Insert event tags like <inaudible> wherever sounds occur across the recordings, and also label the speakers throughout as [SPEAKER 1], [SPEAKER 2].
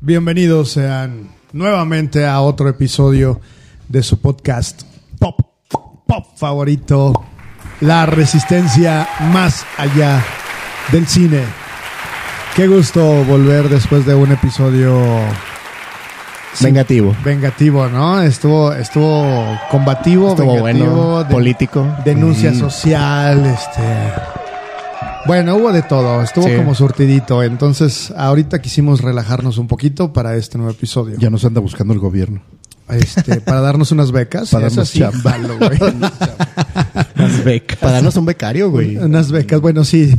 [SPEAKER 1] Bienvenidos sean nuevamente a otro episodio de su podcast Pop, Pop favorito, La Resistencia más allá del cine. Qué gusto volver después de un episodio sí,
[SPEAKER 2] Vengativo.
[SPEAKER 1] vengativo, ¿no? Estuvo, estuvo combativo,
[SPEAKER 2] Estuvo
[SPEAKER 1] vengativo,
[SPEAKER 2] bueno.
[SPEAKER 1] de-
[SPEAKER 2] político.
[SPEAKER 1] denuncia social, este. Bueno, hubo de todo, estuvo
[SPEAKER 2] Sí.
[SPEAKER 1] como surtidito. Entonces, ahorita quisimos relajarnos un poquito para este nuevo episodio.
[SPEAKER 3] Ya nos anda buscando el gobierno.
[SPEAKER 1] Este, para darnos unas becas.
[SPEAKER 3] Para
[SPEAKER 1] Eso
[SPEAKER 3] darnos
[SPEAKER 1] sí,
[SPEAKER 3] chamba.
[SPEAKER 1] valo, güey.
[SPEAKER 2] Las becas. Para darnos un
[SPEAKER 1] <laughs>
[SPEAKER 2] becario, güey.
[SPEAKER 1] unas becas, bueno, sí.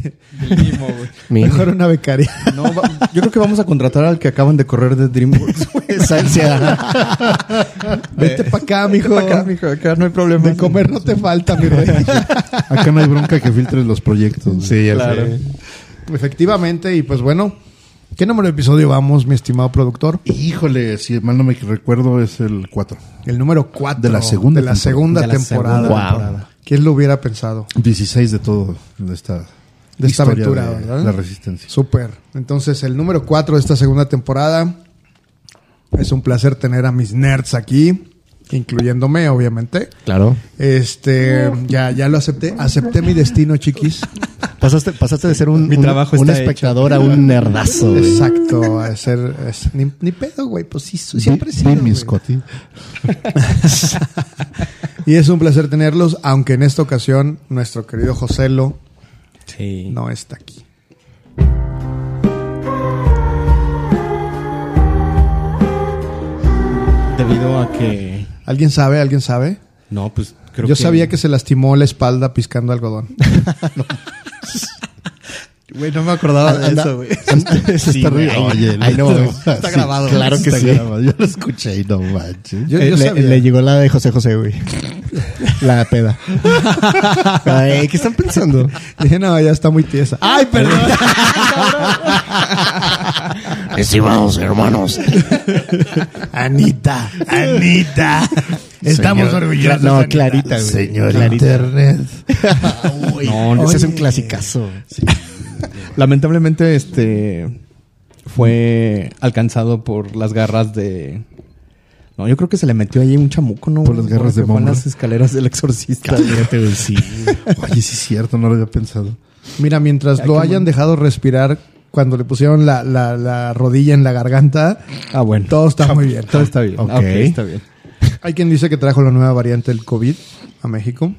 [SPEAKER 4] Mínimo, güey.
[SPEAKER 2] Mínimo.
[SPEAKER 1] Mejor una becaria.
[SPEAKER 4] No, va- yo creo que vamos a contratar al que acaban de correr
[SPEAKER 2] <laughs>
[SPEAKER 4] de DreamWorks. güey.
[SPEAKER 2] Esa ansiedad.
[SPEAKER 1] Vete para acá, mijo.
[SPEAKER 4] Para acá, mijo, acá no hay problema.
[SPEAKER 1] De comer no te falta, mi rey.
[SPEAKER 3] Acá no hay bronca que filtres los proyectos. güey.
[SPEAKER 2] Sí, ya
[SPEAKER 4] Claro.
[SPEAKER 2] sé.
[SPEAKER 1] Efectivamente, y pues bueno, ¿qué número de episodio vamos, mi estimado productor?
[SPEAKER 3] Híjole, si mal no me recuerdo, es el 4.
[SPEAKER 1] El número 4
[SPEAKER 3] De la segunda
[SPEAKER 1] de la
[SPEAKER 3] temporada.
[SPEAKER 1] segunda
[SPEAKER 4] De la
[SPEAKER 1] temporada.
[SPEAKER 4] segunda
[SPEAKER 2] Wow.
[SPEAKER 4] temporada.
[SPEAKER 1] ¿Quién lo hubiera pensado?
[SPEAKER 3] 16 de todo de esta,
[SPEAKER 1] De esta
[SPEAKER 3] historia
[SPEAKER 1] aventura,
[SPEAKER 3] de
[SPEAKER 1] ¿verdad?
[SPEAKER 3] La resistencia.
[SPEAKER 1] Súper. Entonces, el número 4 de esta segunda temporada. Es un placer tener a mis nerds aquí, incluyéndome, obviamente.
[SPEAKER 2] Claro.
[SPEAKER 1] Este, ya, ya lo acepté. Acepté mi destino, chiquis.
[SPEAKER 2] Pasaste, pasaste de ser un,
[SPEAKER 4] Mi
[SPEAKER 2] un-
[SPEAKER 4] trabajo
[SPEAKER 2] un
[SPEAKER 4] está
[SPEAKER 2] espectador a un nerdazo. güey.
[SPEAKER 1] Exacto. a ser- es- ni, ni pedo, güey. Pues sí, su- siempre he
[SPEAKER 3] Di-
[SPEAKER 1] sido,
[SPEAKER 3] di mi
[SPEAKER 1] güey.
[SPEAKER 3] Scotty.
[SPEAKER 1] Y es un placer tenerlos, aunque en esta ocasión nuestro querido Joselo
[SPEAKER 4] Sí.
[SPEAKER 1] no está aquí.
[SPEAKER 4] Debido a que.
[SPEAKER 1] ¿Alguien sabe? ¿Alguien sabe?
[SPEAKER 4] No, pues creo
[SPEAKER 1] Yo sabía que se lastimó la espalda piscando algodón.
[SPEAKER 4] Güey, no me acordaba de
[SPEAKER 2] Anda-
[SPEAKER 4] eso, güey.
[SPEAKER 2] <laughs> Eso
[SPEAKER 3] Sí,
[SPEAKER 2] está
[SPEAKER 3] güey,
[SPEAKER 2] horrible.
[SPEAKER 3] oye,
[SPEAKER 2] Ay, no,
[SPEAKER 3] no,
[SPEAKER 2] está
[SPEAKER 3] sí,
[SPEAKER 2] grabado. Claro que
[SPEAKER 3] está
[SPEAKER 2] sí.
[SPEAKER 3] grabado. Yo lo escuché y no
[SPEAKER 2] <laughs>
[SPEAKER 3] manches.
[SPEAKER 1] Yo-
[SPEAKER 2] Eh,
[SPEAKER 1] yo
[SPEAKER 2] le,
[SPEAKER 1] sabía. <laughs>
[SPEAKER 2] le llegó la de José José, güey. La peda. Ay, ¿qué están pensando?
[SPEAKER 1] Dije, no, ya está muy tiesa. ¡Ay, perdón!
[SPEAKER 2] Estimados hermanos.
[SPEAKER 1] Anita, Anita.
[SPEAKER 3] Estamos
[SPEAKER 1] orgullosos.
[SPEAKER 2] no, Clarita, güey.
[SPEAKER 3] Señor
[SPEAKER 2] Clarita.
[SPEAKER 3] Internet.
[SPEAKER 2] No, ese es un clasicazo.
[SPEAKER 4] Lamentablemente, este. Fue alcanzado por las garras de. No, yo creo que se le metió allí un chamuco, ¿no?
[SPEAKER 3] Por las garras de
[SPEAKER 4] Que fue en
[SPEAKER 3] Momo.
[SPEAKER 4] las escaleras del exorcista.
[SPEAKER 2] Cállate, güey, sí.
[SPEAKER 3] Oye, sí es cierto, no lo había pensado.
[SPEAKER 1] Mira, mientras lo hayan dejado respirar cuando le pusieron la, la- la rodilla en la garganta,
[SPEAKER 4] Ah, bueno.
[SPEAKER 1] todo está muy bien.
[SPEAKER 4] Todo está bien.
[SPEAKER 2] Ok.
[SPEAKER 4] Ah, ok, está bien.
[SPEAKER 1] Hay quien dice que trajo la nueva variante del COVID a México.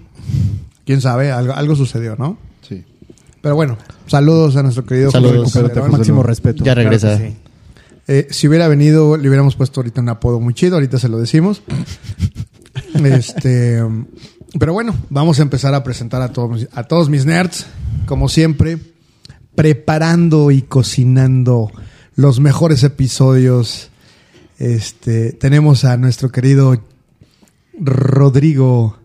[SPEAKER 1] ¿Quién sabe? Algo, algo sucedió, ¿no?
[SPEAKER 3] Sí.
[SPEAKER 1] Pero bueno, saludos a nuestro querido
[SPEAKER 2] Saludos.
[SPEAKER 1] Julio Calderón.
[SPEAKER 3] Espérate, José.
[SPEAKER 2] pues,
[SPEAKER 4] Máximo
[SPEAKER 3] Luego.
[SPEAKER 4] respeto.
[SPEAKER 2] Ya regresa.
[SPEAKER 1] Claro que sí. Eh, si hubiera venido, le hubiéramos puesto ahorita un apodo muy chido, ahorita se lo
[SPEAKER 2] <laughs>
[SPEAKER 1] decimos. este, pero bueno, vamos a empezar a presentar a todos, a todos mis nerds, como siempre, preparando y cocinando los mejores episodios. Este, tenemos a nuestro querido Rodrigo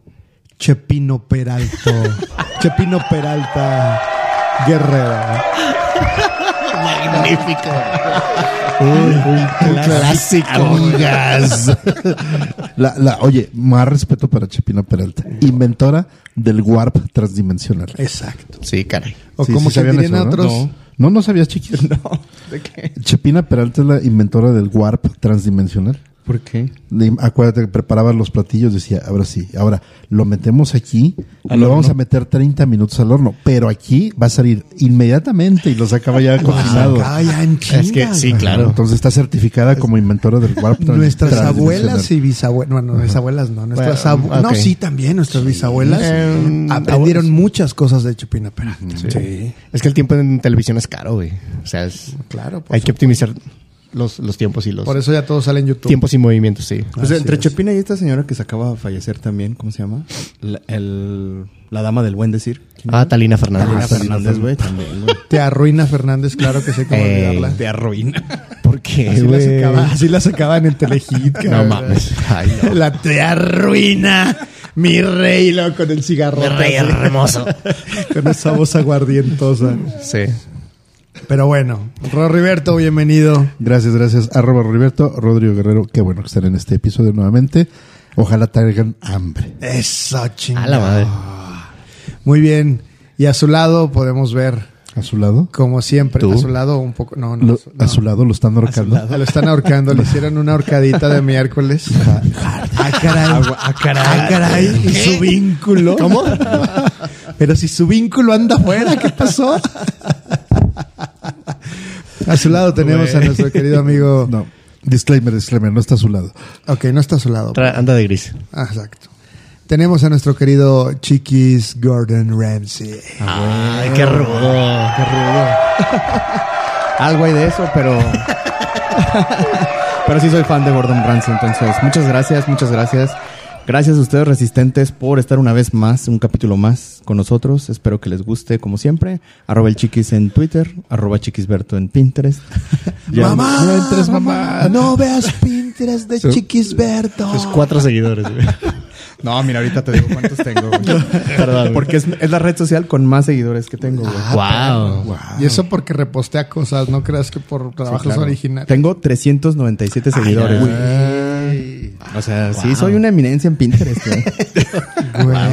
[SPEAKER 1] Chepino Peralto.
[SPEAKER 2] <laughs>
[SPEAKER 1] Chepino Peralta Guerrero.
[SPEAKER 2] Magnífico. un clásico.
[SPEAKER 3] Amigas. La, la, oye, más respeto para Chepina Peralta, inventora del warp transdimensional.
[SPEAKER 1] Exacto.
[SPEAKER 2] Sí, caray.
[SPEAKER 1] O
[SPEAKER 3] Sí,
[SPEAKER 1] como
[SPEAKER 3] sí
[SPEAKER 1] se
[SPEAKER 3] sabían
[SPEAKER 1] dirían
[SPEAKER 3] eso, ¿no?
[SPEAKER 1] otros.
[SPEAKER 3] No, no sabías, chiquis.
[SPEAKER 1] <laughs>
[SPEAKER 4] No, ¿de qué?
[SPEAKER 3] Chepina Peralta es la inventora del warp transdimensional.
[SPEAKER 4] ¿Por qué?
[SPEAKER 3] Le- Acuérdate que preparaba los platillos, decía, ahora sí, ahora lo metemos aquí,
[SPEAKER 4] Al
[SPEAKER 3] lo vamos
[SPEAKER 4] horno.
[SPEAKER 3] a meter 30 minutos al horno, pero aquí va a salir inmediatamente y lo sacaba
[SPEAKER 4] <laughs>
[SPEAKER 3] Ah, ya cocinado.
[SPEAKER 1] Acá ya en
[SPEAKER 2] Es que
[SPEAKER 1] chinga,
[SPEAKER 2] sí,
[SPEAKER 1] güey.
[SPEAKER 2] claro.
[SPEAKER 3] Entonces está certificada como inventora del warp
[SPEAKER 1] <laughs>
[SPEAKER 3] trans-
[SPEAKER 1] Nuestras
[SPEAKER 3] transdimensional.
[SPEAKER 1] abuelas y bisabuelas, bueno, nuestras abuelas no, nuestras
[SPEAKER 2] Bueno,
[SPEAKER 1] abu- no,
[SPEAKER 2] ok.
[SPEAKER 1] sí también, nuestras bisabuelas
[SPEAKER 2] Eh,
[SPEAKER 1] aprendieron muchas cosas de Chupina Peralta. Sí.
[SPEAKER 2] Es que el tiempo en televisión es caro, güey. O sea, es-
[SPEAKER 1] claro. Por,
[SPEAKER 2] hay que optimizar los, los tiempos y los
[SPEAKER 1] por eso ya todo sale en YouTube.
[SPEAKER 2] tiempos y movimientos, sí.
[SPEAKER 4] Pues
[SPEAKER 1] Así
[SPEAKER 4] entre
[SPEAKER 1] es.
[SPEAKER 4] Chepina y esta señora que se acaba de fallecer también, ¿cómo se llama? La, el- la dama del buen decir.
[SPEAKER 2] Ah, Talina Fernández.
[SPEAKER 4] Talina Fernández, güey, también, güey.
[SPEAKER 1] Te arruina Fernández, claro que sé cómo
[SPEAKER 2] Ey.
[SPEAKER 1] olvidarla.
[SPEAKER 4] Te arruina.
[SPEAKER 2] Eh, <laughs> ¿Por qué,
[SPEAKER 1] Así la,
[SPEAKER 2] güey?
[SPEAKER 1] sacaba, así la sacaban en Telehit.
[SPEAKER 2] No
[SPEAKER 1] cabrón.
[SPEAKER 2] mames. Ay, no.
[SPEAKER 1] La te arruina, mi rey, loco, con el cigarro.
[SPEAKER 4] <laughs>
[SPEAKER 2] hermoso.
[SPEAKER 1] Con esa voz aguardientosa.
[SPEAKER 2] Sí.
[SPEAKER 1] Pero bueno, Roriberto, bienvenido.
[SPEAKER 3] Gracias, gracias. Arroba Roberto, Rodrigo Guerrero. Qué bueno que estén en este episodio nuevamente. Ojalá traigan hambre.
[SPEAKER 1] Eso,
[SPEAKER 2] A
[SPEAKER 1] chingada.
[SPEAKER 2] la madre.
[SPEAKER 1] Muy bien. Y a su lado podemos ver
[SPEAKER 3] ¿A su lado?
[SPEAKER 1] Como siempre,
[SPEAKER 3] ¿Tú?
[SPEAKER 1] a su lado un poco. No, no.
[SPEAKER 3] Lo-
[SPEAKER 1] no.
[SPEAKER 3] ¿A su lado lo están ahorcando?
[SPEAKER 1] Lo están ahorcando, le hicieron una horcadita de miércoles. Ah, caray. Ah, caray. ¿Y su vínculo? ¿Cómo? Pero si su vínculo anda afuera, ¿qué pasó? A su lado tenemos a nuestro querido amigo.
[SPEAKER 3] <laughs> No. Disclaimer, disclaimer, no está a su lado.
[SPEAKER 1] Ok, no está a su lado.
[SPEAKER 2] Tra- anda de gris.
[SPEAKER 1] Ah, exacto. Tenemos a nuestro querido Chiquis Gordon Ramsay.
[SPEAKER 2] Ay, qué rudo.
[SPEAKER 1] Qué rudo.
[SPEAKER 4] Algo hay de eso, pero. <laughs> pero sí soy fan de Gordon Ramsay, entonces muchas gracias, muchas gracias. Gracias a ustedes resistentes por estar una vez más, un capítulo más con nosotros. Espero que les guste como siempre. Arroba el chiquis en Twitter, arroba chiquisberto en Pinterest. Ya-
[SPEAKER 1] mamá,
[SPEAKER 3] no entres, mamá.
[SPEAKER 1] no veas Pinterest de Chiquis Berto.
[SPEAKER 2] Pues cuatro seguidores, güey.
[SPEAKER 4] No, mira, ahorita te digo cuántos tengo. <laughs> güey.
[SPEAKER 2] Perdón.
[SPEAKER 4] Porque es, es la red social con más seguidores que tengo.
[SPEAKER 1] Ah,
[SPEAKER 4] güey.
[SPEAKER 2] wow.
[SPEAKER 1] Y eso porque repostea cosas, no creas que por trabajos
[SPEAKER 4] Claro.
[SPEAKER 1] originales.
[SPEAKER 4] Tengo 397 seguidores. o sea, sí, soy una eminencia en Pinterest. <laughs> güey.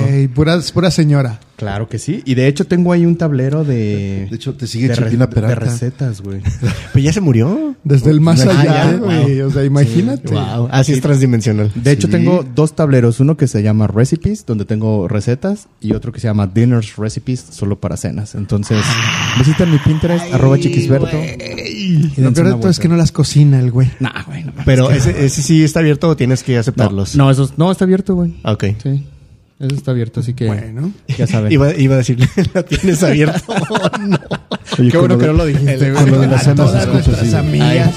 [SPEAKER 1] Güey, pura, pura señora.
[SPEAKER 4] Claro que sí. Y de hecho tengo ahí un tablero de...
[SPEAKER 3] De hecho, te sigue
[SPEAKER 4] de re-
[SPEAKER 3] Chapina
[SPEAKER 4] de
[SPEAKER 3] Peralta.
[SPEAKER 4] recetas, güey.
[SPEAKER 2] Pues ya se murió.
[SPEAKER 1] Desde el más
[SPEAKER 3] Imagínate,
[SPEAKER 1] allá,
[SPEAKER 2] wow.
[SPEAKER 1] güey. O sea, imagínate.
[SPEAKER 2] Wow. Así es transdimensional.
[SPEAKER 4] <laughs> De hecho tengo dos tableros. Uno que se llama Recipes, donde tengo recetas. Y otro que se llama Dinners Recipes, solo para cenas. Entonces, visiten mi Pinterest, arroba chiquisberto.
[SPEAKER 1] Y lo peor de todo es que no las cocina el güey.
[SPEAKER 4] Nah, güey. no mames.
[SPEAKER 2] Pero ese, ese sí está abierto o tienes que aceptarlos.
[SPEAKER 4] No, eso, no, está abierto, güey.
[SPEAKER 2] Ah, Ok.
[SPEAKER 4] Sí. Eso está abierto, así que...
[SPEAKER 1] Bueno.
[SPEAKER 4] Ya saben.
[SPEAKER 2] Iba, iba a decirle, <laughs> ¿la tienes <laughs> abierto o no?
[SPEAKER 3] Oye,
[SPEAKER 2] Qué
[SPEAKER 3] con
[SPEAKER 2] bueno
[SPEAKER 3] lo
[SPEAKER 2] que
[SPEAKER 3] de-
[SPEAKER 2] no lo dijiste,
[SPEAKER 3] Con
[SPEAKER 2] güey.
[SPEAKER 3] lo de las
[SPEAKER 1] A
[SPEAKER 3] cenas
[SPEAKER 1] todas
[SPEAKER 3] se escucha
[SPEAKER 1] nuestras
[SPEAKER 3] así.
[SPEAKER 1] amigas.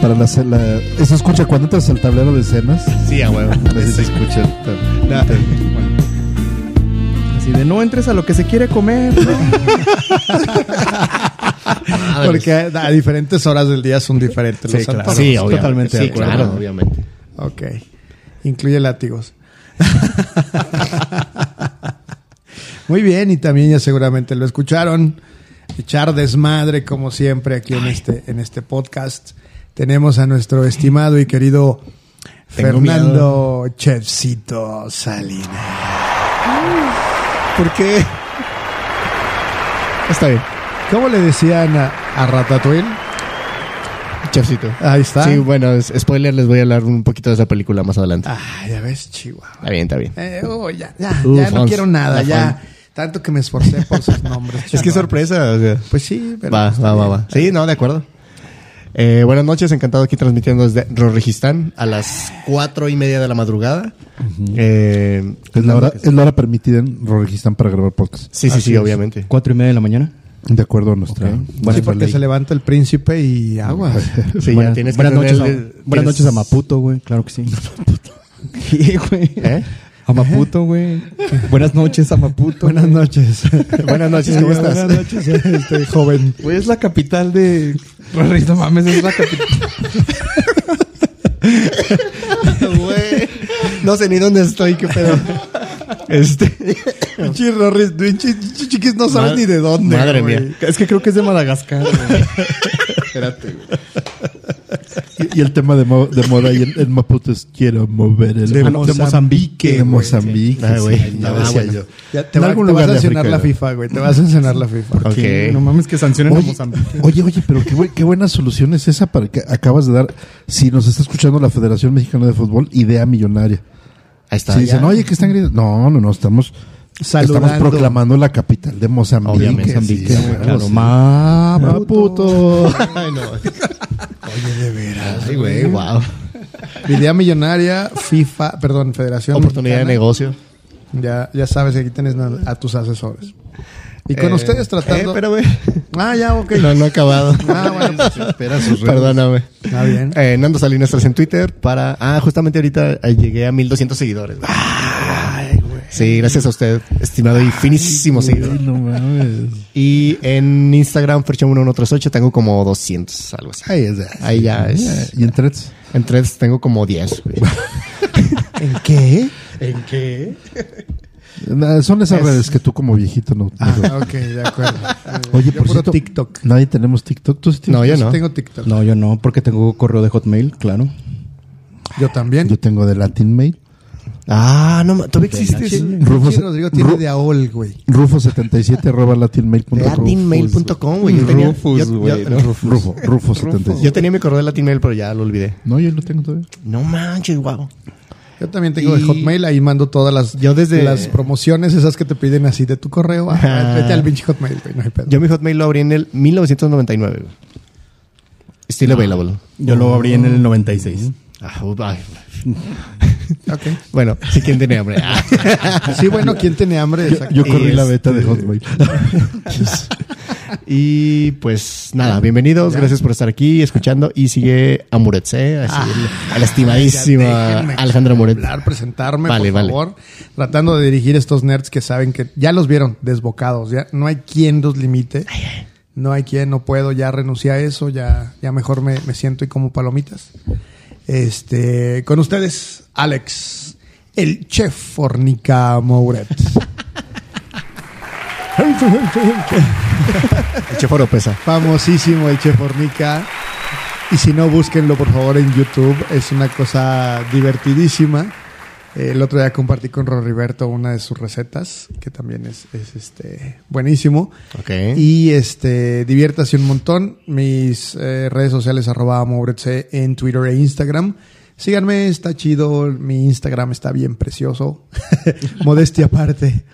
[SPEAKER 3] Para la cena. Eso escucha cuando entras al tablero de cenas.
[SPEAKER 2] Sí, a huevo.
[SPEAKER 3] Así se escucha.
[SPEAKER 2] Nah.
[SPEAKER 4] Así de no entres a lo que se quiere comer. ¿no?
[SPEAKER 1] <laughs> Porque a, a diferentes horas del día son diferentes los antojos.
[SPEAKER 2] Ah, pues. Sí, obviamente.
[SPEAKER 4] Totalmente de
[SPEAKER 2] Sí,
[SPEAKER 4] acuerdo.
[SPEAKER 2] claro, obviamente.
[SPEAKER 1] Ok. Incluye látigos. <laughs> Muy bien, y también ya seguramente lo escucharon. Echar desmadre, como siempre, aquí en este, en este podcast. Tenemos a nuestro estimado y querido
[SPEAKER 2] Tengo
[SPEAKER 1] Fernando Chefcito Salinas.
[SPEAKER 2] ¿Por qué? Está bien.
[SPEAKER 1] ¿Cómo le decían a, a Ratatouille?
[SPEAKER 2] Chefcito.
[SPEAKER 1] Ahí está.
[SPEAKER 2] Sí, bueno, es- spoiler, les voy a hablar un poquito de esa película más adelante.
[SPEAKER 1] Ah, ya ves, Chihuahua.
[SPEAKER 2] Está bien, está bien.
[SPEAKER 1] Eh, oh, ya, ya,
[SPEAKER 2] Uh,
[SPEAKER 1] ya no
[SPEAKER 2] Fons,
[SPEAKER 1] quiero nada,
[SPEAKER 2] la
[SPEAKER 1] ya. Tanto que me esforcé por
[SPEAKER 2] <laughs>
[SPEAKER 1] sus nombres.
[SPEAKER 2] Es que
[SPEAKER 1] chingón.
[SPEAKER 2] sorpresa, o sea.
[SPEAKER 1] Pues sí, pero
[SPEAKER 2] Va,
[SPEAKER 1] está
[SPEAKER 2] va, va,
[SPEAKER 1] bien.
[SPEAKER 2] va. Sí, no, de acuerdo. Eh, buenas noches, encantado aquí transmitiendo desde Rorrijistán a las cuatro y media de la madrugada. Eh,
[SPEAKER 3] Es la hora, es la hora permitida en Rorregistán para grabar podcast.
[SPEAKER 2] sí, sí, sí, obviamente.
[SPEAKER 4] <laughs> Cuatro y media de la mañana.
[SPEAKER 3] De acuerdo a nuestra. nuestra
[SPEAKER 1] sí, porque
[SPEAKER 3] ley.
[SPEAKER 1] se levanta el príncipe y
[SPEAKER 2] <laughs>
[SPEAKER 1] aguas.
[SPEAKER 2] Sí, ya
[SPEAKER 4] buenas,
[SPEAKER 2] tienes que tener-
[SPEAKER 4] buenas noches, a,
[SPEAKER 2] tienes-
[SPEAKER 4] buenas noches a Maputo, güey. Claro que sí. Sí, güey.
[SPEAKER 2] ¿Eh?
[SPEAKER 4] <laughs> A Maputo, güey. <laughs> Buenas noches a Maputo.
[SPEAKER 1] Buenas noches.
[SPEAKER 2] Buenas noches,
[SPEAKER 3] <laughs>
[SPEAKER 2] ¿cómo estás?
[SPEAKER 1] Buenas noches, este, joven.
[SPEAKER 4] Güey, es la capital de. No mames, es la capital.
[SPEAKER 2] Güey, no sé ni dónde estoy, qué pedo. Este,
[SPEAKER 1] Pinche Rorris, pinche chiquis, no sabes
[SPEAKER 2] Ma-
[SPEAKER 1] ni de dónde.
[SPEAKER 2] madre
[SPEAKER 1] güey.
[SPEAKER 2] mía.
[SPEAKER 4] Es que creo que es de Madagascar, güey. Espérate, güey.
[SPEAKER 3] Y, y el tema de, mo- de moda y en, en Maputo es quiero mover el
[SPEAKER 1] De
[SPEAKER 3] Ah,
[SPEAKER 1] Mozambique,
[SPEAKER 3] De
[SPEAKER 1] güey.
[SPEAKER 3] Mozambique.
[SPEAKER 2] Ah, güey,
[SPEAKER 3] sí,
[SPEAKER 2] ya
[SPEAKER 3] ya
[SPEAKER 2] decía
[SPEAKER 3] decía
[SPEAKER 2] yo.
[SPEAKER 1] Ya te,
[SPEAKER 3] En
[SPEAKER 1] va-
[SPEAKER 3] algún
[SPEAKER 1] te
[SPEAKER 3] lugar
[SPEAKER 1] vas a
[SPEAKER 3] de
[SPEAKER 1] sancionar
[SPEAKER 3] África,
[SPEAKER 1] la
[SPEAKER 3] ¿no?
[SPEAKER 1] FIFA, güey. Te vas a sancionar la FIFA.
[SPEAKER 2] Ok.
[SPEAKER 4] Sí, No mames, que sancionen a
[SPEAKER 3] Oye,
[SPEAKER 4] Mozambique.
[SPEAKER 3] oye, oye, pero qué, bu- qué buena solución es esa para que acabas de dar. Si nos está escuchando la Federación Mexicana de Fútbol, idea millonaria.
[SPEAKER 2] ahí está.
[SPEAKER 3] si
[SPEAKER 2] ya.
[SPEAKER 3] dicen, oye, que están gritando. No, no, no, estamos,
[SPEAKER 1] Saludando.
[SPEAKER 3] estamos proclamando la capital de Mozambique.
[SPEAKER 2] Obviamente,
[SPEAKER 3] Mozambique,
[SPEAKER 2] sí,
[SPEAKER 3] sí,
[SPEAKER 2] claro,
[SPEAKER 3] claro, sí.
[SPEAKER 4] Maputo.
[SPEAKER 2] Ay, no.
[SPEAKER 1] Oye, de veras.
[SPEAKER 2] Ay, güey, wow.
[SPEAKER 1] Idea millonaria, FIFA, perdón, Federación.
[SPEAKER 2] Oportunidad de
[SPEAKER 1] Mexicana.
[SPEAKER 2] negocio.
[SPEAKER 1] Ya, ya sabes, aquí tienes a, a tus asesores. Y con
[SPEAKER 2] Eh,
[SPEAKER 1] ustedes tratando.
[SPEAKER 2] eh, pero, güey. pues,
[SPEAKER 1] Ah, ya, ok.
[SPEAKER 2] No, no he <laughs> acabado.
[SPEAKER 1] Ah, bueno.
[SPEAKER 3] Espera sus redes.
[SPEAKER 2] Perdóname.
[SPEAKER 1] Está bien.
[SPEAKER 2] Eh, Nando Salinas 3 en Twitter para... Ah, justamente ahorita eh, llegué a 1200 seguidores. güey. Sí, gracias a usted, estimado y finísimo seguidor.
[SPEAKER 3] No mames.
[SPEAKER 2] Y en Instagram, Fercham1138, tengo como 200, algo así.
[SPEAKER 3] Ay, o sea,
[SPEAKER 2] Ahí ya es.
[SPEAKER 3] Y en threads.
[SPEAKER 2] En threads tengo como 10. güey.
[SPEAKER 1] ¿En qué?
[SPEAKER 2] ¿En qué?
[SPEAKER 3] Nah, Son esas redes que tú como viejito no.
[SPEAKER 1] Ah, ok, de acuerdo.
[SPEAKER 3] Oye,
[SPEAKER 1] Yo
[SPEAKER 3] por
[SPEAKER 1] puro
[SPEAKER 3] cierto,
[SPEAKER 1] TikTok.
[SPEAKER 3] Nadie tenemos TikTok. ¿Tú sí tienes?
[SPEAKER 2] No, yo
[SPEAKER 1] sí
[SPEAKER 2] no.
[SPEAKER 1] tengo TikTok.
[SPEAKER 4] No, yo no, porque tengo correo de Hotmail, claro.
[SPEAKER 1] Yo también.
[SPEAKER 3] Yo tengo de Latin Mail.
[SPEAKER 2] Ah, no, ma- todavía existe eso.
[SPEAKER 3] Rufo,
[SPEAKER 1] Pinche Rodrigo tiene de AOL, güey.
[SPEAKER 3] Rufo77 arroba latinmail.com.
[SPEAKER 2] Latinmail.com, güey. Yo tenía-
[SPEAKER 4] Rufus,
[SPEAKER 2] yo-
[SPEAKER 4] güey,
[SPEAKER 2] yo-
[SPEAKER 4] ¿no?
[SPEAKER 3] Pues, Rufo, Rufo77.
[SPEAKER 2] Yo tenía mi correo de Latinmail, pero ya lo olvidé.
[SPEAKER 3] No, yo lo tengo todavía.
[SPEAKER 2] No manches, guau.
[SPEAKER 1] Yo también tengo de
[SPEAKER 2] Y-
[SPEAKER 1] Hotmail, ahí mando todas las,
[SPEAKER 2] Yo desde-
[SPEAKER 1] las promociones esas que te piden así de tu correo. Ah,
[SPEAKER 2] Ah.
[SPEAKER 1] Vete al pinche Hotmail, güey, no hay pedo.
[SPEAKER 2] Yo mi Hotmail lo abrí en el 1999. güey. Still available.
[SPEAKER 4] Yo lo abrí en el 96.
[SPEAKER 2] Ah, oh, ay.
[SPEAKER 1] Ok.
[SPEAKER 2] Bueno, si quien tiene hambre. Ah.
[SPEAKER 1] Sí, bueno, ¿quién tiene hambre? Exacto.
[SPEAKER 2] <laughs>
[SPEAKER 3] Yo corrí la beta de
[SPEAKER 2] Este-
[SPEAKER 3] Hotmail. <laughs>
[SPEAKER 2] Y pues nada, bienvenidos, gracias por estar aquí escuchando. Y sigue a Muretse, así, el- a la
[SPEAKER 1] Ya
[SPEAKER 2] estimadísima
[SPEAKER 1] déjenme
[SPEAKER 2] Alejandra Moret.
[SPEAKER 1] hablar, presentarme,
[SPEAKER 2] Vale,
[SPEAKER 1] por
[SPEAKER 2] vale.
[SPEAKER 1] favor. Tratando de dirigir estos nerds que saben que ya los vieron desbocados. Ya no hay quien los limite. No hay quien, no puedo, ya renuncié a eso, ya, ya mejor me, me siento y como palomitas. Este, con ustedes, Alex, el chef Fornica Mouret.
[SPEAKER 2] El chef Oropesa.
[SPEAKER 1] Famosísimo el chef Fornica. Y si no, búsquenlo por favor en YouTube. Es una cosa divertidísima. Eh, El otro día compartí con Roriberto una de sus recetas, que también es, es, este, buenísimo.
[SPEAKER 2] Ok.
[SPEAKER 1] Y este, diviértase un montón. Mis eh, redes sociales, arroba Mouretse en Twitter e Instagram. Síganme, está chido. Mi Instagram está bien precioso. <laughs> Modestia aparte.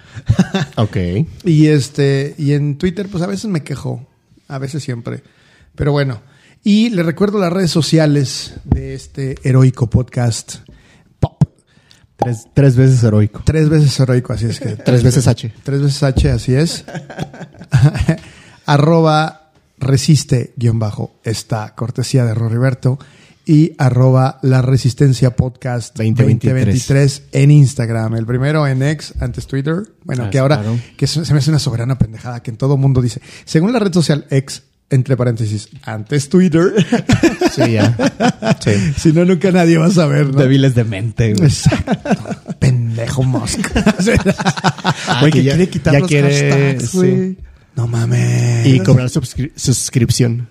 [SPEAKER 2] ok.
[SPEAKER 1] Y este, y en Twitter, pues a veces me quejo, a veces siempre. Pero bueno. Y le recuerdo las redes sociales de este heroico podcast. Pop.
[SPEAKER 4] Tres, tres veces heroico.
[SPEAKER 1] Tres veces heroico, así es que.
[SPEAKER 2] Tres veces H.
[SPEAKER 1] Tres veces H, así es.
[SPEAKER 4] <laughs>
[SPEAKER 1] arroba resiste guión bajo esta cortesía de Roriberto y arroba la resistencia podcast
[SPEAKER 2] 2023.
[SPEAKER 1] 2023 en Instagram. El primero en ex, antes Twitter. Bueno,
[SPEAKER 4] Ah,
[SPEAKER 1] que ahora
[SPEAKER 4] claro.
[SPEAKER 1] que se se me hace una soberana pendejada que en todo mundo dice, según la red social ex, entre paréntesis, antes Twitter. <laughs>
[SPEAKER 2] Sí, ya. Sí.
[SPEAKER 1] si no, nunca nadie va a saber, ¿no?
[SPEAKER 4] Débiles de mente, güey.
[SPEAKER 1] Exacto. Pendejo
[SPEAKER 2] <laughs>
[SPEAKER 1] Musk.
[SPEAKER 2] Ah, Güey, Ah, que quiere quitar los hashtags, güey.
[SPEAKER 1] No mames.
[SPEAKER 2] Y cobrar subscri- suscripción.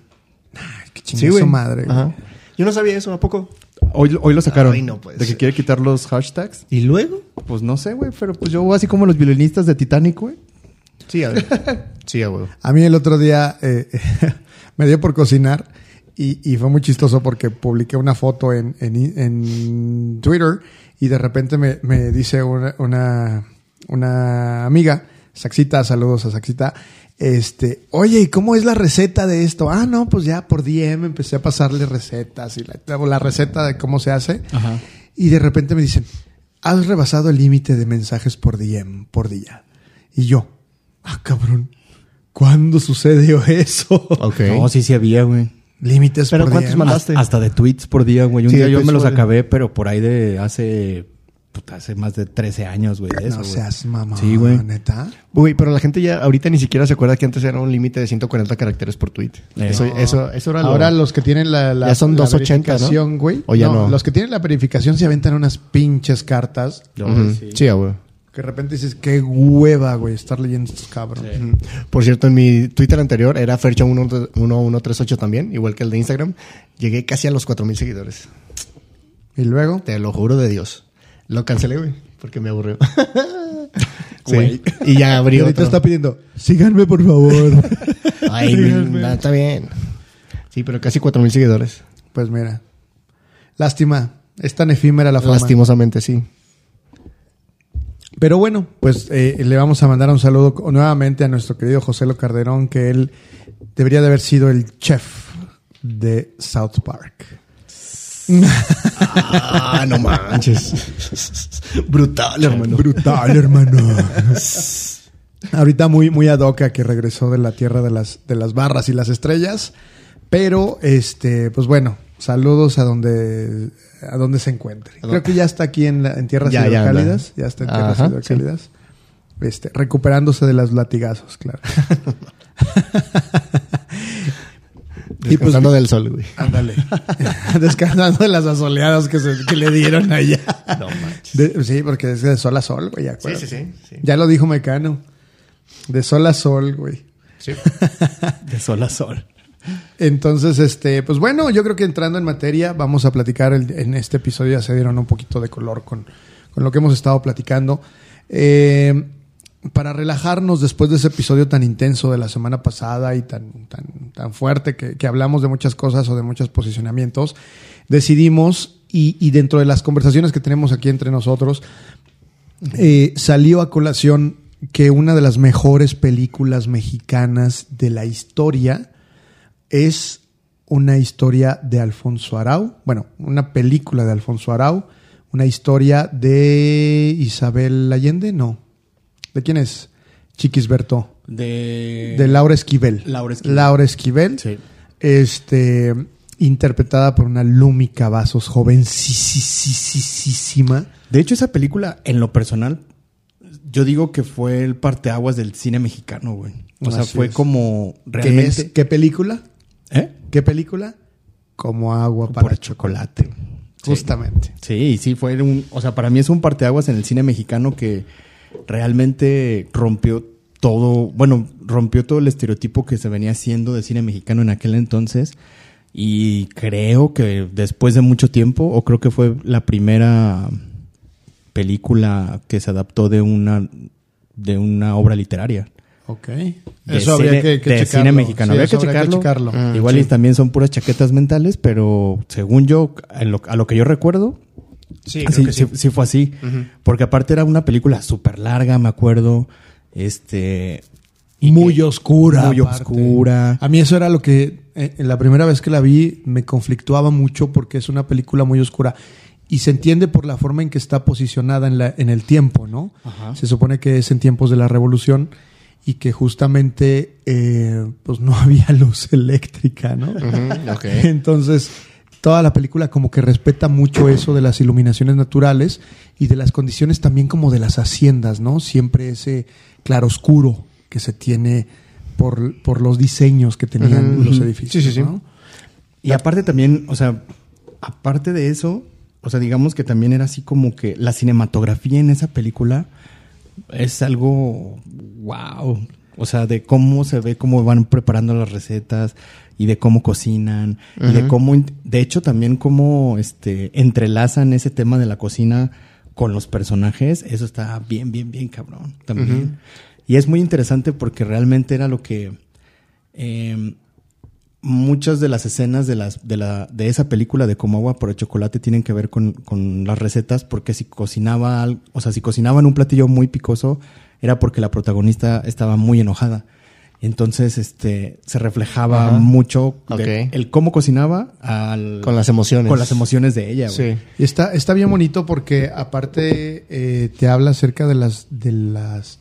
[SPEAKER 1] Qué chingada su madre. güey.
[SPEAKER 2] Ajá. Yo no sabía eso, ¿a poco?
[SPEAKER 4] Hoy, hoy lo sacaron.
[SPEAKER 2] Ay, no puede
[SPEAKER 4] de que
[SPEAKER 2] ser.
[SPEAKER 4] quiere quitar los hashtags.
[SPEAKER 2] ¿Y luego?
[SPEAKER 4] Pues no sé, güey, pero pues yo así como los violinistas de Titanic, güey.
[SPEAKER 2] Sí, a ver. Sí, a huevo.
[SPEAKER 1] A mí el otro día eh, <laughs> me dio por cocinar y, y fue muy chistoso porque publiqué una foto en, en i- en Twitter y de repente me, me dice una, una, una amiga, Saxita, saludos a Saxita, este, oye, ¿y cómo es la receta de esto? Ah, no, pues ya por DM empecé a pasarle recetas y la, la receta de cómo se hace.
[SPEAKER 4] Ajá.
[SPEAKER 1] Y de repente me dicen, has rebasado el límite de mensajes por DM, por día. Y yo, ah, cabrón, ¿cuándo sucedió eso?
[SPEAKER 2] Ok.
[SPEAKER 4] No, sí, sí había, güey.
[SPEAKER 1] Límites
[SPEAKER 2] Pero
[SPEAKER 1] por
[SPEAKER 2] ¿cuántos
[SPEAKER 1] DM.
[SPEAKER 2] mandaste?
[SPEAKER 4] Hasta, hasta de tweets por día, güey. Un
[SPEAKER 2] Sí,
[SPEAKER 4] día
[SPEAKER 2] de
[SPEAKER 4] yo
[SPEAKER 2] tweets
[SPEAKER 4] me los
[SPEAKER 2] por día.
[SPEAKER 4] acabé, pero por ahí de hace. puta, hace más de 13 años, güey. de eso,
[SPEAKER 1] No
[SPEAKER 4] güey.
[SPEAKER 1] seas mamón,
[SPEAKER 4] Sí, güey.
[SPEAKER 1] neta.
[SPEAKER 2] Güey, pero la gente ya ahorita ni siquiera se acuerda que antes era un límite de 140 caracteres por tweet.
[SPEAKER 4] Eh.
[SPEAKER 2] Eso, eso, eso era lo-
[SPEAKER 1] Ahora los que tienen la, la,
[SPEAKER 2] Ya son
[SPEAKER 1] la
[SPEAKER 2] 280, ¿no?
[SPEAKER 1] verificación, güey.
[SPEAKER 2] O ya no.
[SPEAKER 1] Los que tienen la verificación se aventan unas pinches cartas
[SPEAKER 4] Yo,
[SPEAKER 2] Ujú.
[SPEAKER 4] sí.
[SPEAKER 2] Sí, a huevo.
[SPEAKER 1] que de repente dices, qué hueva, güey, estar leyendo estos cabrones.
[SPEAKER 2] Por cierto, en mi Twitter anterior era Fercha1138 también, igual que el de Instagram. Llegué casi a los 4000 seguidores.
[SPEAKER 1] Y luego,
[SPEAKER 2] Te lo juro de Dios. Lo cancelé, güey, porque me aburrió.
[SPEAKER 4] Güey.
[SPEAKER 2] sí. Y ya
[SPEAKER 1] y
[SPEAKER 2] abrí
[SPEAKER 1] ahorita
[SPEAKER 2] otro.
[SPEAKER 1] está pidiendo, síganme por favor.
[SPEAKER 2] <laughs> Ay, no, está bien. Sí, pero casi 4000 seguidores.
[SPEAKER 1] pues mira, lástima, es tan efímera la fama.
[SPEAKER 2] Lastimosamente, sí.
[SPEAKER 1] Pero bueno, pues eh, le vamos a mandar un saludo co- nuevamente a nuestro querido José Lo Carderón, que él debería de haber sido el chef de South Park.
[SPEAKER 2] Ah, <laughs> no manches. Brutal, hermano.
[SPEAKER 1] Brutal, hermano. <laughs> Ahorita muy, muy ad hoc a que regresó de la tierra de las, de las barras y las estrellas. Pero, este, pues bueno, saludos a donde, a donde se encuentre. Creo que ya está aquí en, la- en tierras
[SPEAKER 2] Ya, ya anda.
[SPEAKER 1] hidrocálidas. Ya, está en tierras
[SPEAKER 2] Ajá,
[SPEAKER 1] hidrocálidas. Este, recuperándose de los latigazos,
[SPEAKER 2] <laughs>
[SPEAKER 1] claro. Y pues-
[SPEAKER 2] Descansando del sol, güey.
[SPEAKER 1] Ándale. <laughs> Descansando de las asoleadas que, se- que le dieron allá.
[SPEAKER 2] No manches.
[SPEAKER 1] De- sí, porque es de sol a sol, güey.
[SPEAKER 2] Sí,
[SPEAKER 1] acuérdate.
[SPEAKER 2] sí, sí. sí.
[SPEAKER 1] Ya lo dijo Mecano. De sol a sol, güey.
[SPEAKER 2] Sí.
[SPEAKER 4] De sol a sol.
[SPEAKER 1] Entonces, este, pues bueno, yo creo que entrando en materia, vamos a platicar el- en este episodio. Ya se dieron un poquito de color con, con lo que hemos estado platicando. Eh, para relajarnos después de ese episodio tan intenso de la semana pasada y tan, tan, tan fuerte que, que hablamos de muchas cosas o de muchos posicionamientos, decidimos, y, y dentro de las conversaciones que tenemos aquí entre nosotros, eh, salió a colación que una de las mejores películas mexicanas de la historia es una historia de Alfonso Arau, bueno, una película de Alfonso Arau, una historia de Isabel Allende, no. ¿De quién es? Chiquis Berto.
[SPEAKER 4] De...
[SPEAKER 1] De Laura Esquivel.
[SPEAKER 4] Eh, Laura Esquivel.
[SPEAKER 1] Laura Esquivel.
[SPEAKER 4] Sí.
[SPEAKER 1] Este, interpretada por una Lumi Cavazos, jovencísima.
[SPEAKER 4] De hecho, esa película, en lo personal, yo digo que fue el parteaguas del cine mexicano, güey. O sea,
[SPEAKER 1] Así
[SPEAKER 4] fue
[SPEAKER 1] es.
[SPEAKER 4] como
[SPEAKER 1] ¿Qué, es?
[SPEAKER 4] realmente...
[SPEAKER 1] ¿Qué película?
[SPEAKER 4] ¿Eh?
[SPEAKER 1] ¿Qué película? Como agua para
[SPEAKER 4] Por chocolate.
[SPEAKER 1] Justamente.
[SPEAKER 4] Sí, sí, fue un... O sea, para mí es un parteaguas en el cine mexicano que realmente rompió todo... Bueno, rompió todo el estereotipo que se venía haciendo de cine mexicano en aquel entonces. Y creo que después de mucho tiempo, o creo que fue la primera película que se adaptó de una, de una obra literaria.
[SPEAKER 1] Ok.
[SPEAKER 4] de
[SPEAKER 1] eso habría
[SPEAKER 4] cine-
[SPEAKER 1] que, que
[SPEAKER 4] de
[SPEAKER 1] checarlo.
[SPEAKER 4] cine mexicano.
[SPEAKER 1] Sí,
[SPEAKER 4] habría
[SPEAKER 1] eso
[SPEAKER 4] que checarlo.
[SPEAKER 1] checarlo. Ah,
[SPEAKER 4] Mm, Igual y también son puras chaquetas mentales, pero según yo, en lo- a lo que yo recuerdo,
[SPEAKER 1] Sí,
[SPEAKER 2] Ah,
[SPEAKER 4] sí, sí- sí fue así. Porque aparte era una película súper larga, me acuerdo. Este. y
[SPEAKER 1] Muy
[SPEAKER 4] que-
[SPEAKER 1] oscura.
[SPEAKER 4] Muy
[SPEAKER 1] aparte.
[SPEAKER 4] oscura.
[SPEAKER 1] A mí eso era lo que eh, la primera vez que la vi me conflictuaba mucho porque es una película muy oscura. Y se entiende por la forma en que está posicionada en, la, en el tiempo, ¿no?
[SPEAKER 4] Ajá.
[SPEAKER 1] Se supone que es en tiempos de la revolución y que justamente eh, pues no <laughs> había luz eléctrica, ¿no?
[SPEAKER 2] Mm,
[SPEAKER 1] <laughs> Entonces, toda la película como que respeta mucho eso de las iluminaciones naturales y de las condiciones también como de las haciendas, ¿no? Siempre ese claroscuro que se tiene por, por los diseños que tenían los edificios.
[SPEAKER 3] Sí, sí, sí.
[SPEAKER 1] ¿no?
[SPEAKER 4] Y aparte también, o sea, aparte de eso, o sea, digamos que también era así como que la cinematografía en esa película es algo wow. O sea, de cómo se ve, cómo van preparando las recetas y de cómo cocinan y de cómo, in- de hecho, también cómo este, entrelazan ese tema de la cocina con los personajes. Eso está bien, bien, bien cabrón también. Y es muy interesante porque realmente era lo que... em, muchas de las escenas de las de la de esa película de como agua por el chocolate tienen que ver con, con las recetas porque si cocinaba al- o sea si cocinaban un platillo muy picoso era porque la protagonista estaba muy enojada entonces este se reflejaba
[SPEAKER 2] Ajá.
[SPEAKER 4] mucho de
[SPEAKER 2] Ok.
[SPEAKER 4] el cómo cocinaba al-
[SPEAKER 2] Con las emociones.
[SPEAKER 4] con las emociones de ella güey.
[SPEAKER 2] Sí.
[SPEAKER 1] Y está, está bien bonito porque aparte eh, te habla acerca de las, de las,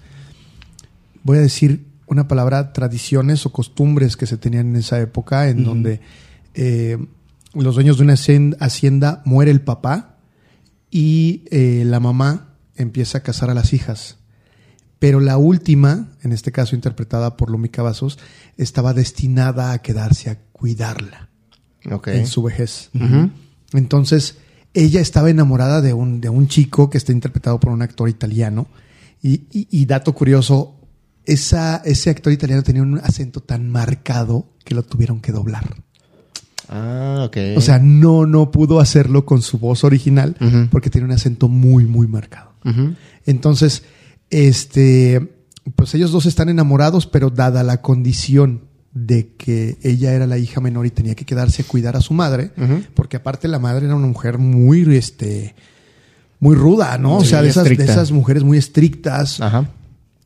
[SPEAKER 1] voy a decir una palabra, tradiciones o costumbres que se tenían en esa época, en donde eh, los dueños de una hacien- hacienda muere el papá y eh, la mamá empieza a casar a las hijas. Pero la última, en este caso interpretada por Lumi Cavazos, estaba destinada a quedarse a cuidarla
[SPEAKER 2] Ok.
[SPEAKER 1] en su vejez. Entonces, ella estaba enamorada de un, de un chico que está interpretado por un actor italiano. Y, y- y dato curioso, esa, ese actor italiano tenía un acento tan marcado que lo tuvieron que doblar.
[SPEAKER 2] Ah, ok.
[SPEAKER 1] O sea, no, no pudo hacerlo con su voz original
[SPEAKER 2] Ujú.
[SPEAKER 1] porque tiene un acento muy, muy marcado.
[SPEAKER 2] Ujú.
[SPEAKER 1] Entonces, este, pues ellos dos están enamorados, pero dada la condición de que ella era la hija menor y tenía que quedarse a cuidar a su madre, porque aparte la madre era una mujer muy, este, muy ruda, ¿no? o
[SPEAKER 2] Sí,
[SPEAKER 1] sea, de esas, de
[SPEAKER 2] estricta.
[SPEAKER 1] esas mujeres muy estrictas,
[SPEAKER 2] Ajá.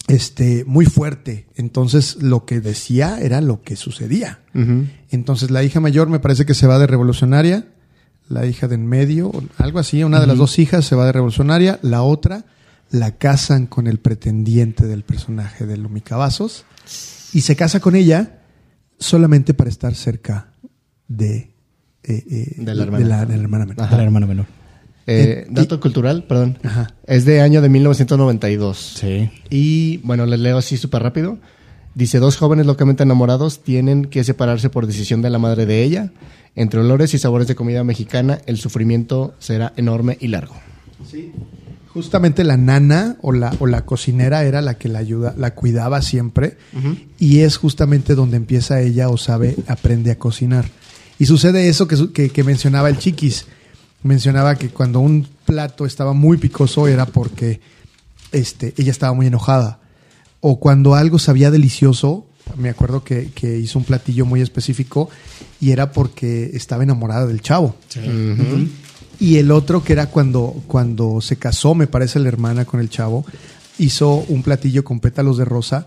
[SPEAKER 1] este, muy fuerte. Entonces, lo que decía era lo que sucedía.
[SPEAKER 2] Ujú.
[SPEAKER 1] Entonces, la hija mayor me parece que se va de revolucionaria, la hija de en medio, o algo así, una de las dos hijas se va de revolucionaria, la otra la casan con el pretendiente del personaje de Lumicabazos y se casa con ella solamente para estar cerca de, eh, eh,
[SPEAKER 2] De la hermana.
[SPEAKER 1] de la hermana menor.
[SPEAKER 4] de la hermana menor
[SPEAKER 2] Eh,
[SPEAKER 1] Eh,
[SPEAKER 2] dato cultural, perdón.
[SPEAKER 1] Ajá.
[SPEAKER 2] Es de año de 1992.
[SPEAKER 4] sí
[SPEAKER 2] Y bueno, les leo así súper rápido. Dice, dos jóvenes locamente enamorados tienen que separarse por decisión de la madre de ella. Entre olores y sabores de comida mexicana, el sufrimiento será enorme y largo.
[SPEAKER 1] Justamente la nana o la, o la cocinera era la que la ayuda, la cuidaba siempre. Y es justamente donde empieza ella o sabe, aprende a cocinar. Y sucede eso que, su- que, que mencionaba el chiquis. Mencionaba que cuando un plato estaba muy picoso era porque este, ella estaba muy enojada. O cuando algo sabía delicioso, me acuerdo que, que hizo un platillo muy específico y era porque estaba enamorada del chavo. Y el otro que era cuando, cuando se casó, me parece la hermana con el chavo, hizo un platillo con pétalos de rosa,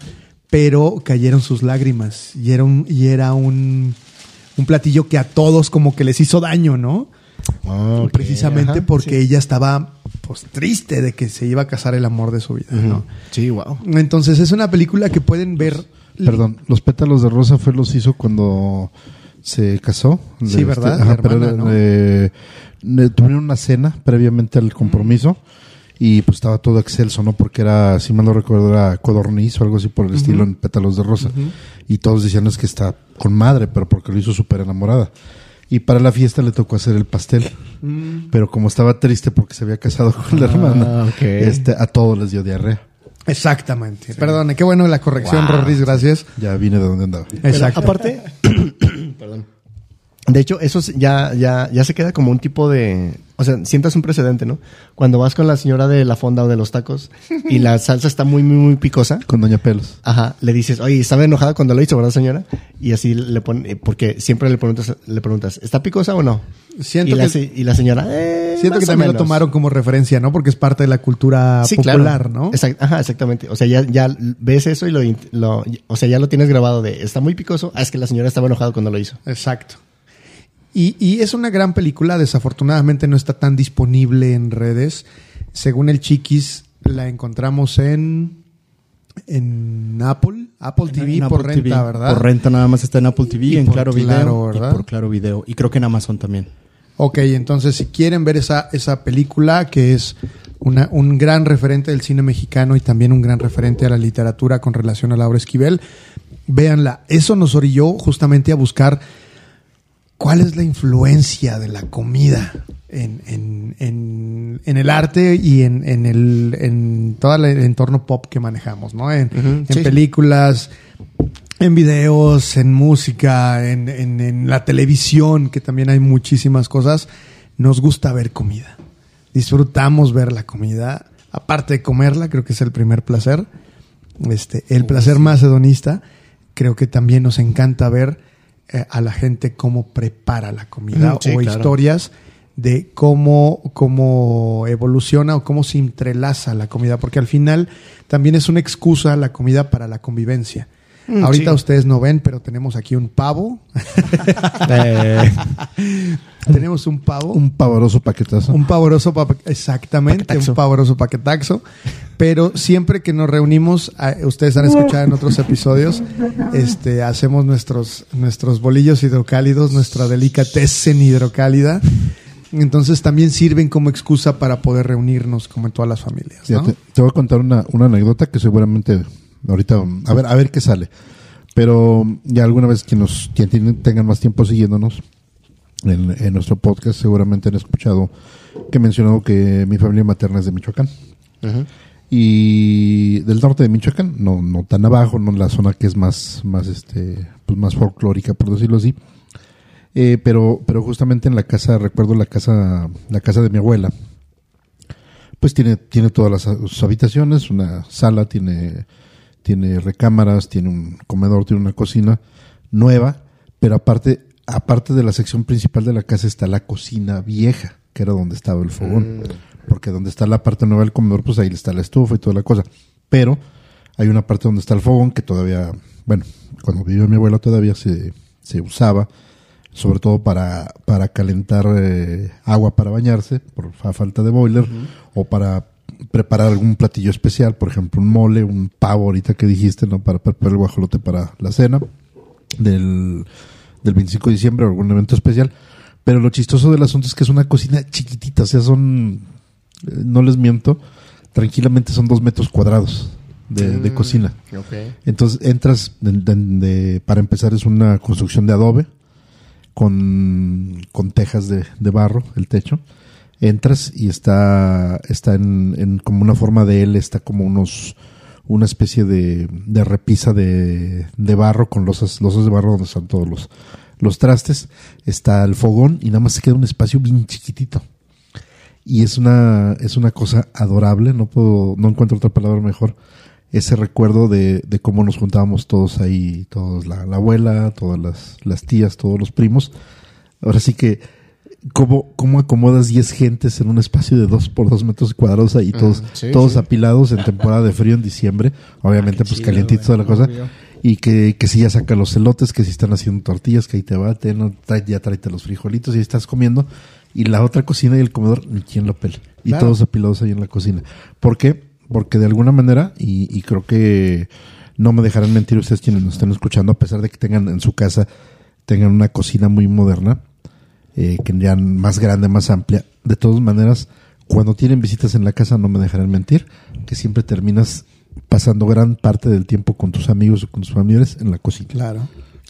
[SPEAKER 1] pero cayeron sus lágrimas. Y era un, y era un, un platillo que a todos como que les hizo daño, ¿no?
[SPEAKER 2] Ah, ok,
[SPEAKER 1] Precisamente
[SPEAKER 2] ajá,
[SPEAKER 1] porque
[SPEAKER 2] sí.
[SPEAKER 1] ella estaba pues triste de que se iba a casar el amor de su vida, ¿no?
[SPEAKER 2] Sí, wow.
[SPEAKER 1] Entonces es una película que pueden ver.
[SPEAKER 3] Perdón, los pétalos de rosa fue los hizo cuando se casó.
[SPEAKER 1] Sí,
[SPEAKER 3] Le- este,
[SPEAKER 1] ¿verdad?
[SPEAKER 3] ajá,
[SPEAKER 1] La
[SPEAKER 3] pero
[SPEAKER 1] hermana,
[SPEAKER 3] era,
[SPEAKER 1] ¿no? Mm.
[SPEAKER 3] eh, le tuvieron una cena previamente al compromiso y pues estaba todo excelso, ¿no? Porque era, si mal no recuerdo, era codorniz o algo así por el estilo en pétalos de rosa. Y todos decían es que está con madre, pero porque lo hizo súper enamorada. Y para la fiesta le tocó hacer el pastel.
[SPEAKER 1] Mm.
[SPEAKER 3] Pero como estaba triste porque se había casado con
[SPEAKER 1] Ah,
[SPEAKER 3] la hermana,
[SPEAKER 2] ok.
[SPEAKER 3] este, a todos les dio diarrea.
[SPEAKER 1] Exactamente. Perdone, qué bueno la corrección, Rorris, gracias.
[SPEAKER 3] Ya vine de donde
[SPEAKER 1] <laughs>
[SPEAKER 3] andaba.
[SPEAKER 1] Exacto.
[SPEAKER 2] Pero aparte, perdón. De hecho, eso es- ya, ya, ya se queda como un tipo de. O sea, sientas un precedente, ¿no? Cuando vas con la señora de la fonda o de los tacos y la salsa está muy, muy, muy picosa.
[SPEAKER 3] Con Doña Pelos.
[SPEAKER 2] Ajá, le dices, oye, estaba enojada cuando lo hizo, ¿verdad, señora? Y así le pone, porque siempre le preguntas, le preguntas, ¿está picosa o no?
[SPEAKER 1] Siento
[SPEAKER 2] y, la,
[SPEAKER 1] que-
[SPEAKER 2] se- y la señora, "Eh,
[SPEAKER 1] Siento que
[SPEAKER 2] más o
[SPEAKER 1] también lo
[SPEAKER 2] menos".
[SPEAKER 1] tomaron como referencia, ¿no? Porque es parte de la cultura
[SPEAKER 2] Sí, claro.
[SPEAKER 1] popular, ¿no?
[SPEAKER 2] Exact- ajá, exactamente. O sea, ya, ya ves eso y lo, int- lo- o sea, ya lo tienes grabado de, está muy picoso, ah, es que la señora estaba enojada cuando lo hizo.
[SPEAKER 1] Exacto. Y, y es una gran película, desafortunadamente no está tan disponible en redes. Según el Chiquis, la encontramos en, en Apple, Apple TV
[SPEAKER 4] En Apple
[SPEAKER 1] por renta,
[SPEAKER 4] TV.
[SPEAKER 1] ¿verdad?
[SPEAKER 4] Por renta nada más está en Apple TV,
[SPEAKER 1] Y
[SPEAKER 4] en
[SPEAKER 1] por
[SPEAKER 4] Claro Video.
[SPEAKER 1] Claro,
[SPEAKER 4] y
[SPEAKER 1] ¿verdad?
[SPEAKER 4] por Claro Video. Y creo que en Amazon <laughs> también.
[SPEAKER 1] Ok, entonces si quieren ver esa, esa película, que es una, un gran referente del cine mexicano y también un gran referente a la literatura con relación a Laura Esquivel, véanla. Eso nos orilló justamente a buscar cuál es la influencia de la comida en, en- en- en el arte y en, en el, en todo el entorno pop que manejamos, ¿no? En, en
[SPEAKER 2] sí, sí.
[SPEAKER 1] películas, en videos, en música, en, en- en la televisión, que también hay muchísimas cosas. Nos gusta ver comida. Disfrutamos ver la comida. Aparte de comerla, creo que es el primer placer. Este, el placer más hedonista. Creo que también nos encanta ver eh, a la gente cómo prepara la comida
[SPEAKER 2] Mm, sí,
[SPEAKER 1] o
[SPEAKER 2] claro.
[SPEAKER 1] historias de cómo, cómo evoluciona o cómo se entrelaza la comida, porque al final también es una excusa la comida para la convivencia.
[SPEAKER 2] Mm,
[SPEAKER 1] Ahorita
[SPEAKER 2] sí.
[SPEAKER 1] ustedes no ven, pero tenemos aquí un
[SPEAKER 2] <laughs>
[SPEAKER 1] pavo.
[SPEAKER 4] Eh,
[SPEAKER 1] tenemos un pavo.
[SPEAKER 3] Un pavoroso paquetazo.
[SPEAKER 1] Un pavoroso pa- exactamente,
[SPEAKER 2] Paquetaxo.
[SPEAKER 1] un pavoroso paquetaxo. Pero siempre que nos reunimos, a- ustedes han escuchado en otros episodios, este, hacemos nuestros, nuestros bolillos hidrocálidos, nuestra delicatessen hidrocálida. Entonces también sirven como excusa para poder reunirnos como en todas las familias.
[SPEAKER 3] Ya
[SPEAKER 1] ¿no?
[SPEAKER 3] te, te voy a contar una, una anécdota que seguramente ahorita, a ver, a ver qué sale. Pero ya alguna vez que nos quien tiene- tengan más tiempo siguiéndonos en, en nuestro podcast, seguramente han escuchado que he mencionado que mi familia materna es de Michoacán. Y del norte de Michoacán, no, no tan abajo, no en la zona que es más, más este, pues más folclórica, por decirlo así. Eh, pero, pero justamente en la casa, recuerdo la casa, la casa de mi abuela, pues tiene, tiene todas las, sus habitaciones, una sala, tiene, tiene recámaras, tiene un comedor, tiene una cocina nueva, pero aparte, aparte de la sección principal de la casa está la cocina vieja, que era donde estaba el fogón, porque donde está la parte nueva del comedor, pues ahí está la estufa y toda la cosa, pero hay una parte donde está el fogón que todavía, bueno, cuando vivió mi abuela todavía se, se usaba, sobre todo para, para calentar eh, agua para bañarse, por fa- falta de boiler, o para preparar algún platillo especial, por ejemplo, un mole, un pavo ahorita que dijiste, ¿no? Para preparar el guajolote para la cena del, del 25 de diciembre o algún evento especial. Pero lo chistoso del asunto es que es una cocina chiquitita, o sea, son, eh, no les miento, tranquilamente son dos metros cuadrados de, de cocina. Entonces entras, de- de- de- para empezar es una construcción de adobe con, con tejas de, de barro, el techo. Entras y está, está en, en como una forma de L, está como unos una especie de, de repisa de, de barro con losas, losas de barro donde están todos los, los trastes. Está el fogón y nada más se queda un espacio bien chiquitito. Y es una, es una cosa adorable, no puedo, no encuentro otra palabra mejor. Ese recuerdo de, de cómo nos juntábamos todos ahí, todos, la, la abuela, todas las, las tías, todos los primos. Ahora sí que, ¿cómo, cómo acomodas 10 gentes en un espacio de 2 por 2 metros cuadrados ahí, todos,
[SPEAKER 2] Mm, sí,
[SPEAKER 3] todos
[SPEAKER 2] sí.
[SPEAKER 3] apilados en temporada de frío en diciembre? Obviamente, pues calientitos toda la cosa. Y que, que si ya saca los celotes, que si están haciendo tortillas, que ahí te va, te- no, trae- ya tráete los frijolitos y ahí estás comiendo. Y la otra cocina y el comedor, ni quien lo pele. Y
[SPEAKER 2] Claro.
[SPEAKER 3] todos apilados ahí en la cocina. ¿Por qué? Porque de alguna manera, y, y creo que no me dejarán mentir ustedes quienes nos estén escuchando, a pesar de que tengan en su casa, tengan una cocina muy moderna, eh, que ya más grande, más amplia. De todas maneras, cuando tienen visitas en la casa, no me dejarán mentir, que siempre terminas pasando gran parte del tiempo con tus amigos o con tus familiares en la cocina.
[SPEAKER 1] Claro.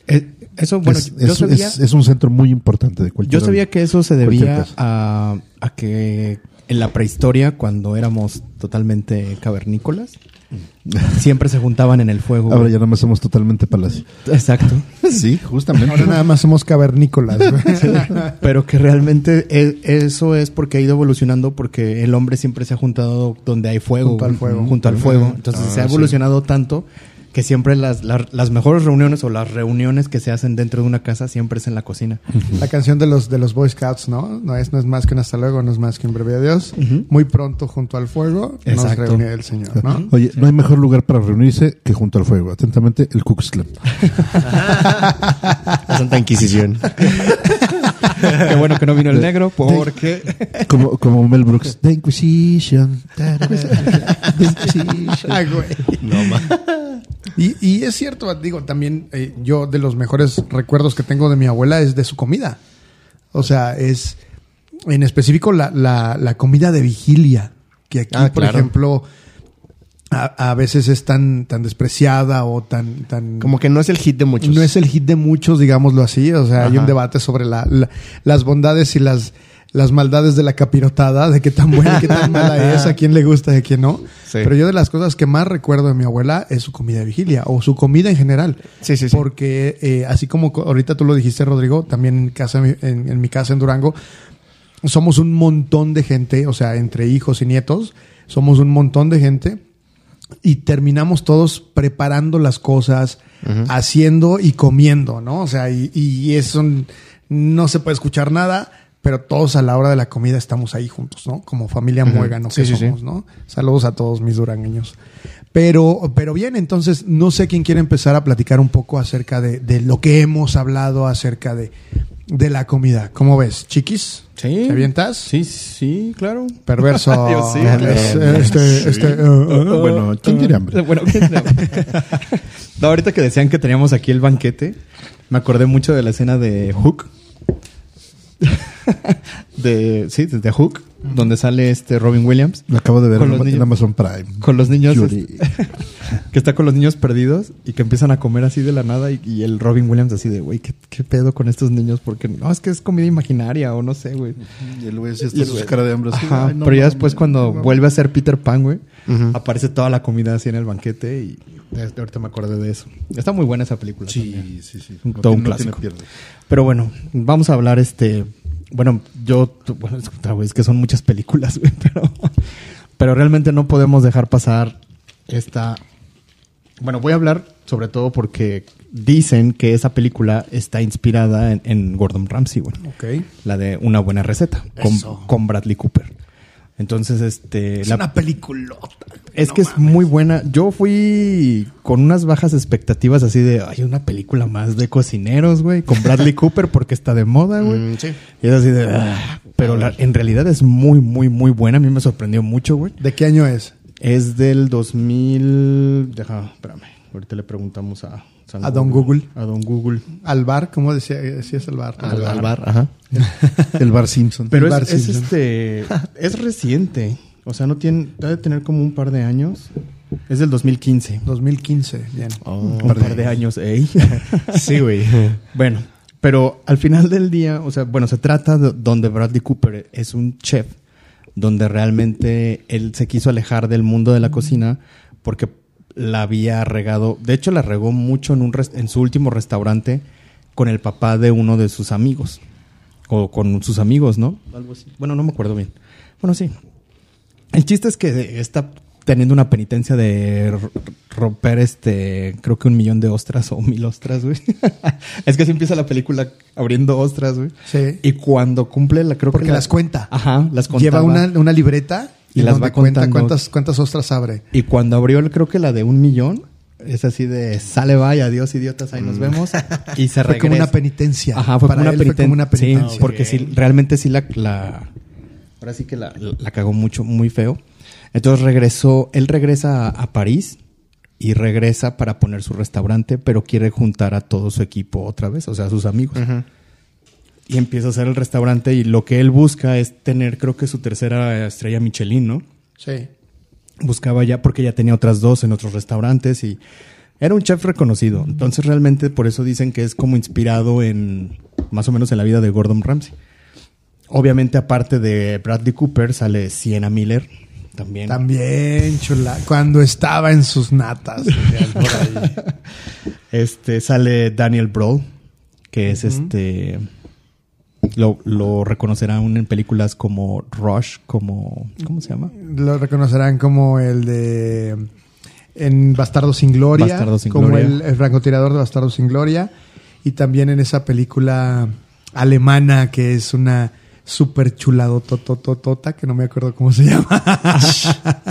[SPEAKER 4] Eh, eso, bueno,
[SPEAKER 3] es,
[SPEAKER 4] yo
[SPEAKER 3] es-
[SPEAKER 4] sabía...
[SPEAKER 3] es- es un centro muy importante de cualquier
[SPEAKER 4] Yo sabía que eso se
[SPEAKER 3] cualquier
[SPEAKER 4] debía
[SPEAKER 3] cosa.
[SPEAKER 4] a, a que en la prehistoria, cuando éramos totalmente cavernícolas, Mm. siempre se juntaban en el <laughs> fuego.
[SPEAKER 3] Ahora ya nada más somos totalmente palacio.
[SPEAKER 4] Exacto.
[SPEAKER 3] <laughs> Sí, justamente.
[SPEAKER 1] Ahora nada más somos cavernícolas.
[SPEAKER 2] <laughs>
[SPEAKER 1] güey.
[SPEAKER 4] <laughs> Pero que realmente e- eso es porque ha ido evolucionando, porque el hombre siempre se ha juntado donde hay fuego.
[SPEAKER 1] Junto
[SPEAKER 4] Ah,
[SPEAKER 1] al fuego.
[SPEAKER 4] Junto al fuego. Entonces se ha evolucionado tanto que siempre las, las, las mejores reuniones o las reuniones que se hacen dentro de una casa siempre es en la cocina.
[SPEAKER 1] La canción de los de los Boy Scouts, ¿no? No es, no es más que un hasta luego, no es más que un breve adiós. Muy pronto junto al fuego nos
[SPEAKER 4] Exacto.
[SPEAKER 1] reunirá el Señor, ¿no?
[SPEAKER 3] <laughs> Oye, no hay mejor lugar para reunirse que junto al fuego. Atentamente, el Cook's Club.
[SPEAKER 4] La Santa
[SPEAKER 2] <laughs>
[SPEAKER 4] Inquisición. Qué bueno que no vino el negro, porque...
[SPEAKER 3] Como, como Mel Brooks.
[SPEAKER 4] <laughs>
[SPEAKER 3] The Inquisition. The Inquisition.
[SPEAKER 1] <laughs> Ay, güey. Y, y es cierto, digo, también eh, yo de los mejores recuerdos que tengo de mi abuela es de su comida. O sea, es en específico la, la- la comida de vigilia, que aquí,
[SPEAKER 4] Ah,
[SPEAKER 1] por
[SPEAKER 4] claro.
[SPEAKER 1] ejemplo, a, a veces es tan, tan despreciada o tan... tan
[SPEAKER 2] Como que no es el hit de muchos.
[SPEAKER 1] No es el hit de muchos, digámoslo así. O sea, hay un
[SPEAKER 2] Ajá.
[SPEAKER 1] debate sobre la- la- las bondades y las, las maldades de la capirotada, de qué tan buena y qué tan mala es, a quién le gusta y a quién no.
[SPEAKER 2] Sí.
[SPEAKER 1] Pero yo de las cosas que más recuerdo de mi abuela es su comida de vigilia o su comida en general.
[SPEAKER 2] Sí, sí, sí.
[SPEAKER 1] Porque eh, así como co- ahorita tú lo dijiste, Rodrigo, también en, casa, en, en mi casa en Durango, somos un montón de gente, o sea, entre hijos y nietos, somos un montón de gente y terminamos todos preparando las cosas, haciendo y comiendo, ¿no? O sea, y, y eso n- no se puede escuchar nada, pero todos a la hora de la comida estamos ahí juntos, ¿no? Como familia muégano que
[SPEAKER 2] Sí, sí, sí.
[SPEAKER 1] somos, ¿no? Saludos a todos mis durangueños. Pero, pero bien, entonces no sé quién quiere empezar a platicar un poco acerca de, de lo que hemos hablado acerca de, de la comida. ¿Cómo ves? ¿Chiquis?
[SPEAKER 4] Sí.
[SPEAKER 1] ¿Te avientas?
[SPEAKER 4] Sí, sí, claro.
[SPEAKER 1] Perverso.
[SPEAKER 4] <laughs> Yo sí.
[SPEAKER 1] Es- este, este, eh, eh.
[SPEAKER 3] Bueno, ¿quién tiene hambre?
[SPEAKER 4] Ah, Oh, <laughs> Bueno, ¿quién tiene hambre? No, ahorita que decían que teníamos aquí el banquete, me acordé mucho de la escena de <laughs> Hook. de, sí, de de Hook, donde sale este Robin Williams
[SPEAKER 3] Lo acabo de ver
[SPEAKER 4] Con
[SPEAKER 3] en,
[SPEAKER 4] los niños.
[SPEAKER 3] en Amazon Prime.
[SPEAKER 4] con los niños
[SPEAKER 3] Yuri.
[SPEAKER 4] este, que está con los niños perdidos y que empiezan a comer así de la nada y, y el Robin Williams así de, güey, ¿qué, ¿qué pedo con estos niños? Porque no, es que es comida imaginaria o no sé, güey.
[SPEAKER 3] Y el güey así está su cara de hambre. así,
[SPEAKER 4] Ajá,
[SPEAKER 3] "Ay, no
[SPEAKER 4] pero ya
[SPEAKER 3] mames,
[SPEAKER 4] después cuando
[SPEAKER 3] no
[SPEAKER 4] vuelve a ser Peter Pan, güey, aparece toda la comida así en el banquete y desde ahorita me acordé de eso. Está muy buena esa película.
[SPEAKER 3] Sí,
[SPEAKER 4] también.
[SPEAKER 3] sí, sí.
[SPEAKER 4] Un-
[SPEAKER 3] No
[SPEAKER 4] todo un
[SPEAKER 3] tiene- no tiene
[SPEAKER 4] clásico.
[SPEAKER 3] pierde.
[SPEAKER 4] Pero bueno, vamos a hablar este, bueno, yo, tú- bueno, es, puta, güey, es que son muchas películas, <laughs> güey, pero, pero realmente no podemos dejar pasar esta... Bueno, voy a hablar sobre todo porque dicen que esa película está inspirada en, en Gordon Ramsay, güey.
[SPEAKER 1] Ok.
[SPEAKER 4] La de Una buena receta con, con Bradley Cooper. Entonces, este.
[SPEAKER 1] Es
[SPEAKER 4] la-
[SPEAKER 1] una peliculota.
[SPEAKER 4] es que es muy buena. Yo fui con unas bajas expectativas así de. Hay una película más de cocineros, güey.
[SPEAKER 1] <laughs>
[SPEAKER 4] Con Bradley Cooper porque está de moda, güey.
[SPEAKER 2] Mm, sí.
[SPEAKER 4] Y es así de. "Ah". pero la- en realidad es muy, muy, muy buena. A mí me sorprendió mucho, güey.
[SPEAKER 1] ¿De qué año es?
[SPEAKER 4] Es del 2000. Deja, espérame. Ahorita le preguntamos a. San
[SPEAKER 1] A Don Google.
[SPEAKER 4] A Don Google.
[SPEAKER 1] ¿Al bar? ¿Cómo decía, decías al bar?
[SPEAKER 4] Al, al <laughs> bar,
[SPEAKER 2] Mm,
[SPEAKER 4] ajá.
[SPEAKER 3] El Bar Simpson.
[SPEAKER 4] Pero
[SPEAKER 1] Bar
[SPEAKER 4] es, es
[SPEAKER 1] Simpson.
[SPEAKER 4] este es reciente, o sea, no tiene debe tener como un par de años. Es del 2015.
[SPEAKER 1] 2015, bien.
[SPEAKER 4] Oh, un par de, años, ey.
[SPEAKER 2] Sí, güey.
[SPEAKER 4] <laughs> bueno, pero al final del día, o sea, bueno, se trata de donde Bradley Cooper es un chef donde realmente él se quiso alejar del mundo de la cocina porque la había regado, de hecho la regó mucho en un res- en su último restaurante con el papá de uno de sus amigos o con sus amigos, ¿no? Algo así. Bueno, no me acuerdo bien. Bueno, sí. El chiste es que está teniendo una penitencia de r- romper este, creo que un millón de ostras o mil ostras, güey. <laughs> es que así empieza la película abriendo ostras, güey.
[SPEAKER 1] Sí.
[SPEAKER 4] Y cuando cumple la, creo
[SPEAKER 1] Porque
[SPEAKER 4] que la-
[SPEAKER 1] las cuenta.
[SPEAKER 4] Ajá, las contaba.
[SPEAKER 1] Lleva una, una libreta
[SPEAKER 4] Y
[SPEAKER 1] en
[SPEAKER 4] las
[SPEAKER 1] donde
[SPEAKER 4] va
[SPEAKER 1] cuenta
[SPEAKER 4] contando.
[SPEAKER 1] cuántas, cuántas ostras abre.
[SPEAKER 4] Y cuando abrió, el- creo que la de un millón, es así de sale, vaya, adiós, idiotas, ahí nos
[SPEAKER 1] <laughs>
[SPEAKER 4] vemos. Y se
[SPEAKER 1] Mm. Fue
[SPEAKER 4] regresa.
[SPEAKER 1] como una penitencia.
[SPEAKER 4] Ajá, fue,
[SPEAKER 1] Para
[SPEAKER 4] como,
[SPEAKER 1] él
[SPEAKER 4] una
[SPEAKER 1] fue como una
[SPEAKER 4] peniten-
[SPEAKER 1] penitencia.
[SPEAKER 4] Sí, porque sí, realmente sí la, la- Ahora sí que la, la cagó mucho, muy feo. Entonces regresó, él regresa a, a París y regresa para poner su restaurante, pero quiere juntar a todo su equipo otra vez, o sea, a sus amigos. Y empieza a hacer el restaurante y lo que él busca es tener, creo que su tercera estrella Michelin, ¿no?
[SPEAKER 1] Sí.
[SPEAKER 4] buscaba ya porque ya tenía otras dos en otros restaurantes y era un chef reconocido. Entonces realmente por eso dicen que es como inspirado en más o menos en la vida de Gordon Ramsay. Obviamente aparte de Bradley Cooper sale Sienna Miller también.
[SPEAKER 1] También, chula. Cuando estaba en sus natas. decían por ahí.
[SPEAKER 4] Este sale Daniel Brawl, que es este lo, lo reconocerán aún en películas como Rush, como ¿cómo se llama?
[SPEAKER 1] Lo reconocerán como el de. En Bastardo sin Gloria.
[SPEAKER 4] Bastardo sin
[SPEAKER 1] como
[SPEAKER 4] Gloria.
[SPEAKER 1] El, el francotirador de Bastardo sin Gloria. Y también en esa película alemana que es una super chuladotototota que no me acuerdo cómo se llama.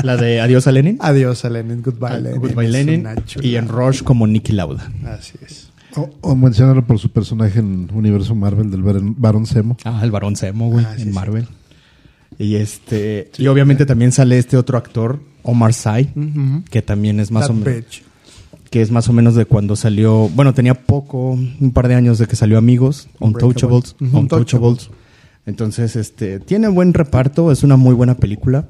[SPEAKER 4] La de Adiós a Lenin.
[SPEAKER 1] Adiós a Lenin. Goodbye, Ah, Lenin.
[SPEAKER 4] Goodbye
[SPEAKER 1] Es
[SPEAKER 4] Lenin.
[SPEAKER 1] una chulada.
[SPEAKER 4] Y en Rush como Nicky Lauda.
[SPEAKER 1] Así es.
[SPEAKER 3] O, o mencionarlo por su personaje en Universo Marvel del Baron- Barón Zemo.
[SPEAKER 4] Ah, el Barón Zemo, güey,
[SPEAKER 1] Ah, sí,
[SPEAKER 4] en
[SPEAKER 1] sí.
[SPEAKER 4] Marvel. Y este y obviamente también sale este otro actor, Omar Sy,
[SPEAKER 1] Ujú.
[SPEAKER 4] que también es más
[SPEAKER 1] That
[SPEAKER 4] o menos
[SPEAKER 1] bitch.
[SPEAKER 4] que es más o menos de cuando salió, bueno, tenía poco, un par de años de que salió Amigos, Untouchables,
[SPEAKER 1] Ujú,
[SPEAKER 4] Untouchables. Entonces, este, tiene buen reparto, es una muy buena película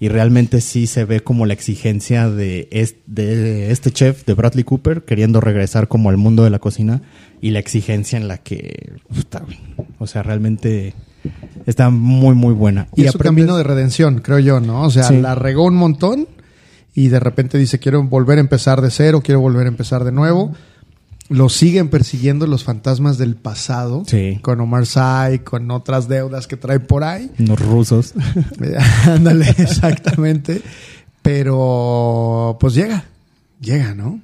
[SPEAKER 4] y realmente sí se ve como la exigencia de, es- de este chef, de Bradley Cooper, queriendo regresar como al mundo de la cocina y la exigencia en la que, puta, güey, o sea, realmente está muy, muy buena.
[SPEAKER 1] Y, es su
[SPEAKER 4] aprendes-
[SPEAKER 1] camino de redención, creo yo, ¿no? O sea,
[SPEAKER 4] Sí.
[SPEAKER 1] la regó un montón y de repente dice, quiero volver a empezar de cero, quiero volver a empezar de nuevo. Lo siguen persiguiendo los fantasmas del pasado.
[SPEAKER 4] Sí.
[SPEAKER 1] Con Omar Sy, con otras deudas que trae por ahí. <laughs>
[SPEAKER 4] los rusos.
[SPEAKER 1] Ándale, <laughs> exactamente. Pero pues llega, llega, ¿no?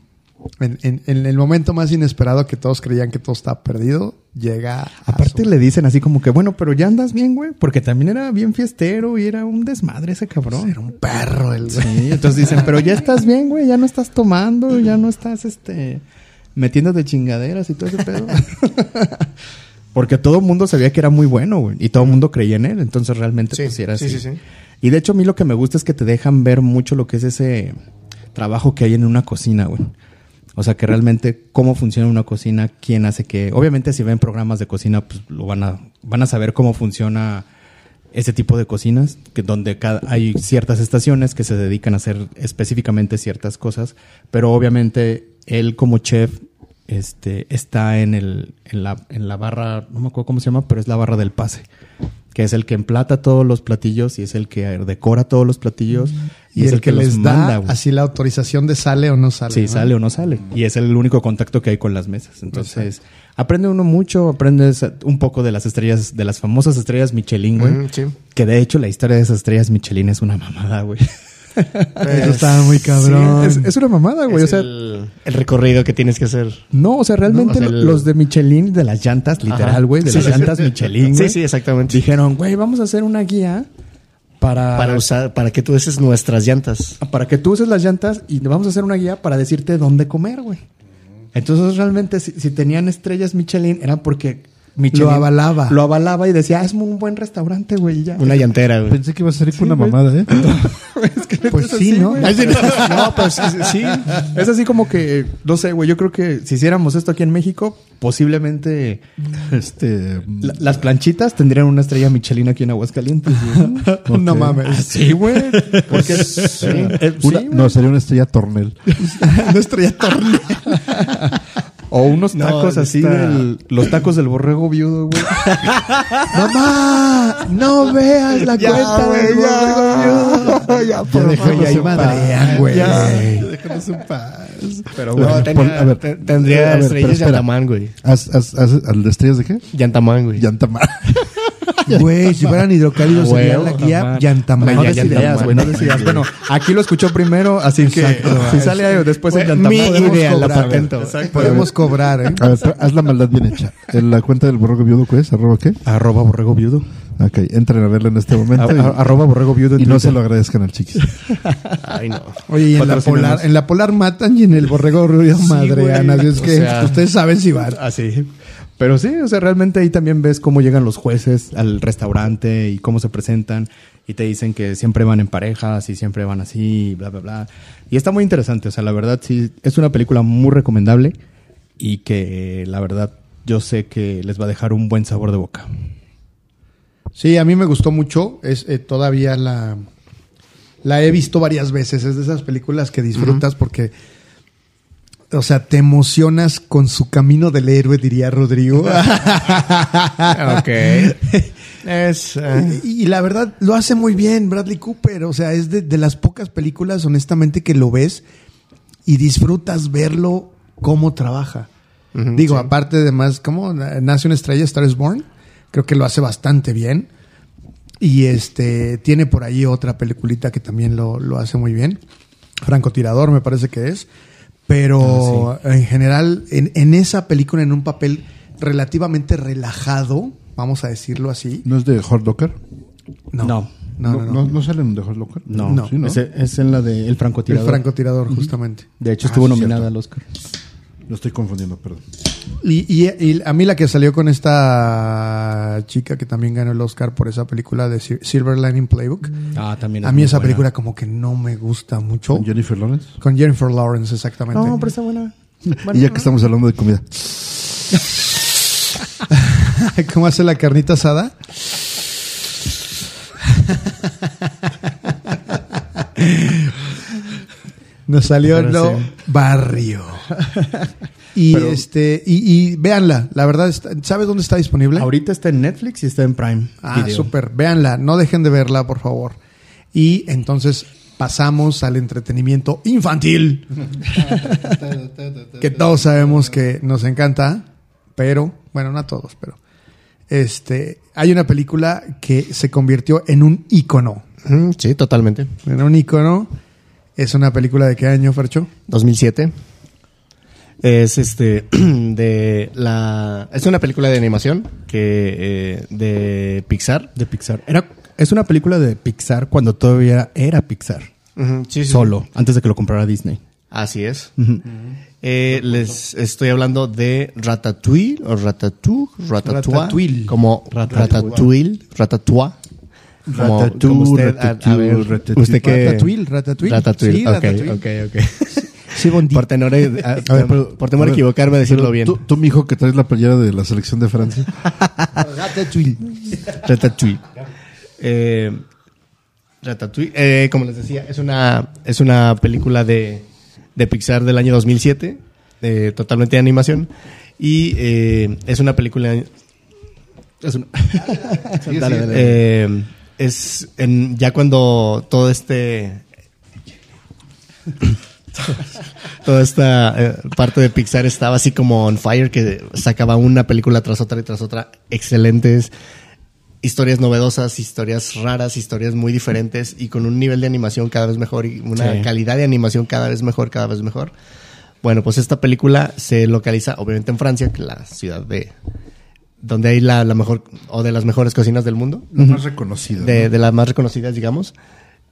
[SPEAKER 1] En, en- en el momento más inesperado que todos creían que todo estaba perdido, llega. a
[SPEAKER 4] Aparte
[SPEAKER 1] su-
[SPEAKER 4] le dicen así como que, bueno, pero ya andas bien, güey, porque también era bien fiestero y era un desmadre ese cabrón.
[SPEAKER 1] era un perro el güey.
[SPEAKER 4] Sí, entonces dicen, pero ya estás bien, güey, ya no estás tomando, ya no estás, este, metiéndote chingaderas y todo ese pedo. <laughs> porque todo el mundo sabía que era muy bueno, güey, y todo el mundo creía en él, entonces realmente
[SPEAKER 1] Sí,
[SPEAKER 4] pues, era
[SPEAKER 1] sí,
[SPEAKER 4] así.
[SPEAKER 1] sí, sí.
[SPEAKER 4] Y de hecho a mí lo que me gusta es que te dejan ver mucho lo que es ese trabajo que hay en una cocina, güey. O sea, que realmente cómo funciona una cocina, quién hace qué. Obviamente si ven programas de cocina, pues lo van a van a saber cómo funciona ese tipo de cocinas, que donde cada- hay ciertas estaciones que se dedican a hacer específicamente ciertas cosas, pero obviamente él como chef este, está en, el, en, la, en la barra, no me acuerdo cómo se llama, pero es la barra del pase, que es el que emplata todos los platillos y es el que decora todos los platillos
[SPEAKER 1] Y, el, que, les da
[SPEAKER 4] güey.
[SPEAKER 1] así la autorización de sale o no sale.
[SPEAKER 4] Sí,
[SPEAKER 1] ¿no?
[SPEAKER 4] sale o no sale. Y es el único contacto que hay con las mesas. Entonces, aprende uno mucho, aprendes un poco de las estrellas, de las famosas estrellas Michelin, güey.
[SPEAKER 2] Ujú, sí.
[SPEAKER 4] Que de hecho la historia de esas estrellas Michelin es una mamada, güey.
[SPEAKER 1] Eso estaba muy cabrón.
[SPEAKER 4] Pues es, es una mamada, güey. O sea,
[SPEAKER 2] Ah. el, el recorrido que tienes que hacer.
[SPEAKER 4] no, o sea, realmente
[SPEAKER 2] No, o sea, el-
[SPEAKER 4] los de Michelin, de las llantas, literal,
[SPEAKER 2] Ajá.
[SPEAKER 4] güey, de
[SPEAKER 2] Sí,
[SPEAKER 4] las
[SPEAKER 2] sí, sí.
[SPEAKER 4] llantas Michelin,
[SPEAKER 2] Sí,
[SPEAKER 4] güey,
[SPEAKER 2] sí, Ah. exactamente.
[SPEAKER 4] Dijeron, güey, vamos a hacer una guía para,
[SPEAKER 2] Para usar, para que tú uses nuestras llantas.
[SPEAKER 4] para que tú uses las llantas y vamos a hacer una guía para decirte dónde comer, güey. Entonces realmente si, si tenían estrellas Michelin era porque Michelin
[SPEAKER 1] Lo avalaba.
[SPEAKER 4] Lo avalaba y decía, "Ah, es un buen restaurante, güey, y ya.
[SPEAKER 2] Una llantera, güey.
[SPEAKER 3] Pensé que iba a salir con una mamada, ¿eh?
[SPEAKER 1] Pues sí, ¿no?
[SPEAKER 4] güey. no, pues sí, <laughs> sí. Es así como que, no sé, güey, yo creo que si hiciéramos esto aquí en México, posiblemente
[SPEAKER 3] Este.
[SPEAKER 4] la- las planchitas tendrían una estrella Michelin aquí en Aguascalientes. güey.
[SPEAKER 1] No mames.
[SPEAKER 4] <laughs> Sí, güey. Porque sí, eh, sí,
[SPEAKER 3] una-
[SPEAKER 4] güey.
[SPEAKER 3] no, sería una estrella tornel.
[SPEAKER 1] no estrella torneo.
[SPEAKER 4] O unos tacos
[SPEAKER 2] no
[SPEAKER 4] así
[SPEAKER 2] está.
[SPEAKER 4] del- los tacos del borrego viudo, güey.
[SPEAKER 1] ¡Mamá! ¡No veas la cuenta del borrego! Ya, por
[SPEAKER 3] déjanos
[SPEAKER 1] ahí
[SPEAKER 3] en paz.
[SPEAKER 1] madrean, güey.
[SPEAKER 2] Ya.
[SPEAKER 1] Déjanos en paz.
[SPEAKER 4] Pero
[SPEAKER 3] Bueno,
[SPEAKER 2] No,
[SPEAKER 3] pon- a
[SPEAKER 2] tenía-
[SPEAKER 3] ver,
[SPEAKER 2] te- tendría
[SPEAKER 3] a ver, pero
[SPEAKER 2] estrellas
[SPEAKER 3] espera.
[SPEAKER 2] Yantamán, güey.
[SPEAKER 3] ¿Haz, haz, haz- ¿Al de estrellas de qué?
[SPEAKER 2] Yantamán, güey.
[SPEAKER 3] Llanta ma-
[SPEAKER 5] Güey, si fueran hidrocálidos
[SPEAKER 2] Ah,
[SPEAKER 5] sería
[SPEAKER 2] huevo,
[SPEAKER 5] la guía
[SPEAKER 6] jamás.
[SPEAKER 5] Yantamaya.
[SPEAKER 4] No decidas, güey, no decidas. Bueno, aquí lo escuchó primero, así
[SPEAKER 1] <laughs>
[SPEAKER 4] que si sale algo después en
[SPEAKER 2] Mi
[SPEAKER 4] Yantamaya-
[SPEAKER 2] idea, la
[SPEAKER 5] cobrar,
[SPEAKER 2] patento.
[SPEAKER 5] Podemos cobrar, ¿eh?
[SPEAKER 3] <laughs> A ver, pero haz la maldad bien hecha. En la cuenta del borrego viudo, ¿qué es? ¿Arroba qué?
[SPEAKER 4] Arroba borrego viudo.
[SPEAKER 3] Ok, entren a verla en este
[SPEAKER 4] A-
[SPEAKER 3] momento y,
[SPEAKER 2] Ah,
[SPEAKER 4] a- Arroba borrego viudo. en
[SPEAKER 3] y no
[SPEAKER 4] Twitter.
[SPEAKER 3] se lo agradezcan al chiquis.
[SPEAKER 2] Ay, no.
[SPEAKER 1] Oye, y en la,
[SPEAKER 4] Patrocínanos.
[SPEAKER 1] polar, en la polar matan y en el borrego ruido madrean. Así es que
[SPEAKER 4] sea-
[SPEAKER 1] ustedes saben si van.
[SPEAKER 4] Así. Pero Ah, sí, o sea, realmente ahí también ves cómo llegan los jueces al restaurante y cómo se presentan y te dicen que siempre van en parejas y siempre van así, bla, bla, bla. Y está muy interesante, o sea, la verdad sí, es una película muy recomendable y que la verdad yo sé que les va a dejar un buen sabor de boca.
[SPEAKER 1] Sí, a mí me gustó mucho. Es, eh, todavía la, la he visto varias veces. Es de esas películas que disfrutas porque, o sea, te emocionas con su camino del héroe, diría Rodrigo.
[SPEAKER 2] <laughs> Ok. es. eh,
[SPEAKER 1] y, y la verdad, lo hace muy bien Bradley Cooper. O sea, es de, de las pocas películas, honestamente, que lo ves y disfrutas verlo cómo trabaja. Digo, aparte de más, ¿cómo Na- nace una estrella, Star is Born? Creo que lo hace bastante bien. Y este tiene por ahí otra peliculita que también lo, lo hace muy bien. Francotirador, me parece que es. Pero en general, en, en esa película, en un papel relativamente relajado, vamos a decirlo así.
[SPEAKER 3] ¿No es de Hot Locker?
[SPEAKER 1] No.
[SPEAKER 4] No.
[SPEAKER 1] No, no, no.
[SPEAKER 3] salen de Hort Locker?
[SPEAKER 4] No,
[SPEAKER 1] No.
[SPEAKER 3] Sí, ¿no?
[SPEAKER 4] Es, es en la de El
[SPEAKER 1] El
[SPEAKER 4] francotirador.
[SPEAKER 1] francotirador, justamente.
[SPEAKER 4] De hecho, estuvo
[SPEAKER 3] Ah, sí,
[SPEAKER 4] nominada
[SPEAKER 3] cierto.
[SPEAKER 4] al Oscar.
[SPEAKER 3] Lo estoy confundiendo, perdón.
[SPEAKER 1] Y, y- y a mí la que salió con esta chica que también ganó el Oscar por esa película de Sil- Silver Lining Playbook.
[SPEAKER 4] Ah, también.
[SPEAKER 1] A mí esa película como que no me gusta
[SPEAKER 2] Oh.
[SPEAKER 1] mucho.
[SPEAKER 3] ¿Con Jennifer Lawrence?
[SPEAKER 1] Con Jennifer Lawrence, exactamente.
[SPEAKER 4] No, pero está buena.
[SPEAKER 3] Y ya que estamos hablando de comida.
[SPEAKER 1] <laughs> ¿Cómo hace la carnita asada? Nos salió
[SPEAKER 4] Pero
[SPEAKER 1] lo
[SPEAKER 4] sí.
[SPEAKER 1] barrio. Y este, y, y véanla, la verdad, está- ¿sabes dónde está disponible?
[SPEAKER 4] Ahorita está en Netflix y está en Prime.
[SPEAKER 1] Ah,
[SPEAKER 4] Video.
[SPEAKER 1] súper. Véanla, no dejen de verla, por favor. Y entonces pasamos al entretenimiento infantil. que todos sabemos que nos encanta, pero, bueno, no a todos, pero. Este, hay una película que se convirtió en un ícono.
[SPEAKER 2] mm, sí, totalmente.
[SPEAKER 1] En un ícono. Es una película de qué año, Fercho?
[SPEAKER 2] 2007. Es este <clears throat> de la es una película de animación que eh, de Pixar.
[SPEAKER 4] De Pixar. Era, es una película de Pixar cuando todavía era Pixar. Solo, antes de que lo comprara Disney.
[SPEAKER 2] Así es. Eh, les estoy hablando de Ratatouille o Ratatouille, Ratatouille,
[SPEAKER 1] Ratatouille.
[SPEAKER 2] como Ratatouille, Ratatouille. Como- como usted, a- a ver, usted que-
[SPEAKER 1] Ratatouille, Ratatouille.
[SPEAKER 2] Ratatouille,
[SPEAKER 1] Sí,
[SPEAKER 2] ok,
[SPEAKER 1] Ratatouille.
[SPEAKER 2] ok, ok. Por temor, a- a- por- por temor a equivocarme, decirlo bien.
[SPEAKER 3] Tú, tú, mijo, que traes la playera de la selección de Francia.
[SPEAKER 1] Ratatouille.
[SPEAKER 2] Ratatouille. Eh, Ratatouille, eh, como les decía, es una, es una película de, de Pixar del año 2007, eh, totalmente de animación. Y eh, es una película. Es una- Dale, dale. Eh, es en- ya cuando todo este. <laughs> Toda esta eh, parte de Pixar estaba así como on fire, que sacaba una película tras otra y tras otra, excelentes, historias novedosas, historias raras, historias muy diferentes y con un nivel de animación cada vez mejor y una
[SPEAKER 4] Sí.
[SPEAKER 2] calidad de animación cada vez mejor, cada vez mejor. Bueno, pues esta película se localiza obviamente en Francia, que es la ciudad de donde hay la, la mejor o de las mejores cocinas del mundo,
[SPEAKER 3] La más reconocida.
[SPEAKER 2] de, de las más reconocidas, digamos.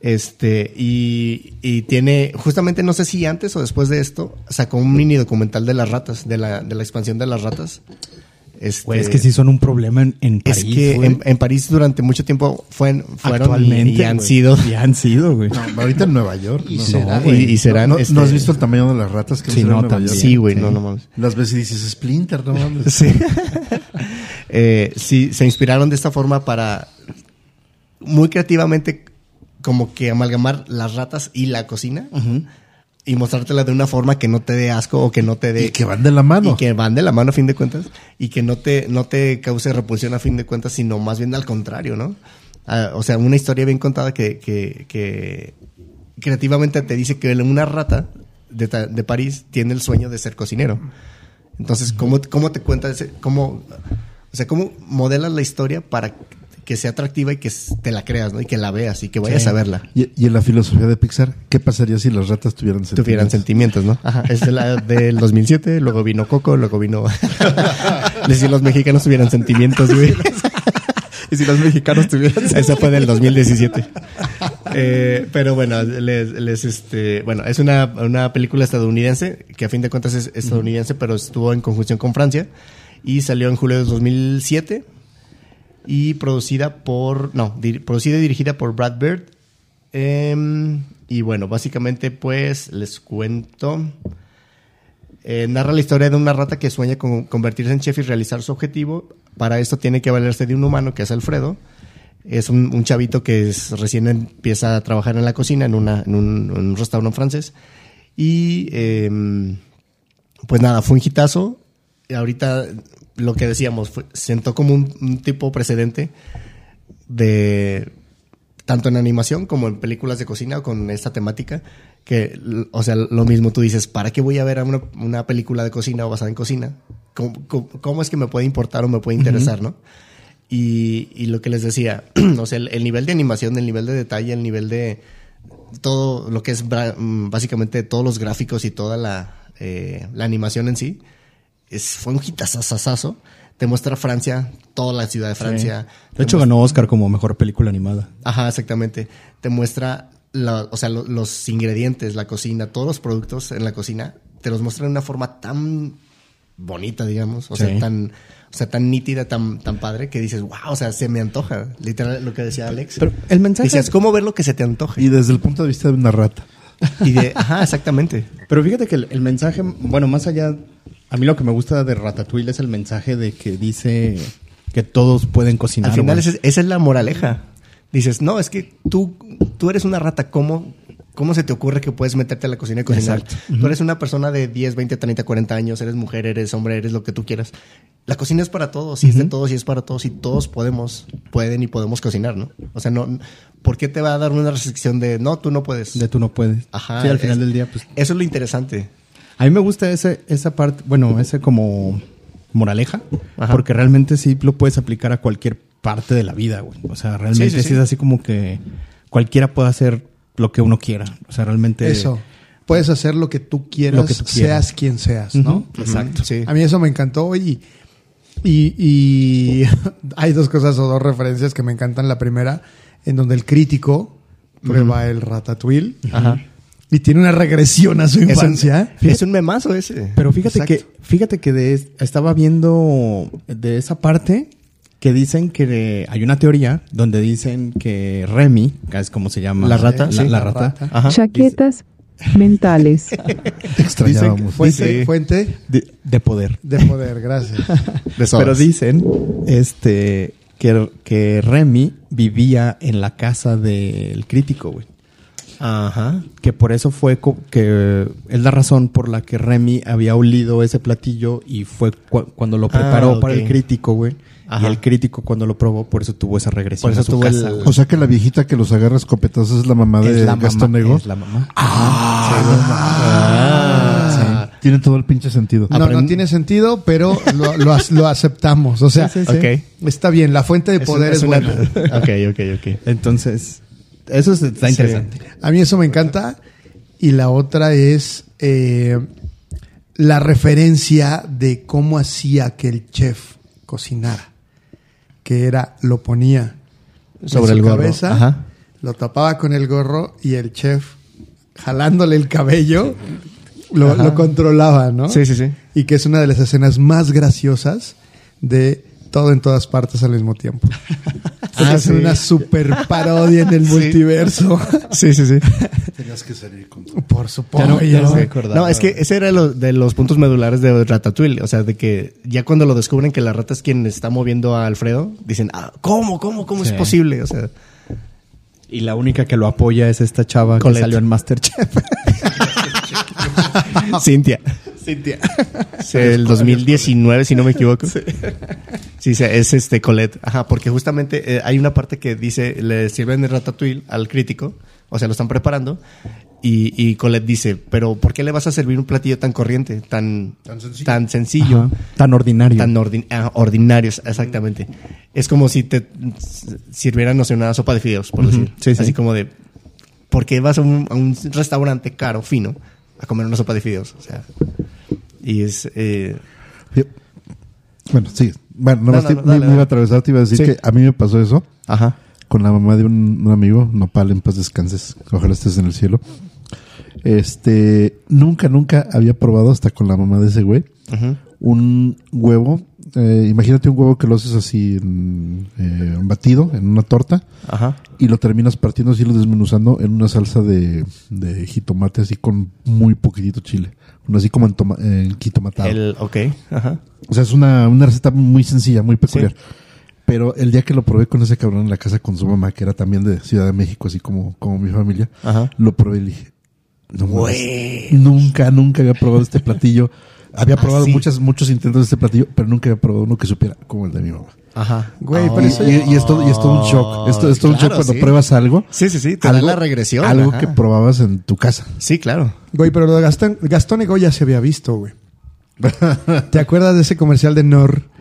[SPEAKER 2] Este, y, y tiene, justamente no sé si antes o después de esto, sacó un mini documental de las ratas, de la, de la expansión de las ratas. Este,
[SPEAKER 4] Güey, es que sí son un problema en, en
[SPEAKER 2] es
[SPEAKER 4] París.
[SPEAKER 2] que
[SPEAKER 4] güey.
[SPEAKER 2] en, en París durante mucho tiempo fueron, fueron y-
[SPEAKER 4] Actualmente.
[SPEAKER 2] y han
[SPEAKER 4] güey.
[SPEAKER 2] sido.
[SPEAKER 4] em, Y han sido, güey.
[SPEAKER 3] ¿no? No, ahorita en Nueva York.
[SPEAKER 2] Y
[SPEAKER 3] no,
[SPEAKER 2] serán,
[SPEAKER 3] no, güey.
[SPEAKER 2] y- y serán,
[SPEAKER 3] ¿No, no
[SPEAKER 2] este-
[SPEAKER 3] has visto el tamaño de las ratas que
[SPEAKER 4] Sí,
[SPEAKER 3] no,
[SPEAKER 4] no,
[SPEAKER 3] en Nueva
[SPEAKER 4] también.
[SPEAKER 3] York?
[SPEAKER 2] Sí, güey,
[SPEAKER 4] Sí.
[SPEAKER 2] no, no mames.
[SPEAKER 3] Las veces dices, Splinter, no mames.
[SPEAKER 2] <laughs> Sí. Eh, sí, se inspiraron de esta forma para muy creativamente como que amalgamar las ratas y la cocina y mostrártela de una forma que no te dé asco o que no te dé...
[SPEAKER 3] Y que van de la mano.
[SPEAKER 2] Y que van de la mano a fin de cuentas y que no te, no te cause repulsión a fin de cuentas, sino más bien al contrario, ¿no? Ah, o sea, una historia bien contada que, que, que creativamente te dice que una rata de, ta- de París tiene el sueño de ser cocinero. Entonces, ¿cómo, cómo te cuentas? ese- ¿Cómo, o sea, ¿cómo modelas la historia para que sea atractiva y que s- te la creas, ¿no? Y que la veas y que vayas a verla.
[SPEAKER 3] Y, y en la filosofía de Pixar, ¿qué pasaría si las ratas tuvieran sentimientos?
[SPEAKER 2] Tuvieran sentimientos, ¿no? Ajá, es de la del 2007, luego vino Coco, luego vino... <laughs> Y si los mexicanos tuvieran sentimientos, güey.
[SPEAKER 4] <laughs> Y si los mexicanos tuvieran.
[SPEAKER 2] Esa fue del 2017. Eh, pero bueno, les, les, este, bueno, es una, una película estadounidense que a fin de cuentas es estadounidense, pero estuvo en conjunción con Francia y salió en julio de 2007 y producida por, no, dir- producida y dirigida por Brad Bird. Em, y bueno, básicamente pues les cuento. Eh, narra la historia de una rata que sueña con convertirse en chef y realizar su objetivo. Para esto tiene que valerse de un humano que es Alfredo. Es un, un chavito que es- recién empieza a trabajar en la cocina en, una, en, un, en un restaurante francés. Y em, pues nada, fue un hitazo. Y ahorita lo que decíamos, fue- sentó como un, un tipo precedente de tanto en animación como en películas de cocina con esta temática que l- o sea lo mismo tú dices para qué voy a ver a una, una película de cocina o basada en cocina ¿Cómo, cómo- cómo es que me puede importar o me puede interesar no y, y lo que les decía <clears throat> o sea el, el nivel de animación el nivel de detalle el nivel de todo lo que es bra- mm, básicamente todos los gráficos y toda la, eh, la animación en sí es, fue un hitazazazazo te muestra Francia toda la ciudad de Francia
[SPEAKER 4] De hecho, ganó Oscar como mejor película animada.
[SPEAKER 2] Ajá, exactamente. Te muestra, la- o sea, lo- los ingredientes, la cocina, todos los productos en la cocina, te los muestra de una forma tan bonita, digamos, o
[SPEAKER 4] Sí.
[SPEAKER 2] sea, tan, o sea, tan nítida, tan, tan padre que dices, wow, o sea, se me antoja, literal lo que decía Alex.
[SPEAKER 4] Pero el mensaje-
[SPEAKER 2] Dices, ¿cómo ver lo que se te antoje?
[SPEAKER 3] Y desde el punto de vista de una rata.
[SPEAKER 2] Y de, ajá, exactamente.
[SPEAKER 4] Pero fíjate que el, el mensaje, bueno, más allá, a mí lo que me gusta de Ratatouille es el mensaje de que dice que todos pueden cocinar.
[SPEAKER 2] Al final
[SPEAKER 4] güey.
[SPEAKER 2] esa es, esa es la moraleja. Dices, no, es que tú, tú eres una rata, ¿cómo, ¿cómo se te ocurre que puedes meterte a la cocina y cocinar?
[SPEAKER 4] Exacto.
[SPEAKER 2] Tú eres una persona de 10, 20, 30, 40 años, eres mujer, eres hombre, eres lo que tú quieras. La cocina es para todos, y es de todos, y es para todos, y todos podemos, pueden y podemos cocinar, ¿no? O sea, no, ¿por qué te va a dar una restricción de, no, tú no puedes?
[SPEAKER 4] de tú no puedes.
[SPEAKER 2] Ajá.
[SPEAKER 4] Sí, al final
[SPEAKER 2] es-
[SPEAKER 4] del día, pues.
[SPEAKER 2] Eso es lo interesante.
[SPEAKER 4] A mí me gusta ese, esa parte, bueno, ese como moraleja,
[SPEAKER 2] Ajá.
[SPEAKER 4] porque realmente sí lo puedes aplicar a cualquier parte de la vida, güey. O sea, realmente
[SPEAKER 2] Sí,
[SPEAKER 4] sí,
[SPEAKER 2] sí, sí.
[SPEAKER 4] es así como que cualquiera puede hacer lo que uno quiera. O sea, realmente.
[SPEAKER 1] Eso. Puedes hacer lo que tú quieras,
[SPEAKER 4] Este, Lo que tú quieras.
[SPEAKER 1] seas quien seas,
[SPEAKER 4] Ujú.
[SPEAKER 1] ¿no?
[SPEAKER 4] Exacto.
[SPEAKER 2] Sí.
[SPEAKER 1] A mí eso me encantó y, y, y <laughs> hay dos cosas o dos referencias que me encantan. La primera, en donde el crítico prueba el ratatouille
[SPEAKER 2] Ajá.
[SPEAKER 1] y tiene una regresión a su
[SPEAKER 2] Es un,
[SPEAKER 1] infancia.
[SPEAKER 2] es un memazo ese.
[SPEAKER 4] Pero fíjate
[SPEAKER 1] Exacto.
[SPEAKER 4] que, fíjate que de es- estaba viendo de esa parte que dicen que hay una teoría donde dicen que Remy, que es como se llama.
[SPEAKER 2] La rata,
[SPEAKER 4] la,
[SPEAKER 2] sí.
[SPEAKER 4] la
[SPEAKER 2] La
[SPEAKER 4] rata.
[SPEAKER 2] Ajá.
[SPEAKER 6] Chaquetas
[SPEAKER 1] <laughs>
[SPEAKER 6] mentales.
[SPEAKER 3] Te extrañábamos.
[SPEAKER 1] Fuente,
[SPEAKER 2] Sí.
[SPEAKER 1] fuente
[SPEAKER 4] De, de poder.
[SPEAKER 1] de poder, gracias.
[SPEAKER 4] <laughs>
[SPEAKER 2] De sodas.
[SPEAKER 4] Pero dicen este, que, que Remy vivía en la casa del crítico, güey.
[SPEAKER 2] Ajá.
[SPEAKER 4] Que por eso fue co- que es la razón por la que Remy había olido ese platillo y fue cu- cuando lo
[SPEAKER 2] Ah,
[SPEAKER 4] preparó para
[SPEAKER 2] ok.
[SPEAKER 4] el crítico, güey.
[SPEAKER 2] Ajá.
[SPEAKER 4] Y el crítico cuando lo probó, por eso tuvo esa regresión
[SPEAKER 2] Por eso
[SPEAKER 4] a su
[SPEAKER 2] tuvo
[SPEAKER 4] casa.
[SPEAKER 2] el-
[SPEAKER 4] güey.
[SPEAKER 3] O sea que la viejita que los agarra escopetazos es la mamá de
[SPEAKER 4] es la
[SPEAKER 3] Gastón
[SPEAKER 4] mamá,
[SPEAKER 3] Nego.
[SPEAKER 4] es la mamá.
[SPEAKER 2] Ah.
[SPEAKER 3] Tiene todo el pinche sentido.
[SPEAKER 1] No, no tiene sentido, pero lo, lo ac- lo aceptamos. O sea,
[SPEAKER 4] Sí, sí,
[SPEAKER 2] sí.
[SPEAKER 1] está bien, la fuente de
[SPEAKER 2] Es
[SPEAKER 1] poder
[SPEAKER 2] un-
[SPEAKER 1] es,
[SPEAKER 2] es una-
[SPEAKER 1] buena.
[SPEAKER 4] <laughs>
[SPEAKER 2] Ok, ok, ok.
[SPEAKER 4] Entonces, eso es- está
[SPEAKER 2] Sí.
[SPEAKER 4] interesante.
[SPEAKER 1] A mí eso me encanta. Y la otra es eh, la referencia de cómo hacía que el chef cocinara. Que era, lo ponía en
[SPEAKER 2] Sobre
[SPEAKER 1] su
[SPEAKER 2] el gorro,
[SPEAKER 1] cabeza,
[SPEAKER 2] ajá.
[SPEAKER 1] lo tapaba con el gorro y el chef, jalándole el cabello, lo, lo controlaba, ¿no?
[SPEAKER 2] Sí, sí, sí.
[SPEAKER 1] Y que es una de las escenas más graciosas de todo en todas partes al mismo
[SPEAKER 2] <laughs>
[SPEAKER 1] tiempo.
[SPEAKER 2] Ah,
[SPEAKER 1] es
[SPEAKER 2] sí.
[SPEAKER 1] una super parodia en el
[SPEAKER 2] Sí.
[SPEAKER 1] multiverso.
[SPEAKER 2] <laughs> Sí, sí, sí.
[SPEAKER 3] Tenías que salir con
[SPEAKER 1] Por
[SPEAKER 4] Ya
[SPEAKER 1] supuesto.
[SPEAKER 4] no- ya no me acordaba.
[SPEAKER 2] No, es que ese era lo- de los puntos medulares de Ratatouille. O sea, de que ya cuando lo descubren que la rata es quien está moviendo a Alfredo, dicen, ah, ¿cómo, cómo, cómo
[SPEAKER 4] Sí.
[SPEAKER 2] es posible? O sea, <laughs>
[SPEAKER 4] Y la única que lo apoya es esta chava
[SPEAKER 2] Colette.
[SPEAKER 4] que salió en Masterchef.
[SPEAKER 2] Cintia. Cintia. El 2019, si no me equivoco. Sí, sí, es este Colette. Ajá, porque justamente eh, hay una parte que dice, le sirven de Ratatouille al crítico, o sea, lo están preparando, Y, y Colette dice, pero ¿por qué le vas a servir un platillo tan corriente, tan, tan sencillo? Tan,
[SPEAKER 4] Ajá. Tan ordinario.
[SPEAKER 2] ordin- ah, ordinario, exactamente? Es como si te sirvieran, no sé, una sopa de fideos, por
[SPEAKER 4] Ujú,
[SPEAKER 2] decir.
[SPEAKER 4] sí, sí.
[SPEAKER 2] Así como de, ¿por qué vas a un, a un restaurante caro, fino, a comer una sopa de fideos? O sea, y es... eh,
[SPEAKER 3] Yo- Bueno, sí. Bueno,
[SPEAKER 2] No,
[SPEAKER 3] nomás
[SPEAKER 2] no,
[SPEAKER 3] te-
[SPEAKER 2] no, dale,
[SPEAKER 3] me, me
[SPEAKER 2] dale.
[SPEAKER 3] iba a atravesar, te iba a decir
[SPEAKER 4] Sí.
[SPEAKER 3] que a mí me pasó eso
[SPEAKER 4] Ajá.
[SPEAKER 3] con la mamá de un, un amigo, Nopal, en paz descanses, ojalá estés en el cielo. Este, nunca, nunca había probado hasta con la mamá de ese güey
[SPEAKER 2] ujú.
[SPEAKER 3] un huevo. eh, imagínate un huevo que lo haces así en, eh, batido en una torta
[SPEAKER 2] Ajá.
[SPEAKER 3] y lo terminas partiendo así, lo desmenuzando en una salsa de, de jitomate así con muy poquitito chile. Uno así como en, toma, en jitomatado.
[SPEAKER 2] El, ok, ajá.
[SPEAKER 3] O sea, es una, una receta muy sencilla, muy peculiar. Pero el día que lo probé con ese cabrón en la casa con su mamá, que era también de Ciudad de México, así como, como mi familia,
[SPEAKER 2] Ajá.
[SPEAKER 3] lo probé y le dije, no mames, nunca, nunca había probado este platillo. Había probado
[SPEAKER 2] Así.
[SPEAKER 3] muchas, muchos intentos de este platillo, pero nunca había probado uno que supiera como el de mi mamá.
[SPEAKER 2] Ajá.
[SPEAKER 3] Güey, pero eso y, y es todo, y es todo un shock. Esto es todo un shock
[SPEAKER 2] Claro,
[SPEAKER 3] cuando
[SPEAKER 2] sí.
[SPEAKER 3] pruebas algo.
[SPEAKER 2] Sí, sí, sí. Te da la regresión.
[SPEAKER 3] Algo
[SPEAKER 2] ajá.
[SPEAKER 3] que probabas en tu casa.
[SPEAKER 2] Sí, claro.
[SPEAKER 1] Güey, pero lo de Gastón, Gastón y Goya se había visto, güey. ¿Te acuerdas de ese comercial de Nor? <laughs>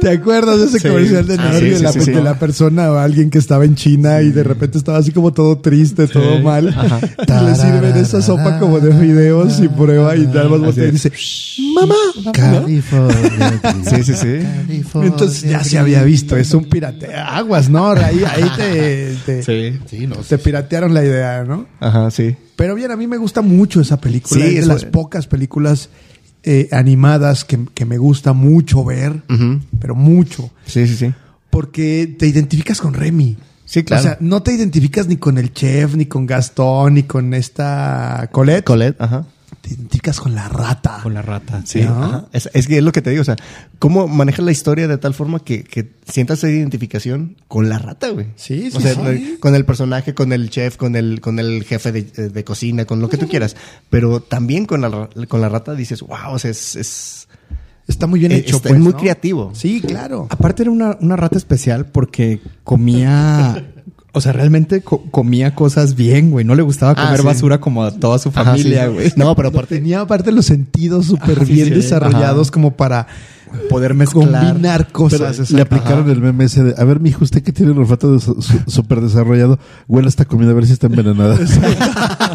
[SPEAKER 1] ¿Te acuerdas de ese
[SPEAKER 2] Sí.
[SPEAKER 1] comercial de
[SPEAKER 2] Ah,
[SPEAKER 1] Nor
[SPEAKER 2] sí,
[SPEAKER 1] de,
[SPEAKER 2] sí,
[SPEAKER 1] la,
[SPEAKER 2] sí, sí.
[SPEAKER 1] de la persona o alguien que estaba en China y de repente estaba así como todo triste, todo mal? Y le sirven esa sopa como de fideos y prueba y tal más voltea y dice, ¡Mamá!
[SPEAKER 3] California.
[SPEAKER 2] Sí, sí, sí.
[SPEAKER 1] Entonces ya se había visto, es un pirate. Aguas, Nor, ahí, ahí te, te,
[SPEAKER 2] Sí.
[SPEAKER 1] te piratearon la idea, ¿no?
[SPEAKER 2] Ajá, sí.
[SPEAKER 1] Pero bien, a mí me gusta mucho esa película.
[SPEAKER 2] Sí,
[SPEAKER 1] es de
[SPEAKER 2] eso-
[SPEAKER 1] las pocas películas eh, animadas que, que me gusta mucho ver,
[SPEAKER 2] Ujú.
[SPEAKER 1] pero mucho.
[SPEAKER 2] Sí, sí, sí.
[SPEAKER 1] Porque te identificas con Remy.
[SPEAKER 2] Sí, claro.
[SPEAKER 1] O sea, no te identificas ni con el chef, ni con Gastón, ni con esta Colette.
[SPEAKER 2] Colette, ajá.
[SPEAKER 1] Te identificas con la rata.
[SPEAKER 4] la rata.
[SPEAKER 2] Sí,
[SPEAKER 1] ¿No?
[SPEAKER 2] ajá. Es, es que es lo que te digo, o sea, cómo manejas la historia de tal forma que, que sientas esa identificación con la rata, güey.
[SPEAKER 1] Sí, sí,
[SPEAKER 2] O sea,
[SPEAKER 1] sí.
[SPEAKER 2] eh, con el personaje, con el chef, con el, con el jefe de, eh, de cocina, con lo que tú quieras. Pero también con la, ra- con la rata dices, wow, o sea, es, es-
[SPEAKER 1] Está muy bien
[SPEAKER 2] Eh,
[SPEAKER 1] hecho.
[SPEAKER 2] está
[SPEAKER 1] pues,
[SPEAKER 2] muy
[SPEAKER 1] ¿no?
[SPEAKER 2] creativo. Ah,
[SPEAKER 1] Sí, claro.
[SPEAKER 4] Aparte era una, una rata especial porque comía, o sea, realmente co- comía cosas bien, güey. No le gustaba
[SPEAKER 2] Ah,
[SPEAKER 4] comer
[SPEAKER 2] sí.
[SPEAKER 4] basura como a toda su
[SPEAKER 2] Ajá, sí.
[SPEAKER 4] familia, güey.
[SPEAKER 2] No, pero aparte, Ah,
[SPEAKER 1] Tenía aparte los sentidos súper bien
[SPEAKER 4] sí,
[SPEAKER 1] desarrollados
[SPEAKER 4] ajá.
[SPEAKER 1] como para
[SPEAKER 4] Poder mezclar.
[SPEAKER 1] combinar cosas.
[SPEAKER 3] Le
[SPEAKER 1] exacto.
[SPEAKER 3] aplicaron el meme ese de, a ver, mijo, usted que tiene el olfato de su- su- súper desarrollado, huele esta comida a ver si
[SPEAKER 2] <laughs>
[SPEAKER 3] está envenenada.
[SPEAKER 1] <laughs>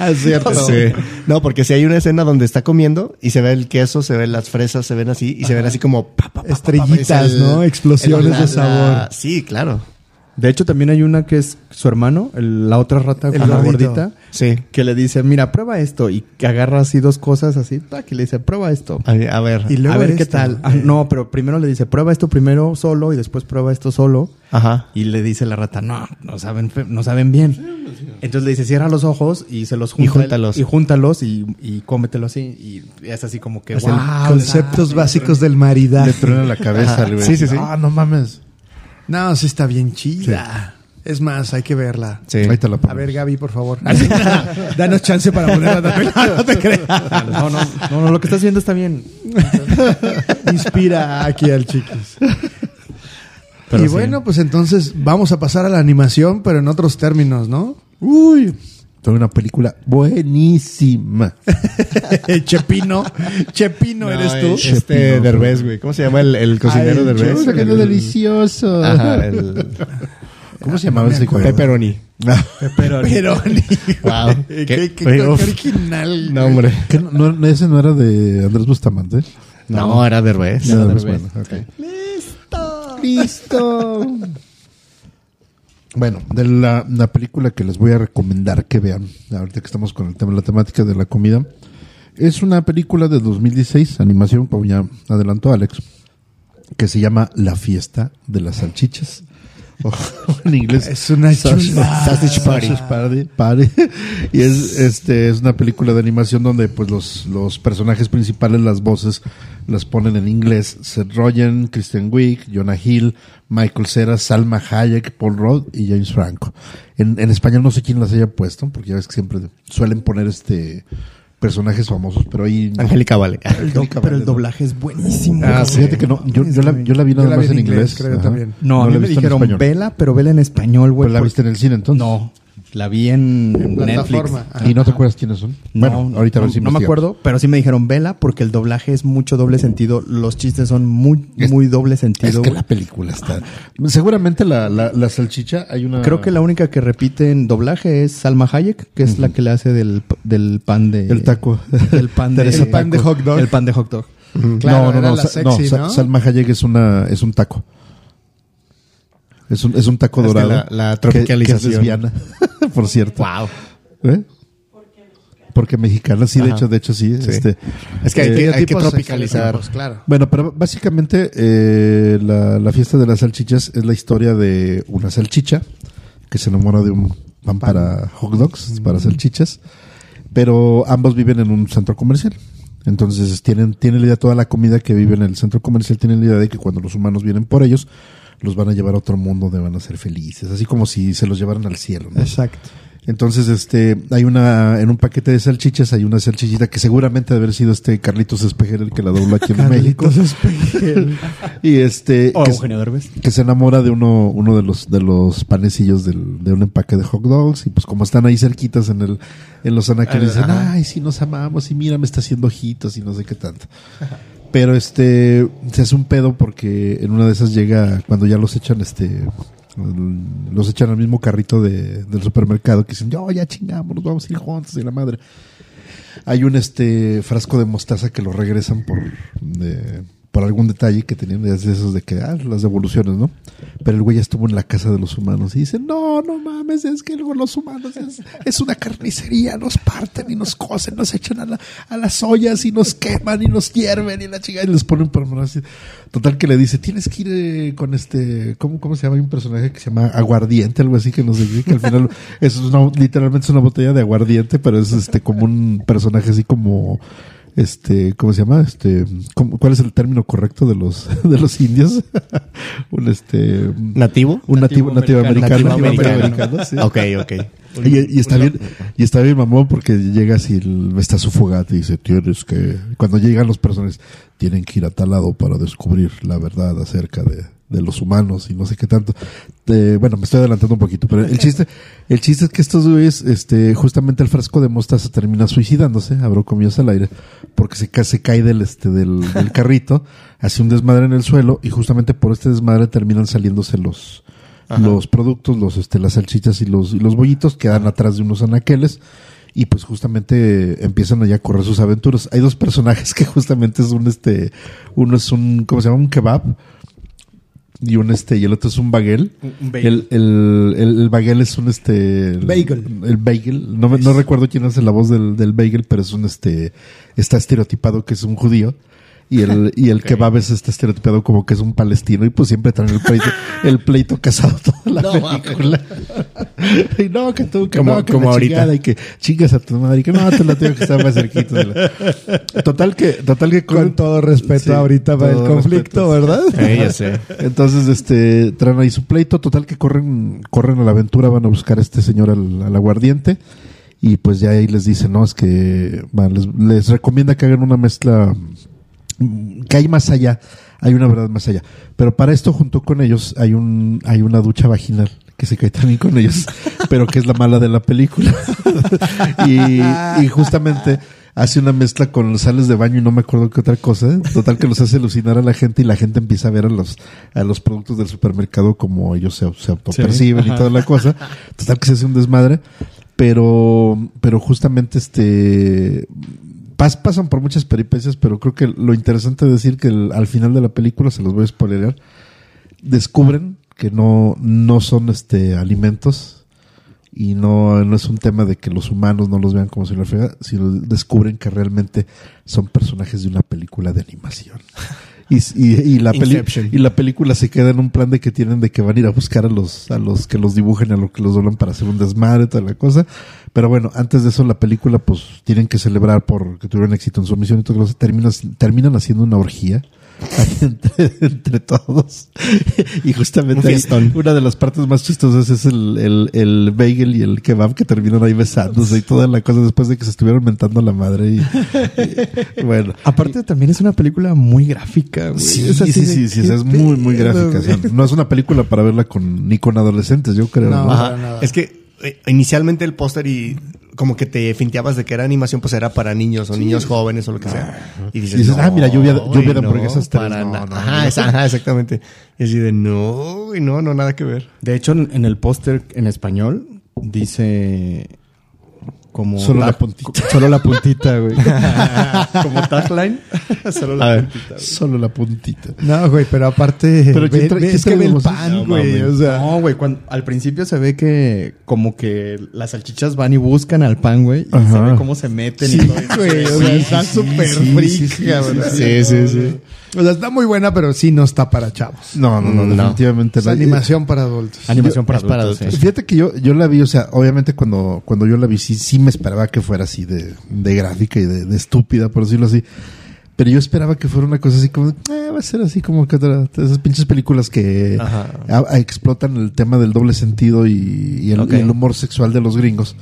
[SPEAKER 1] Es cierto.
[SPEAKER 2] Sí. No, porque si hay una escena donde está comiendo y se ve el queso, se ven las fresas, se ven así y se ven así como pa, pa, pa, pa, pa,
[SPEAKER 1] Estrellitas,
[SPEAKER 2] es el-
[SPEAKER 1] ¿no? Explosiones
[SPEAKER 2] el-
[SPEAKER 1] de sabor.
[SPEAKER 2] sí, claro.
[SPEAKER 4] De hecho, también hay una que es su hermano, el- la otra rata
[SPEAKER 1] El
[SPEAKER 4] con la
[SPEAKER 1] gordito.
[SPEAKER 4] gordita,
[SPEAKER 2] Sí.
[SPEAKER 4] que le dice, mira, prueba esto. Y que agarra así dos cosas así, tac, y le dice, prueba esto.
[SPEAKER 2] A, a ver.
[SPEAKER 1] Y luego
[SPEAKER 4] a ver qué
[SPEAKER 1] esto,
[SPEAKER 4] tal.
[SPEAKER 1] ¿no?
[SPEAKER 4] Ah, no, pero primero le dice, prueba esto primero solo y después prueba esto solo.
[SPEAKER 2] Ajá.
[SPEAKER 4] Y le dice la rata, no, no saben, fe- no saben bien. Entonces le dice, cierra los ojos y se los junta.
[SPEAKER 2] Y júntalos.
[SPEAKER 4] Y júntalos y, y cómetelo así. Y es así como que,
[SPEAKER 1] Es
[SPEAKER 4] wow.
[SPEAKER 1] Pues el conceptos básicos del maridaje.
[SPEAKER 3] Le truena la cabeza, güey.
[SPEAKER 2] Sí, sí, sí.
[SPEAKER 3] Ah, no mames.
[SPEAKER 1] No, sí está bien chida. Es más, hay que verla.
[SPEAKER 2] Sí.
[SPEAKER 3] Ahí te la pongo.
[SPEAKER 1] A ver, Gaby, por
[SPEAKER 3] <laughs>
[SPEAKER 1] favor. Danos chance para ponerla también. No te creas.
[SPEAKER 4] No, no, no, no, lo que estás viendo está bien.
[SPEAKER 1] Inspira aquí al chiquis.
[SPEAKER 4] Pero
[SPEAKER 1] y
[SPEAKER 4] sí.
[SPEAKER 1] bueno, pues entonces vamos a pasar a la animación, pero en otros términos, ¿no?
[SPEAKER 3] Uy, tengo una película buenísima.
[SPEAKER 1] <laughs> Chepino. Chepino
[SPEAKER 3] eh,
[SPEAKER 1] eres tú.
[SPEAKER 2] Este Derbez, güey. ¿Cómo se llama el, el cocinero
[SPEAKER 1] Ay,
[SPEAKER 2] Derbez?
[SPEAKER 1] chulo, que
[SPEAKER 2] El-
[SPEAKER 1] no
[SPEAKER 3] delicioso.
[SPEAKER 2] Ajá,
[SPEAKER 3] <laughs>
[SPEAKER 2] el
[SPEAKER 3] ¿Cómo se llamaba ese cuadro?
[SPEAKER 2] Pepperoni.
[SPEAKER 1] Pero,
[SPEAKER 2] Wow.
[SPEAKER 1] Qué,
[SPEAKER 2] Qué-
[SPEAKER 1] qué- qué
[SPEAKER 2] güey, uf.
[SPEAKER 1] original.
[SPEAKER 2] No, hombre.
[SPEAKER 3] ¿Qué? ¿No- no- ¿Ese no era de Andrés Bustamante?
[SPEAKER 2] No, era Derbez.
[SPEAKER 3] No,
[SPEAKER 4] de
[SPEAKER 3] pues,
[SPEAKER 4] revés.
[SPEAKER 3] bueno, ok. ¡Listo! bueno, de la, la película que les voy a recomendar que vean, ahorita que estamos con el tema, la temática de la comida, es una película de 2016, animación, como ya adelantó Alex, que se llama La Fiesta de las Salchichas. <laughs> O en inglés.
[SPEAKER 1] Es una
[SPEAKER 3] Sausage-
[SPEAKER 1] chulada.
[SPEAKER 3] Sausage Party. Sausage Party. <laughs> Y es, este, es una película de animación donde pues los, los personajes principales, las voces, las ponen en inglés. Seth Rogen, Kristen Wiig, Jonah Hill, Michael Cera, Salma Hayek, Paul Rudd y James Franco. En, en español no sé quién las haya puesto, porque ya ves que siempre suelen poner este personajes famosos, pero ahí...
[SPEAKER 2] Angélica Vale.
[SPEAKER 4] El do- pero el doblaje es buenísimo.
[SPEAKER 2] Ah,
[SPEAKER 4] güey.
[SPEAKER 2] sí.
[SPEAKER 3] Fíjate que no, yo, yo la, yo la vi
[SPEAKER 1] Yo la
[SPEAKER 3] nada
[SPEAKER 1] vi
[SPEAKER 3] más
[SPEAKER 1] en
[SPEAKER 3] en
[SPEAKER 1] inglés,
[SPEAKER 3] inglés.
[SPEAKER 1] creo
[SPEAKER 3] ajá.
[SPEAKER 1] también.
[SPEAKER 4] No, a
[SPEAKER 3] la
[SPEAKER 4] mí
[SPEAKER 3] he
[SPEAKER 4] me
[SPEAKER 3] visto en
[SPEAKER 4] dijeron
[SPEAKER 3] español.
[SPEAKER 4] vela, pero vela en español, güey.
[SPEAKER 3] ¿Pero la
[SPEAKER 4] porque-
[SPEAKER 3] viste en el cine entonces?
[SPEAKER 4] No. La vi en,
[SPEAKER 1] En
[SPEAKER 4] Netflix.
[SPEAKER 1] plataforma.
[SPEAKER 3] ¿Y no te acuerdas quiénes son? bueno,
[SPEAKER 4] No,
[SPEAKER 3] ahorita a
[SPEAKER 4] no,
[SPEAKER 3] ver si
[SPEAKER 4] no me
[SPEAKER 3] investigamos.
[SPEAKER 4] acuerdo, pero sí me dijeron vela porque el doblaje es mucho doble sentido. Los chistes son muy,
[SPEAKER 3] Es-
[SPEAKER 4] muy doble sentido.
[SPEAKER 3] Es que
[SPEAKER 4] güey.
[SPEAKER 3] la película está. Seguramente la, la, la salchicha hay una.
[SPEAKER 4] Creo que la única que repite en doblaje es Salma Hayek, que es la que le hace del, del pan de.
[SPEAKER 3] El taco.
[SPEAKER 4] El
[SPEAKER 3] <laughs>
[SPEAKER 4] pan de,
[SPEAKER 1] Teresa El pan de Taco. hot dog.
[SPEAKER 4] El pan de hot dog.
[SPEAKER 1] Claro,
[SPEAKER 3] no, no,
[SPEAKER 1] era
[SPEAKER 3] no,
[SPEAKER 1] la
[SPEAKER 3] Sa-
[SPEAKER 1] sexy,
[SPEAKER 3] Sa-
[SPEAKER 1] ¿no?
[SPEAKER 3] Salma Hayek es una es un taco. Es un, es un taco
[SPEAKER 2] Es que
[SPEAKER 3] dorado.
[SPEAKER 2] la- la
[SPEAKER 3] que- que
[SPEAKER 2] tropicalización.
[SPEAKER 3] es lesbiana, <laughs> por cierto.
[SPEAKER 2] Wow.
[SPEAKER 3] ¿Eh? Porque mexicana, sí, de hecho, de hecho sí. este,
[SPEAKER 2] Es que hay que,
[SPEAKER 3] eh,
[SPEAKER 2] hay que
[SPEAKER 1] Estereotipos,
[SPEAKER 2] tropicalizar.
[SPEAKER 1] estereotipos, claro.
[SPEAKER 3] Bueno, pero básicamente eh, la, la fiesta de las salchichas es la historia de una salchicha que se enamora de un pan, para hot dogs, para salchichas, pero ambos viven en un centro comercial. Entonces tienen, tienen la idea, toda la comida que vive en el centro comercial, tienen la idea de que cuando los humanos vienen por ellos, los van a llevar a otro mundo donde van a ser felices, así como si se los llevaran al cielo. ¿no?
[SPEAKER 1] Exacto.
[SPEAKER 3] Entonces, este, hay una, en un paquete de salchichas hay una salchichita que seguramente debe haber sido este Carlitos Espejel el que la dobló aquí en México.
[SPEAKER 1] Carlitos Espejel.
[SPEAKER 3] <laughs> Y este,
[SPEAKER 4] O
[SPEAKER 3] que,
[SPEAKER 4] Eugenio Derbez.
[SPEAKER 3] que se enamora de uno, uno de los, de los panecillos del- de un empaque de hot dogs. Y pues como están ahí cerquitas en el, en los anaqueles, dicen,
[SPEAKER 1] Ajá.
[SPEAKER 3] ay, sí nos amamos y mira, me está haciendo ojitos y no sé qué tanto. Pero este, se hace un pedo porque en una de esas llega, cuando ya los echan, este, los echan al mismo carrito de- del supermercado que dicen, yo ya chingamos, nos vamos a ir juntos y la madre. Hay un este frasco de mostaza que lo regresan por, de- por algún detalle que tenían de esos de que, ah, las devoluciones, ¿no? Pero el güey ya estuvo en la casa de los humanos y dice, no, no mames, es que luego los humanos es, es una carnicería, nos parten y nos cosen, nos echan a, la- a las ollas y nos queman y nos hierven y la chingada y les ponen por así. Total que le dice, tienes que ir eh, con este, ¿cómo, ¿cómo se llama? Hay un personaje que se llama Aguardiente, algo así que no sé qué, que al <laughs> final es una- literalmente es una botella de aguardiente, pero es este como un personaje así como este, ¿cómo se llama? Este, ¿cómo- ¿cuál es el término correcto de los <laughs> de los indios? un este
[SPEAKER 2] ¿Nativo?
[SPEAKER 3] un nativo, nativo americano.
[SPEAKER 2] Nativo americano.
[SPEAKER 3] americano, sí.
[SPEAKER 2] Ok, ok.
[SPEAKER 3] Y, y está bien, y está bien mamón porque llegas y el- está su fogata y dice, tienes que, cuando llegan los personajes, tienen que ir a tal lado para descubrir la verdad acerca de, de los humanos y no sé qué tanto. Eh, bueno, me estoy adelantando un poquito, pero el chiste, el chiste es que estos güeyes, este, justamente el frasco de mostaza termina suicidándose, abro comillas al aire, porque se, ca- se cae del, este, del, del carrito, hace un desmadre en el suelo y justamente por este desmadre terminan saliéndose los, los productos, los este, las salchichas y los, y los bollitos quedan atrás de unos anaqueles y pues justamente empiezan allá a correr sus aventuras. Hay dos personajes que justamente es un este, uno es un, ¿cómo se llama? Un kebab y un este, y el otro es un bagel. El, el, el, el bagel es un este. el-
[SPEAKER 1] Bagel.
[SPEAKER 3] El bagel. No, me- no recuerdo quién hace la voz del, del bagel, pero es un este. Está estereotipado que es un judío. Y el, y el kebab es este estereotipado como que es un palestino. Y pues siempre traen el pleito, el pleito casado toda la película. <laughs> y no, que tú, que
[SPEAKER 2] Como-
[SPEAKER 3] no, que
[SPEAKER 2] como
[SPEAKER 3] la
[SPEAKER 2] ahorita.
[SPEAKER 3] chingada, Y que chingas a tu madre. Y que no, te la tengo que estar más cerquita. de la- Total que, total que
[SPEAKER 1] Con todo respeto
[SPEAKER 3] Sí,
[SPEAKER 1] ahorita para el
[SPEAKER 3] todo
[SPEAKER 1] conflicto,
[SPEAKER 3] respeto, sí.
[SPEAKER 1] ¿verdad?
[SPEAKER 2] Eh, ya sé.
[SPEAKER 3] Entonces, este, traen ahí su pleito. Total que corren, corren a la aventura, van a buscar a este señor al, al aguardiente. Y pues ya ahí les dice, no, es que va, les, les recomienda que hagan una mezcla mm, que hay más allá, hay una verdad más allá. Pero para esto, junto con ellos, hay un, hay una ducha vaginal que se cae también con ellos, <laughs> pero que es la mala de la película. <laughs> y, y justamente hace una mezcla con los sales de baño y no me acuerdo qué otra cosa. ¿eh? Total que los hace alucinar a la gente y la gente empieza a ver a los, a los productos del supermercado como ellos se, se autoperciben y toda la cosa. Total que se hace un desmadre. Pero, pero justamente este pas- pasan por muchas peripecias, pero creo que lo interesante es decir que el- al final de la película, se los voy a spoilear, descubren que no, no son este alimentos y no, no es un tema de que los humanos no los vean como si lo fuera, sino descubren que realmente son personajes de una película de animación. Y, y- y la peli-
[SPEAKER 2] Inception.
[SPEAKER 3] y la película se queda en un plan de que tienen de que van a ir a buscar a los, a los que los dibujen, a los que los doblan para hacer un desmadre, toda la cosa. Pero bueno, antes de eso la película pues tienen que celebrar por que tuvieron éxito en su misión y todo lo que terminan, terminan haciendo una orgía <laughs> ahí entre, entre todos. y justamente
[SPEAKER 2] Un
[SPEAKER 3] ahí,
[SPEAKER 2] fiestón.
[SPEAKER 3] una de las partes más chistosas es el, el, el bagel y el kebab que terminan ahí besándose y toda la cosa después de que se estuvieron mentando la madre. Y, y- bueno.
[SPEAKER 4] Aparte, también es una película muy gráfica, güey.
[SPEAKER 3] Sí,
[SPEAKER 4] Es
[SPEAKER 3] sí,
[SPEAKER 4] así
[SPEAKER 3] sí,
[SPEAKER 4] de,
[SPEAKER 3] sí, sí,
[SPEAKER 4] ¿qué
[SPEAKER 3] es muy, muy
[SPEAKER 4] pedo,
[SPEAKER 3] gráfica. o sea,
[SPEAKER 4] güey?
[SPEAKER 3] no es una película para verla con, ni con adolescentes, yo creo.
[SPEAKER 1] No,
[SPEAKER 3] ¿no?
[SPEAKER 1] para nada.
[SPEAKER 2] Es que eh, inicialmente el póster y como que te finteabas de que era animación, pues era para niños o niños jóvenes o lo que sea. Y dices,
[SPEAKER 3] Y dices, ah, mira, lluvia de-
[SPEAKER 2] güey,
[SPEAKER 3] lluvia de hamburguesas tres".
[SPEAKER 2] para
[SPEAKER 3] No,
[SPEAKER 2] na-
[SPEAKER 3] no,
[SPEAKER 2] ajá,
[SPEAKER 3] no.
[SPEAKER 2] es- ajá, exactamente. Y así de, no, y no, no, nada que ver.
[SPEAKER 4] De hecho, en en el póster en español dice como
[SPEAKER 3] Solo la
[SPEAKER 4] tag-
[SPEAKER 3] puntita.
[SPEAKER 4] Solo la
[SPEAKER 3] <laughs>
[SPEAKER 4] puntita, güey. como tagline, solo la
[SPEAKER 3] A ver,
[SPEAKER 4] puntita. güey.
[SPEAKER 3] solo la puntitita.
[SPEAKER 1] No, güey, pero aparte.
[SPEAKER 3] Pero ¿quién
[SPEAKER 1] ve-
[SPEAKER 3] tra-
[SPEAKER 1] ve-
[SPEAKER 3] quién
[SPEAKER 1] es que ve el
[SPEAKER 3] traemos
[SPEAKER 1] pan,
[SPEAKER 3] eso?
[SPEAKER 1] güey.
[SPEAKER 3] No,
[SPEAKER 1] o sea,
[SPEAKER 4] No, güey, cuando- al principio se ve que como que las salchichas van y buscan al pan, güey, y se
[SPEAKER 3] Ajá.
[SPEAKER 4] ve cómo se meten y todo. eso.
[SPEAKER 1] güey, o sea, está súper freak, cabrón.
[SPEAKER 3] Sí, sí, sí.
[SPEAKER 1] O sea, está muy buena, pero sí no está para chavos.
[SPEAKER 3] No, no, no, definitivamente
[SPEAKER 1] Es
[SPEAKER 3] no.
[SPEAKER 1] animación para adultos.
[SPEAKER 4] Animación para
[SPEAKER 2] Es para
[SPEAKER 4] adultos. eh,
[SPEAKER 2] adultos.
[SPEAKER 4] sí.
[SPEAKER 3] Fíjate que yo, yo la vi, o sea, obviamente cuando, cuando yo la vi, sí, sí me esperaba que fuera así de, de gráfica y de, de estúpida, por decirlo así. Pero yo esperaba que fuera una cosa así como, eh, va a ser así como que otra- esas pinches películas que a- a- explotan el tema del doble sentido y, y el,
[SPEAKER 4] Ok.
[SPEAKER 3] y el humor sexual de los gringos.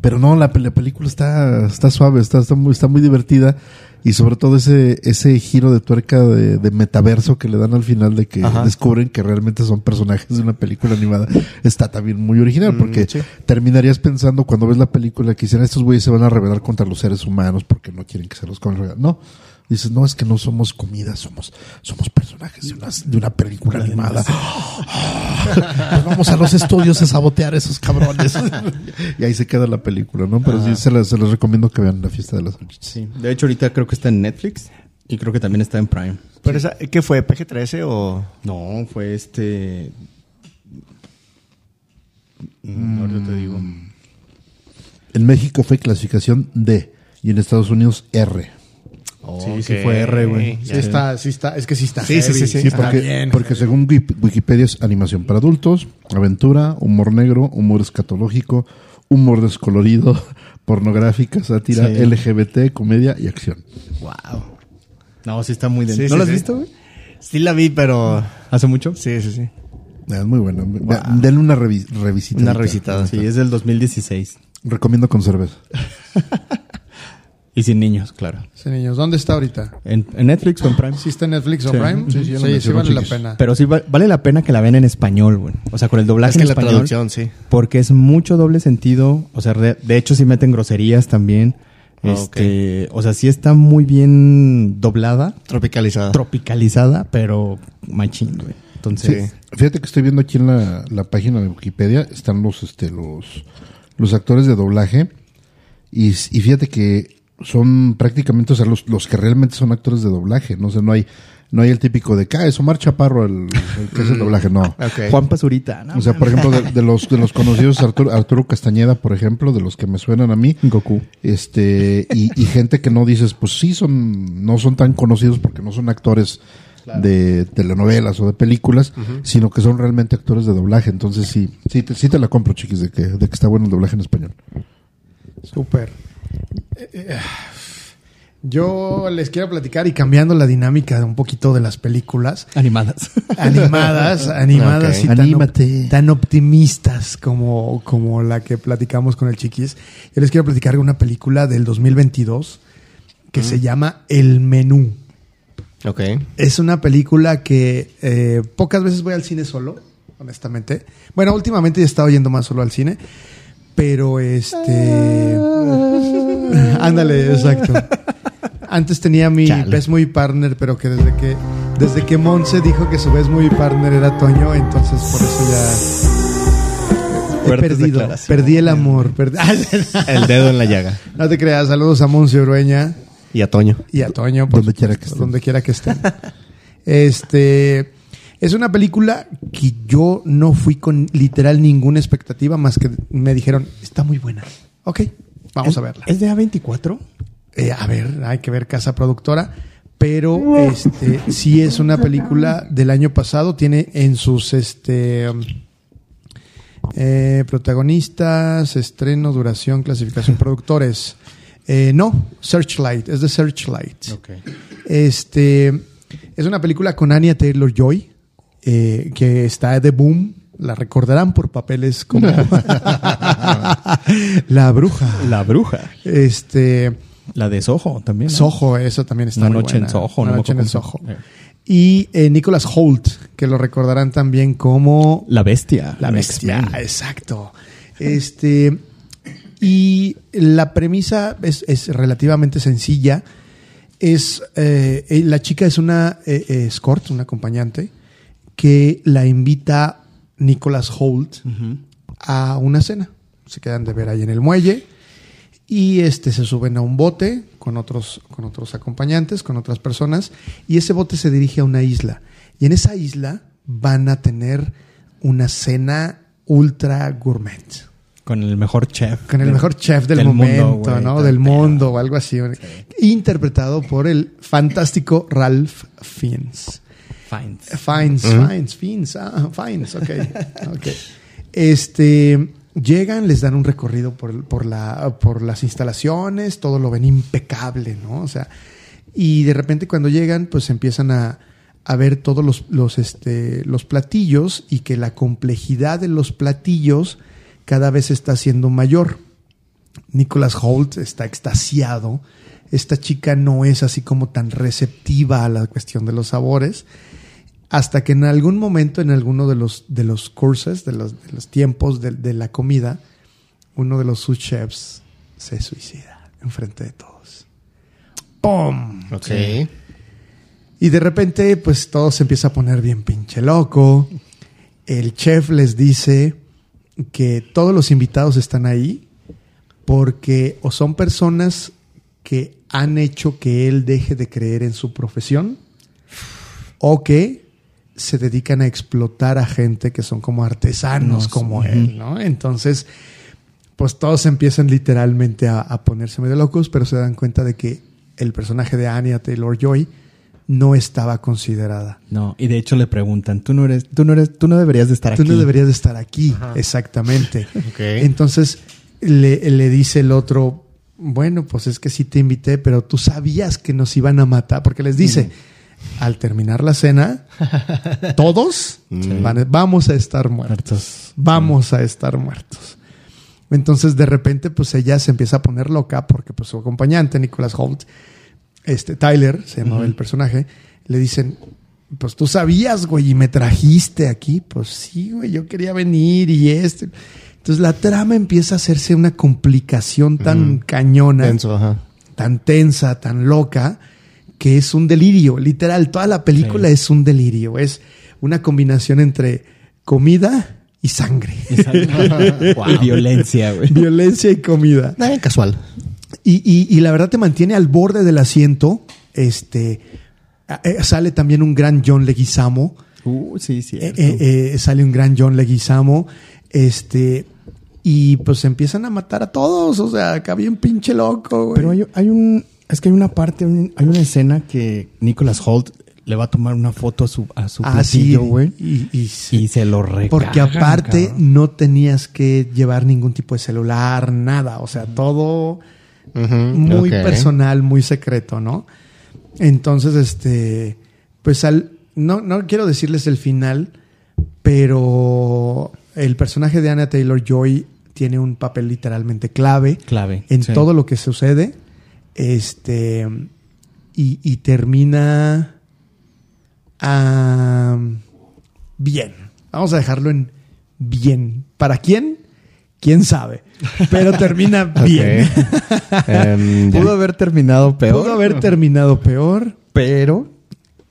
[SPEAKER 3] Pero no, la, pe- la película está, está suave, está, está, muy, está muy divertida. Y sobre todo ese, ese giro de tuerca de, de metaverso que le dan al final de que descubren que realmente son personajes de una película animada está también muy original porque terminarías pensando cuando ves la película que dicen estos güeyes se van a rebelar contra los seres humanos porque no quieren que se los coman. No, dices, no, es que no somos comida, somos, somos personajes de una, de una película animada. Pues vamos a los estudios a sabotear a esos cabrones. y ahí se queda la película, ¿no? Pero sí, se las, se las recomiendo que vean la fiesta de las salchichas.
[SPEAKER 4] Sí. De hecho, ahorita creo que está en Netflix y creo que también está en Prime.
[SPEAKER 2] Pero esa, ¿qué fue? ¿PG-13 o...?
[SPEAKER 4] No, fue este. Mm, Ahorita te digo.
[SPEAKER 3] En México fue clasificación D y en Estados Unidos R.
[SPEAKER 4] Sí, sí, fue R, güey.
[SPEAKER 2] Ya.
[SPEAKER 4] Sí,
[SPEAKER 2] Sí,
[SPEAKER 1] está, sí está, es que sí está.
[SPEAKER 2] Sí, sí, sí, sí.
[SPEAKER 3] Sí, porque, porque según Wik- Wikipedia es animación para adultos, aventura, humor negro, humor escatológico, humor descolorido, <laughs> pornográfica, sátira,
[SPEAKER 4] Sí.
[SPEAKER 3] LGBT, comedia y acción.
[SPEAKER 2] Wow.
[SPEAKER 4] No, sí está muy denso.
[SPEAKER 2] Sí,
[SPEAKER 4] ¿No
[SPEAKER 2] sí,
[SPEAKER 4] lo has
[SPEAKER 2] sí.
[SPEAKER 4] visto, güey?
[SPEAKER 2] Sí la vi, pero...
[SPEAKER 4] ¿Hace mucho?
[SPEAKER 2] Sí, sí, sí.
[SPEAKER 3] Es muy bueno. Ve- Denle una revi- revisita.
[SPEAKER 2] Una revisitada.
[SPEAKER 4] Sí, es del 2016.
[SPEAKER 3] Recomiendo con cerveza.
[SPEAKER 4] <laughs> Y sin niños, claro.
[SPEAKER 1] Sí, niños, ¿dónde está ahorita?
[SPEAKER 4] En, en Netflix o en Prime.
[SPEAKER 1] ¿Sí está en Netflix o
[SPEAKER 4] Sí.
[SPEAKER 1] Prime? Sí, sí,
[SPEAKER 3] no me
[SPEAKER 1] sí,
[SPEAKER 3] sigo,
[SPEAKER 1] vale la
[SPEAKER 3] chiquis.
[SPEAKER 1] pena.
[SPEAKER 4] Pero sí va- vale la pena que la vean en español, güey. O sea, con el doblaje
[SPEAKER 2] Es que
[SPEAKER 4] en
[SPEAKER 2] la
[SPEAKER 4] español.
[SPEAKER 2] traducción, sí.
[SPEAKER 4] Porque es mucho doble sentido. O sea, re- de hecho sí meten groserías también.
[SPEAKER 2] Ah,
[SPEAKER 4] Este, O sea, sí está muy bien doblada,
[SPEAKER 2] Tropicalizada.
[SPEAKER 4] tropicalizada, pero machín, güey. Entonces,
[SPEAKER 3] Fíjate que estoy viendo aquí en la, la página de Wikipedia, están los, este, los, los actores de doblaje y, s- y fíjate que son prácticamente, o sea, los, los que realmente son actores de doblaje, no sé, no hay, no hay el típico de, ah, es Omar Chaparro el, el que hace el doblaje, no.
[SPEAKER 2] Ok.
[SPEAKER 4] Juan Pazurita, ¿no?
[SPEAKER 3] O sea, por ejemplo, de, de los
[SPEAKER 1] <laughs>
[SPEAKER 3] de los conocidos Arturo, Arturo Castañeda, por ejemplo, de los que me suenan a mí,
[SPEAKER 4] Goku.
[SPEAKER 3] este y, y gente que no dices, pues sí son no son tan conocidos porque no son actores de telenovelas o de películas, sino que son realmente actores de doblaje. Entonces sí, sí te, sí te la compro, chiquis, de que de que está bueno el doblaje en español.
[SPEAKER 1] Súper. Eh, eh, Yo les quiero platicar y cambiando la dinámica de un poquito de las películas
[SPEAKER 4] <laughs> Animadas. <laughs>
[SPEAKER 1] animadas, animadas
[SPEAKER 2] <laughs> Ok.
[SPEAKER 1] y tan,
[SPEAKER 3] Anímate.
[SPEAKER 1] op- tan optimistas como, como la que platicamos con el chiquis. Yo les quiero platicar de una película del 2022 que se llama El Menú.
[SPEAKER 2] Ok.
[SPEAKER 1] Es una película que eh, pocas veces voy al cine solo, honestamente. Bueno, últimamente he estado yendo más solo al cine, pero este... <laughs> Ándale, exacto. Antes tenía mi
[SPEAKER 2] Chale.
[SPEAKER 1] Best Movie Partner, pero que desde que desde que Monse dijo que su Best Movie Partner era Toño, entonces por eso ya he
[SPEAKER 4] Fuertes
[SPEAKER 1] perdido,
[SPEAKER 4] declaraciones.
[SPEAKER 1] perdí el amor, perdí- <laughs>
[SPEAKER 2] El dedo en la llaga.
[SPEAKER 1] no te creas, saludos a Monse Urueña.
[SPEAKER 2] Y a Toño.
[SPEAKER 1] Y a Toño, por
[SPEAKER 3] Donde quiera
[SPEAKER 1] supuesto,
[SPEAKER 3] que estén.
[SPEAKER 1] Donde quiera que estén. <laughs> este. Es una película que yo no fui con literal ninguna expectativa más que me dijeron, está muy buena. Ok, vamos a verla.
[SPEAKER 4] ¿Es de A24?
[SPEAKER 1] Eh, a ver, hay que ver casa productora. Pero este sí es una película del año pasado. Tiene en sus este eh, protagonistas, estreno, duración, clasificación, productores. Eh, no, Searchlight, es de Searchlight. Este es una película con Anya Taylor Joy, que está de boom. La recordarán por papeles
[SPEAKER 4] <laughs>
[SPEAKER 1] como La Bruja.
[SPEAKER 4] La bruja.
[SPEAKER 1] Este.
[SPEAKER 4] La de Soho también. ¿no?
[SPEAKER 1] Soho, eso también está
[SPEAKER 4] Una
[SPEAKER 1] muy
[SPEAKER 4] noche en
[SPEAKER 1] buena.
[SPEAKER 4] Soho,
[SPEAKER 1] Una
[SPEAKER 4] no me
[SPEAKER 1] noche en el
[SPEAKER 4] acuerdo
[SPEAKER 1] Soho.
[SPEAKER 4] cómo se- eh.
[SPEAKER 1] Y eh, Nicholas Holt, que lo recordarán también como
[SPEAKER 4] La bestia.
[SPEAKER 1] la
[SPEAKER 4] en
[SPEAKER 1] bestia.
[SPEAKER 4] X-Men.
[SPEAKER 1] Exacto. Este, y la premisa es, es relativamente sencilla. Es eh, eh, la chica es una eh, eh, escort, una acompañante, que la invita Nicholas Holt a una cena. Se quedan de ver ahí en el muelle. Y este se suben a un bote con otros, con otros acompañantes, con otras personas, y ese bote se dirige a una isla. Y en esa isla van a tener una cena ultra gourmet.
[SPEAKER 4] Con el mejor chef.
[SPEAKER 1] Con el
[SPEAKER 4] del-
[SPEAKER 1] mejor chef del,
[SPEAKER 4] mundo,
[SPEAKER 1] momento,
[SPEAKER 4] güey,
[SPEAKER 1] ¿no?
[SPEAKER 4] tal
[SPEAKER 1] Del
[SPEAKER 4] pedo.
[SPEAKER 1] mundo o algo así. Interpretado por el fantástico Ralph Fiennes.
[SPEAKER 4] Fines.
[SPEAKER 1] Eh, Fines, fines, fines, ah, fines, ok, ok. Este, llegan, les dan un recorrido por, el- por, la, por las instalaciones, todo lo ven impecable, ¿no? O sea, y de repente cuando llegan, pues empiezan a, a ver todos los, los, este, los platillos y que la complejidad de los platillos cada vez está siendo mayor. Nicholas Holt está extasiado. Esta chica no es así como tan receptiva a la cuestión de los sabores. Hasta que en algún momento, en alguno de los, de los cursos, de los, de los tiempos de, de la comida, uno de los sous chefs se suicida enfrente de todos. ¡Pum!
[SPEAKER 2] Ok.
[SPEAKER 1] Y de repente, pues todo se empieza a poner bien pinche loco. El chef les dice que todos los invitados están ahí porque o son personas que han hecho que él deje de creer en su profesión o que se dedican a explotar a gente que son como artesanos como él, ¿no? Entonces, pues todos empiezan literalmente a, a ponerse medio locos, pero se dan cuenta de que el personaje de Anya Taylor Joy no estaba considerada.
[SPEAKER 4] No, y de hecho le preguntan, tú no eres, tú no eres, tú no deberías de estar
[SPEAKER 1] Tú
[SPEAKER 4] aquí.
[SPEAKER 1] no
[SPEAKER 4] <laughs>
[SPEAKER 1] deberías de estar aquí, exactamente.
[SPEAKER 2] Ok.
[SPEAKER 1] Entonces le, le dice el otro, bueno, pues es que sí te invité, pero tú sabías que nos iban a matar, porque les dice, al terminar la cena, todos van a- vamos a estar muertos, vamos a estar muertos. Entonces de repente pues ella se empieza a poner loca porque pues su acompañante, Nicholas Holt, este Tyler, se llamaba el personaje, le dicen, pues tú sabías, güey, y me trajiste aquí. Pues sí, güey, yo quería venir y esto. Entonces la trama empieza a hacerse una complicación tan cañona,
[SPEAKER 2] Denso,
[SPEAKER 1] <laughs>
[SPEAKER 2] ajá.
[SPEAKER 1] tan tensa, tan loca, que es un delirio. Literal, toda la película es un delirio. Es una combinación entre comida y
[SPEAKER 4] <laughs>
[SPEAKER 1] sangre.
[SPEAKER 4] Y violencia, güey.
[SPEAKER 1] Violencia y comida.
[SPEAKER 2] Nada casual.
[SPEAKER 1] Y, y- y la verdad te mantiene al borde del asiento. Este a- eh, sale también un gran John Leguizamo.
[SPEAKER 4] Uh, sí, sí.
[SPEAKER 1] Eh, eh, eh, sale un gran John Leguizamo. Este. Y pues empiezan a matar a todos. O sea, acá bien pinche loco, güey.
[SPEAKER 4] Pero hay, hay un. Es que hay una parte, hay un- hay una escena que Nicholas Holt le va a tomar una foto a su, a su
[SPEAKER 1] Ah, sí,
[SPEAKER 4] platillo, güey.
[SPEAKER 1] y- y se-
[SPEAKER 4] Y se lo recagan.
[SPEAKER 1] Porque aparte
[SPEAKER 4] cabrón.
[SPEAKER 1] no tenías que llevar ningún tipo de celular, nada. O sea, todo muy
[SPEAKER 2] ok.
[SPEAKER 1] personal, muy secreto, ¿no? Entonces, este, pues al, no, no quiero decirles el final, pero el personaje de Anna Taylor Joy tiene un papel literalmente clave
[SPEAKER 4] Clave.
[SPEAKER 1] en
[SPEAKER 4] sí.
[SPEAKER 1] todo lo que sucede. Este. Y, y termina. ah, bien. Vamos a dejarlo en bien. ¿Para quién? ¿Quién sabe? Pero
[SPEAKER 4] <laughs>
[SPEAKER 1] termina bien.
[SPEAKER 2] Em, ya.
[SPEAKER 4] Pudo haber terminado peor.
[SPEAKER 1] Pudo haber terminado peor.
[SPEAKER 4] Pero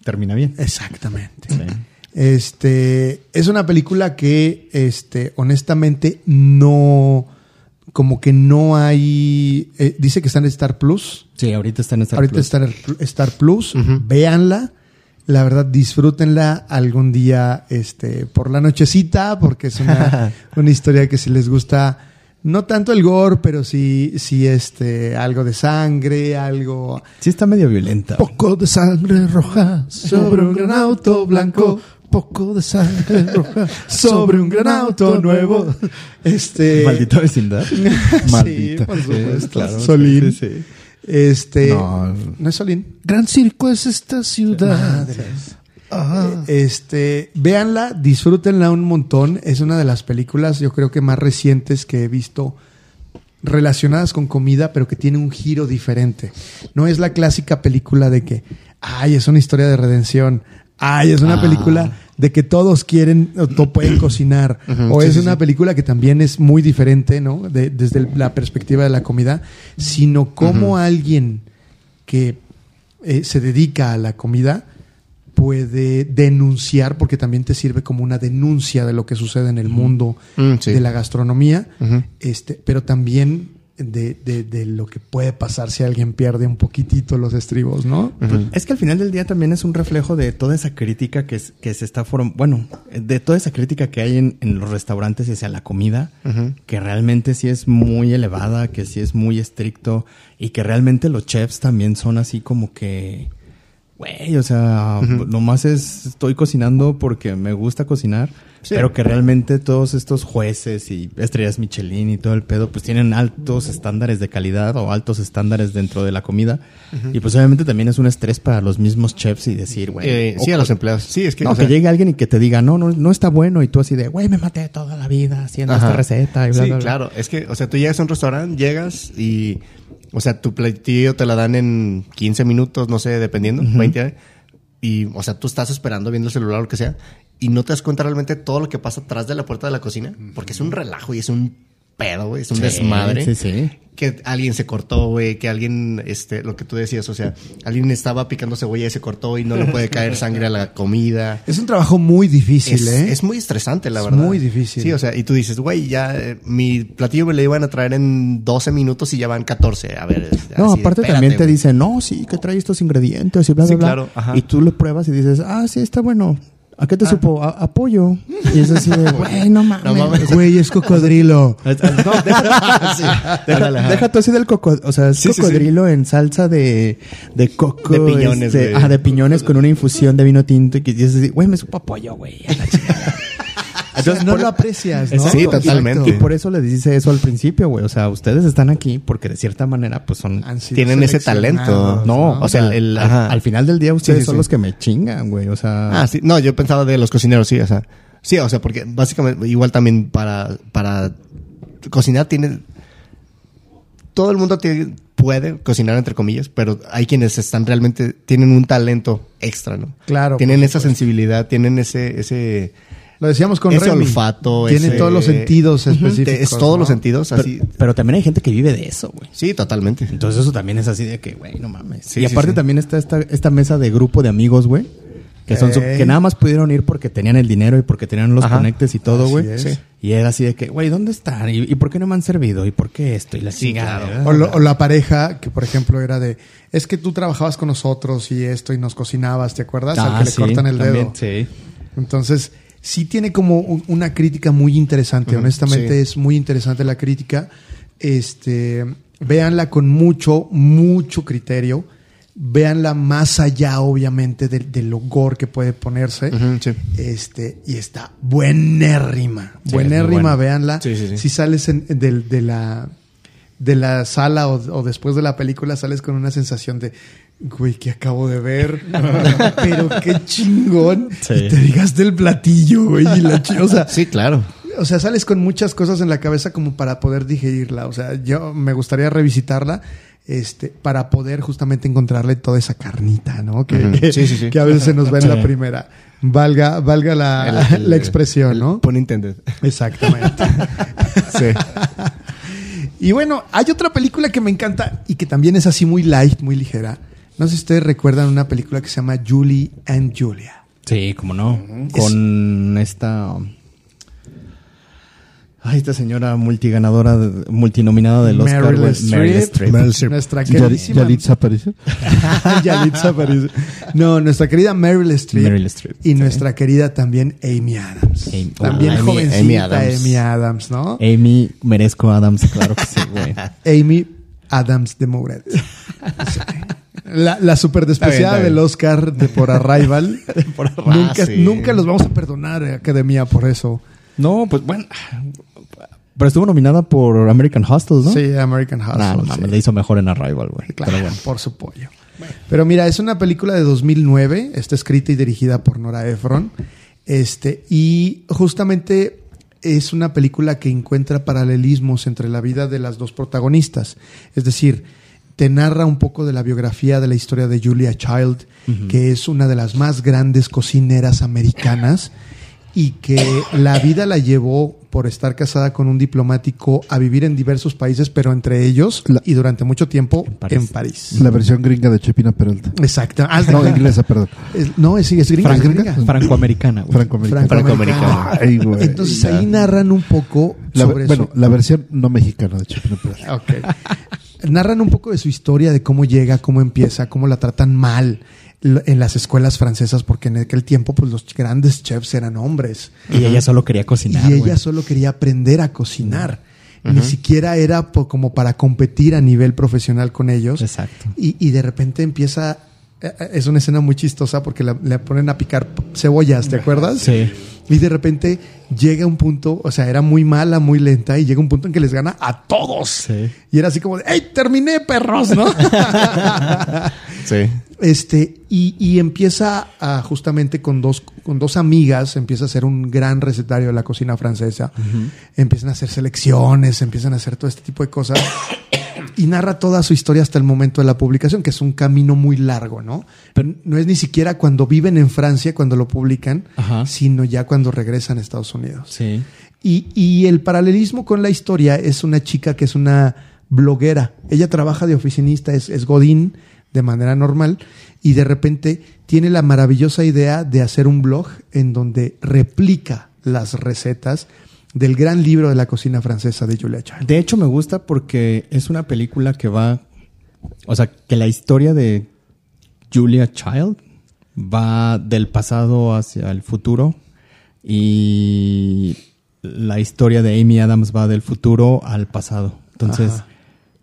[SPEAKER 4] termina bien.
[SPEAKER 1] Exactamente. Este es una película que, este, honestamente, no, como que no hay. eh, dice que está en Star Plus.
[SPEAKER 4] Sí, ahorita está en esta.
[SPEAKER 1] Ahorita está en el Star Plus, véanla. La verdad, disfrútenla algún día este, por la nochecita, porque es una, una historia que si les gusta, no tanto el gore, pero sí, sí este, algo de sangre, algo...
[SPEAKER 4] Sí, está medio violenta. güey.
[SPEAKER 3] Poco de sangre roja
[SPEAKER 1] Sobre un gran auto blanco,
[SPEAKER 3] Poco de sangre roja
[SPEAKER 1] sobre un gran auto nuevo. Este,
[SPEAKER 4] Maldita <laughs> vecindad.
[SPEAKER 1] Maldita. <laughs>
[SPEAKER 3] Maldita.
[SPEAKER 1] Sí, por supuesto.
[SPEAKER 4] Sí, claro,
[SPEAKER 1] Solín.
[SPEAKER 4] sí, sí, sí.
[SPEAKER 1] Este,
[SPEAKER 3] No.
[SPEAKER 1] no es Solín.
[SPEAKER 3] Gran circo es esta ciudad.
[SPEAKER 1] Eh, Este, véanla, disfrútenla un montón. Es una de las películas, yo creo que más recientes que he visto relacionadas con comida, pero que tiene un giro diferente. No es
[SPEAKER 2] Ah.
[SPEAKER 1] la clásica película de que, ay, es una historia de redención. Ay, es una película de que todos quieren o to- pueden cocinar. o es una película que también es muy diferente, ¿no? De- desde el- la perspectiva de la comida, sino cómo alguien que eh, se dedica a la comida puede denunciar, porque también te sirve como una denuncia de lo que sucede en el mundo
[SPEAKER 2] Mm, sí.
[SPEAKER 1] de la gastronomía,
[SPEAKER 2] Ujú.
[SPEAKER 1] este, pero también de, de- de lo que puede pasar si alguien pierde un poquitito los estribos, ¿no?
[SPEAKER 4] Es que al final del día también es un reflejo de toda esa crítica que, es- que se está formando, bueno, de toda esa crítica que hay en, en los restaurantes hacia la comida, que realmente sí es muy elevada, que sí es muy estricto y que realmente los chefs también son así como que, güey, o sea, nomás es, estoy cocinando porque me gusta cocinar, pero que realmente todos estos jueces y estrellas Michelin y todo el pedo, pues tienen altos estándares de calidad o altos estándares dentro de la comida. Y pues obviamente también es un estrés para los mismos chefs y decir, güey,
[SPEAKER 2] Eh,
[SPEAKER 4] o
[SPEAKER 2] sí, a los empleados. Sí, es
[SPEAKER 4] no, que llegue alguien y que te diga, no, no, no está bueno. Y tú así de, güey, me maté toda la vida haciendo
[SPEAKER 2] Ajá.
[SPEAKER 4] esta receta y bla,
[SPEAKER 2] sí,
[SPEAKER 4] bla, bla.
[SPEAKER 2] claro. Es que, o sea, tú llegas a un restaurante, llegas y, o sea, tu platillo te la dan en 15 minutos, no sé, dependiendo, 20. Y, o sea, tú estás esperando, viendo el celular o lo que sea, y no te das cuenta realmente todo lo que pasa atrás de la puerta de la cocina, porque es un relajo y es un pedo, güey, es un
[SPEAKER 4] Sí,
[SPEAKER 2] desmadre.
[SPEAKER 4] sí, sí.
[SPEAKER 2] Que alguien se cortó, güey, que alguien, este, lo que tú decías, o sea, alguien estaba picando cebolla y se cortó y no le puede
[SPEAKER 4] <laughs>
[SPEAKER 2] caer sangre a la comida.
[SPEAKER 1] Es un trabajo muy difícil,
[SPEAKER 2] Es,
[SPEAKER 1] ¿eh?
[SPEAKER 2] es muy estresante, la
[SPEAKER 1] Es
[SPEAKER 2] verdad.
[SPEAKER 1] muy difícil.
[SPEAKER 2] Sí, o sea, y tú dices, güey, ya eh, mi platillo me lo iban a traer en 12 minutos y ya van 14. A ver. es-
[SPEAKER 4] No,
[SPEAKER 2] así de,
[SPEAKER 4] aparte
[SPEAKER 2] espérate,
[SPEAKER 4] también te
[SPEAKER 2] güey.
[SPEAKER 4] dicen, no, sí, que trae estos ingredientes y bla,
[SPEAKER 2] Sí,
[SPEAKER 4] bla, bla.
[SPEAKER 2] claro, ajá. Ah.
[SPEAKER 4] Y tú lo pruebas y dices, ah, sí, está bueno. ¿A qué te supo? A, a pollo. Y es
[SPEAKER 2] <laughs>
[SPEAKER 4] así de, güey, no mames.
[SPEAKER 2] No mames.
[SPEAKER 1] Güey, es cocodrilo.
[SPEAKER 4] Ah, No,
[SPEAKER 2] <laughs>
[SPEAKER 4] deja,
[SPEAKER 2] Sí,
[SPEAKER 4] deja,
[SPEAKER 2] ándale, ajá.
[SPEAKER 4] deja tú así del coco, o sea, es
[SPEAKER 2] Sí, sí, sí.
[SPEAKER 4] cocodrilo en salsa de, de coco.
[SPEAKER 2] De piñones,
[SPEAKER 4] este,
[SPEAKER 2] güey.
[SPEAKER 4] ajá, de piñones con una infusión de vino tinto. Y que dices, así, güey, me supo a pollo, güey. a la
[SPEAKER 2] <laughs>
[SPEAKER 4] chingada".
[SPEAKER 1] Entonces, no
[SPEAKER 4] por-
[SPEAKER 1] lo aprecias, ¿no?
[SPEAKER 4] Exacto.
[SPEAKER 2] Sí, totalmente.
[SPEAKER 4] Y por eso les dice eso al principio, güey. O sea, ustedes están aquí porque de cierta manera, pues son
[SPEAKER 1] Han sido
[SPEAKER 2] Tienen ese
[SPEAKER 1] seleccionados,
[SPEAKER 2] talento.
[SPEAKER 4] no, o sea, el- el-
[SPEAKER 2] Ajá.
[SPEAKER 4] al, al final del día ustedes
[SPEAKER 2] Sí, sí,
[SPEAKER 4] son
[SPEAKER 2] sí.
[SPEAKER 4] los que me chingan, güey. O sea,
[SPEAKER 2] Ah, sí. No, yo pensaba de los cocineros, sí, o sea. Sí, o sea, porque básicamente, igual también para, para cocinar tiene. Todo el mundo tiene- puede cocinar, entre comillas, pero hay quienes están realmente. tienen un talento extra, ¿no?
[SPEAKER 1] Claro,
[SPEAKER 2] Tienen
[SPEAKER 1] por
[SPEAKER 2] esa sensibilidad, tienen ese. ese
[SPEAKER 1] Lo decíamos con
[SPEAKER 2] ese
[SPEAKER 1] Remy.
[SPEAKER 2] olfato.
[SPEAKER 1] Tiene
[SPEAKER 2] ese-
[SPEAKER 1] todos los sentidos
[SPEAKER 2] Ujú.
[SPEAKER 1] específicos.
[SPEAKER 2] Es todos
[SPEAKER 1] ¿no?
[SPEAKER 2] los sentidos,
[SPEAKER 4] pero,
[SPEAKER 2] así.
[SPEAKER 4] pero también hay gente que vive de eso, güey.
[SPEAKER 2] sí, totalmente.
[SPEAKER 4] Entonces eso también es así de que, güey, no mames.
[SPEAKER 2] Sí,
[SPEAKER 4] y
[SPEAKER 2] sí,
[SPEAKER 4] aparte
[SPEAKER 2] sí.
[SPEAKER 4] también está esta, esta mesa de grupo de amigos, güey. Que, son su-
[SPEAKER 1] Ey.
[SPEAKER 4] que nada más pudieron ir porque tenían el dinero y porque tenían los
[SPEAKER 2] Ajá.
[SPEAKER 4] conectes y todo,
[SPEAKER 1] Así
[SPEAKER 4] güey.
[SPEAKER 1] es.
[SPEAKER 4] Sí. Y era así de que, güey, ¿dónde están? ¿Y, y por qué no me han servido? ¿Y por qué esto? Y la chingada. ¿verdad?
[SPEAKER 1] O, lo- o la pareja que, por ejemplo, era de, es que tú trabajabas con nosotros y esto y nos cocinabas, ¿te acuerdas?
[SPEAKER 4] Ah,
[SPEAKER 1] Al que
[SPEAKER 4] sí,
[SPEAKER 1] le cortan el dedo.
[SPEAKER 4] también, Sí.
[SPEAKER 1] Entonces, sí tiene como un- una crítica muy interesante. Honestamente,
[SPEAKER 2] sí.
[SPEAKER 1] es muy interesante la crítica. Este, véanla con mucho, mucho criterio. Véanla más allá, obviamente, del, del logor que puede ponerse.
[SPEAKER 2] Ujú, sí.
[SPEAKER 1] Este, y está buenérrima.
[SPEAKER 4] Sí, es muy
[SPEAKER 1] buenérrima,
[SPEAKER 4] buena.
[SPEAKER 1] véanla.
[SPEAKER 2] Sí, sí, sí.
[SPEAKER 1] Si sales en- del- de, la de la sala o, o después de la película sales con una sensación de güey, que acabo de
[SPEAKER 4] <laughs>
[SPEAKER 1] ver, pero qué chingón.
[SPEAKER 4] Sí.
[SPEAKER 1] Y te digas del platillo, güey, y la chi- o sea,
[SPEAKER 2] Sí, claro.
[SPEAKER 1] o sea, sales con muchas cosas en la cabeza como para poder digerirla, o sea, yo me gustaría revisitarla este para poder justamente encontrarle toda esa carnita, ¿no? Que,
[SPEAKER 2] Ujú.
[SPEAKER 1] que-
[SPEAKER 2] Sí, sí, sí.
[SPEAKER 1] que a veces se nos ve en la primera. Valga, valga la,
[SPEAKER 2] El- el-
[SPEAKER 1] la expresión,
[SPEAKER 2] el-
[SPEAKER 1] ¿no?
[SPEAKER 2] Pon intended.
[SPEAKER 1] Exactamente.
[SPEAKER 2] <laughs> Sí.
[SPEAKER 1] <laughs> Y bueno, hay otra película que me encanta y que también es así muy light, muy ligera. No sé si ustedes recuerdan una película que se llama Julie and Julia.
[SPEAKER 4] Sí, como no. Con esta. Ay, esta señora multiganadora, de- multinominada del Oscar.
[SPEAKER 1] Meryl
[SPEAKER 4] güey.
[SPEAKER 1] Streep.
[SPEAKER 4] Meryl Streep.
[SPEAKER 3] Meryl Streep.
[SPEAKER 1] Nuestra
[SPEAKER 3] Yali-
[SPEAKER 1] queridísima.
[SPEAKER 3] Yalitza aparece.
[SPEAKER 1] <laughs> Yalitza Aparicio. No, nuestra querida Meryl Streep.
[SPEAKER 4] Meryl Streep,
[SPEAKER 1] Y nuestra querida también Amy Adams.
[SPEAKER 4] Amy-
[SPEAKER 1] también
[SPEAKER 4] Ah, Amy-
[SPEAKER 1] jovencita Amy Adams.
[SPEAKER 2] Amy Adams.
[SPEAKER 1] ¿no?
[SPEAKER 4] Amy, merezco a Adams, claro que sí,
[SPEAKER 1] <laughs>
[SPEAKER 4] güey.
[SPEAKER 1] Amy Adams de Mouret. Sí. La, la super
[SPEAKER 2] Está bien, está bien.
[SPEAKER 1] del Oscar de por Arrival.
[SPEAKER 2] Por arriba,
[SPEAKER 1] nunca,
[SPEAKER 2] sí.
[SPEAKER 1] nunca los vamos a perdonar, eh, Academia, por eso.
[SPEAKER 4] No, pues bueno. Pero estuvo nominada por American Hostels, ¿no?
[SPEAKER 1] Sí, American Hustle.
[SPEAKER 4] Nah, no mames,
[SPEAKER 1] sí.
[SPEAKER 4] le hizo mejor en Arrival, güey.
[SPEAKER 1] Claro,
[SPEAKER 4] Pero bueno.
[SPEAKER 1] por su pollo. Pero mira, es una película de 2009, está escrita y dirigida por Nora Ephron. Este, y justamente es una película que encuentra paralelismos entre la vida de las dos protagonistas. Es decir, te narra un poco de la biografía de la historia de Julia Child, que es una de las más grandes cocineras americanas y que la vida la llevó por estar casada con un diplomático a vivir en diversos países, pero entre ellos y durante mucho tiempo en París.
[SPEAKER 4] París.
[SPEAKER 3] La versión gringa de Chepina Peralta.
[SPEAKER 1] Exacto. Haz de
[SPEAKER 3] No,
[SPEAKER 1] cuenta.
[SPEAKER 3] inglesa, perdón.
[SPEAKER 1] Es- no, es, es gringa. es gringa.
[SPEAKER 4] Francoamericana, güey.
[SPEAKER 3] Francoamericana.
[SPEAKER 1] Francoamericana.
[SPEAKER 3] Ay, güey.
[SPEAKER 1] Entonces ahí narran un poco
[SPEAKER 3] La-
[SPEAKER 1] sobre
[SPEAKER 3] bueno,
[SPEAKER 1] su- Ah,
[SPEAKER 3] la versión no mexicana de Chepina Peralta.
[SPEAKER 1] narran un poco de su historia, de cómo llega, cómo empieza, cómo la tratan mal lo- en las escuelas francesas, porque en aquel tiempo pues los grandes chefs eran hombres
[SPEAKER 4] Y ella solo quería cocinar.
[SPEAKER 1] y ella
[SPEAKER 4] güey.
[SPEAKER 1] solo quería aprender a cocinar. Ni siquiera era po- como para competir a nivel profesional con ellos.
[SPEAKER 4] Exacto.
[SPEAKER 1] Y, y de repente empieza. eh, eh, Es una escena muy chistosa porque la- le ponen a picar p- cebollas, ¿te acuerdas?
[SPEAKER 4] Sí.
[SPEAKER 1] Y de repente llega un punto, o sea, era muy mala, muy lenta, y llega un punto en que les gana a todos.
[SPEAKER 4] Sí.
[SPEAKER 1] Y era así como, de, ¡Ey, terminé, perros!
[SPEAKER 4] <laughs>
[SPEAKER 1] ¿No?
[SPEAKER 4] Sí.
[SPEAKER 1] Este, y, y empieza a, justamente con dos, con dos amigas, empieza a hacer un gran recetario de la cocina francesa. Empiezan a hacer selecciones, empiezan a hacer todo este tipo de cosas. y narra toda su historia hasta el momento de la publicación, que es un camino muy largo, ¿no? Pero no es ni siquiera cuando viven en Francia, cuando lo publican,
[SPEAKER 4] Ajá.
[SPEAKER 1] sino ya cuando regresan a Estados Unidos.
[SPEAKER 4] Sí.
[SPEAKER 1] Y, y el paralelismo con la historia es una chica que es una bloguera. Ella trabaja de oficinista, es, es Godín de manera normal y de repente tiene la maravillosa idea de hacer un blog en donde replica las recetas del gran libro de la cocina francesa de Julia Child.
[SPEAKER 4] De hecho, me gusta porque es una película que va. O sea, que la historia de Julia Child va del pasado hacia el futuro. Y la historia de Amy Adams va del futuro al pasado. Entonces,
[SPEAKER 1] Ajá.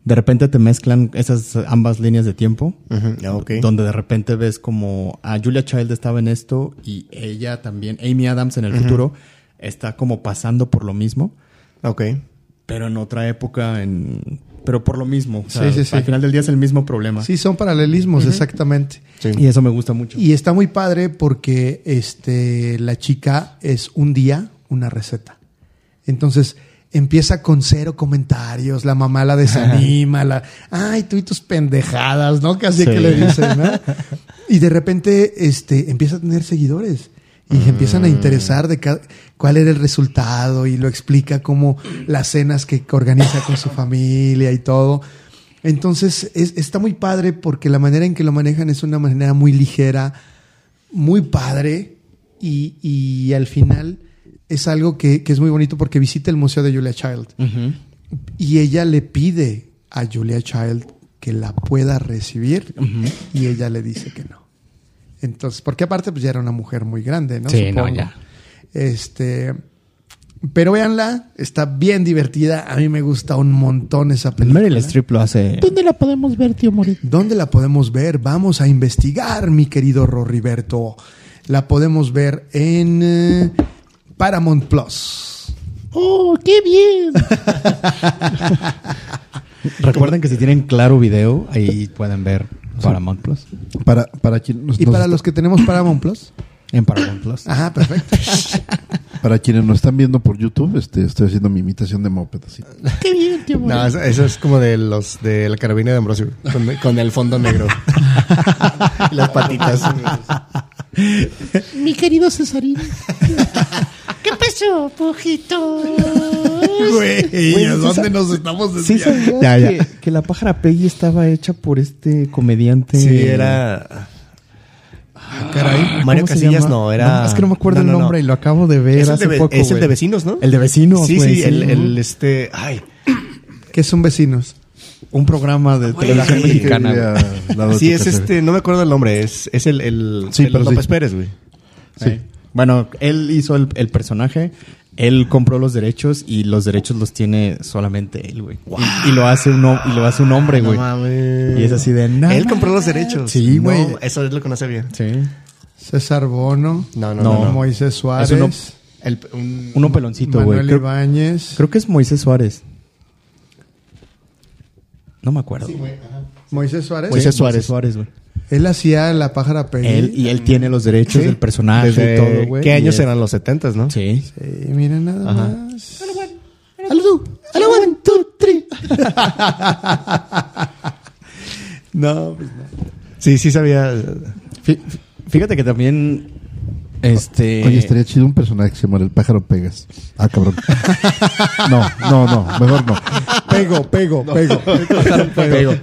[SPEAKER 4] de repente te mezclan esas ambas líneas de tiempo.
[SPEAKER 2] Ujú, Ah, ok.
[SPEAKER 4] Donde de repente ves como a Julia Child estaba en esto y ella también, Amy Adams en el futuro, está como pasando por lo mismo
[SPEAKER 2] Ok.
[SPEAKER 4] pero en otra época, en, pero por lo mismo. O sea,
[SPEAKER 1] Sí, sí, sí.
[SPEAKER 4] Al final del día es el mismo problema.
[SPEAKER 1] Sí, son paralelismos, exactamente.
[SPEAKER 2] Sí.
[SPEAKER 4] Y eso me gusta mucho.
[SPEAKER 1] Y está muy padre porque este, la chica es un día una receta. Entonces empieza con cero comentarios, la mamá la desanima, la, ay, tú y tus pendejadas, ¿no? Casi que le dicen, ¿no? Y de repente este, empieza a tener seguidores. Y empiezan a interesar de ca- cuál era el resultado y lo explica como las cenas que organiza con su familia y todo. Entonces es- está muy padre porque la manera en que lo manejan es una manera muy ligera, muy padre y, y al final es algo que, que es muy bonito porque visita el museo de Julia Child y ella le pide a Julia Child que la pueda recibir y ella le dice que no. Entonces, porque aparte pues ya era una mujer muy grande, ¿no?
[SPEAKER 4] Sí, no, ya.
[SPEAKER 1] Este, pero véanla, está bien divertida, a mí me gusta un montón esa película.
[SPEAKER 4] Meryl Streep lo hace.
[SPEAKER 1] ¿Dónde la podemos ver? Vamos a investigar, mi querido Rorriberto. La podemos ver en eh, Paramount Plus.
[SPEAKER 4] Recuerden que si tienen claro video, ahí pueden ver Paramount Plus.
[SPEAKER 3] Para, para, quien nos-
[SPEAKER 1] ¿Y
[SPEAKER 3] nos
[SPEAKER 1] para
[SPEAKER 3] está-
[SPEAKER 1] los que tenemos Paramount
[SPEAKER 2] <laughs>
[SPEAKER 1] Plus?
[SPEAKER 4] En Paramount <laughs> Plus.
[SPEAKER 1] Ajá, <laughs> perfecto.
[SPEAKER 3] para quienes nos están viendo por YouTube, este, estoy haciendo mi imitación de Moped. Así.
[SPEAKER 2] No, eso, eso es como de los de la carabina de Ambrosio, güey, con, con el fondo
[SPEAKER 4] <laughs>
[SPEAKER 2] negro. Y Las patitas.
[SPEAKER 7] Mi querido Cesarín. ¿Qué pasó, pujito?
[SPEAKER 1] Güey, ¿a
[SPEAKER 4] ¿sí
[SPEAKER 1] dónde
[SPEAKER 4] sab-
[SPEAKER 1] nos estamos
[SPEAKER 4] Sí,
[SPEAKER 1] desviando?
[SPEAKER 4] sabías
[SPEAKER 2] Ya, ya.
[SPEAKER 4] Que, que la pájara Peggy estaba hecha por este comediante.
[SPEAKER 2] Sí, era.
[SPEAKER 4] Ah, ¿Cómo
[SPEAKER 2] Mario
[SPEAKER 4] se
[SPEAKER 2] Casillas,
[SPEAKER 4] llama?
[SPEAKER 2] no, era.
[SPEAKER 4] es que no me acuerdo
[SPEAKER 2] No,
[SPEAKER 4] el
[SPEAKER 2] no,
[SPEAKER 4] nombre
[SPEAKER 2] no.
[SPEAKER 4] y lo acabo de ver
[SPEAKER 2] Es el
[SPEAKER 4] hace
[SPEAKER 2] de ve-
[SPEAKER 4] poco.
[SPEAKER 2] es el
[SPEAKER 4] güey.
[SPEAKER 2] de vecinos, ¿no?
[SPEAKER 4] El de vecinos,
[SPEAKER 2] Sí,
[SPEAKER 4] güey,
[SPEAKER 2] sí, el, el, este. Ay.
[SPEAKER 1] ¿Qué son vecinos?
[SPEAKER 4] Un programa de televisión
[SPEAKER 2] sí,
[SPEAKER 4] mexicana. güey.
[SPEAKER 2] Sí, es este. No me acuerdo el nombre. Es, es el. el
[SPEAKER 3] Sí,
[SPEAKER 2] el
[SPEAKER 3] pero sí.
[SPEAKER 2] López Pérez, güey.
[SPEAKER 4] Sí. Bueno, él hizo el, el personaje, él compró los derechos y los derechos los tiene solamente él, güey. Y, y lo hace un hom- y lo hace un hombre, güey.
[SPEAKER 2] mames.
[SPEAKER 4] y es así de no
[SPEAKER 2] Él compró los
[SPEAKER 4] mames.
[SPEAKER 2] derechos.
[SPEAKER 4] Sí,
[SPEAKER 2] No,
[SPEAKER 4] güey.
[SPEAKER 2] eso es lo que no sabía.
[SPEAKER 4] Sí.
[SPEAKER 1] César Bono.
[SPEAKER 2] No, no, no, no.
[SPEAKER 1] Moisés Suárez.
[SPEAKER 4] uno-
[SPEAKER 2] El- un-
[SPEAKER 4] Uno peloncito, güey.
[SPEAKER 1] Manuel
[SPEAKER 4] Creo,
[SPEAKER 1] Ibáñez.
[SPEAKER 4] creo que es Moisés Suárez. No me acuerdo.
[SPEAKER 1] Moisés Suárez.
[SPEAKER 4] Moisés Suárez. Suárez, güey.
[SPEAKER 1] Él hacía la pájara Peggy.
[SPEAKER 4] Él, y él tiene los derechos
[SPEAKER 2] Sí.
[SPEAKER 4] del personaje
[SPEAKER 2] Desde-
[SPEAKER 4] y todo, güey.
[SPEAKER 2] ¿Qué
[SPEAKER 4] Y
[SPEAKER 2] años
[SPEAKER 4] es-
[SPEAKER 2] eran los 70, no?
[SPEAKER 4] Sí.
[SPEAKER 1] Sí, mira Eh, nada más.
[SPEAKER 4] No, pues no.
[SPEAKER 2] Sí, sí sabía.
[SPEAKER 4] Fí- Fíjate que también. Este.
[SPEAKER 3] Oye, estaría chido un personaje que se llama el pájaro Pegas. Ah, <laughs> cabrón. No, no, no, mejor no.
[SPEAKER 8] Pego, pego, pego.
[SPEAKER 2] Pego.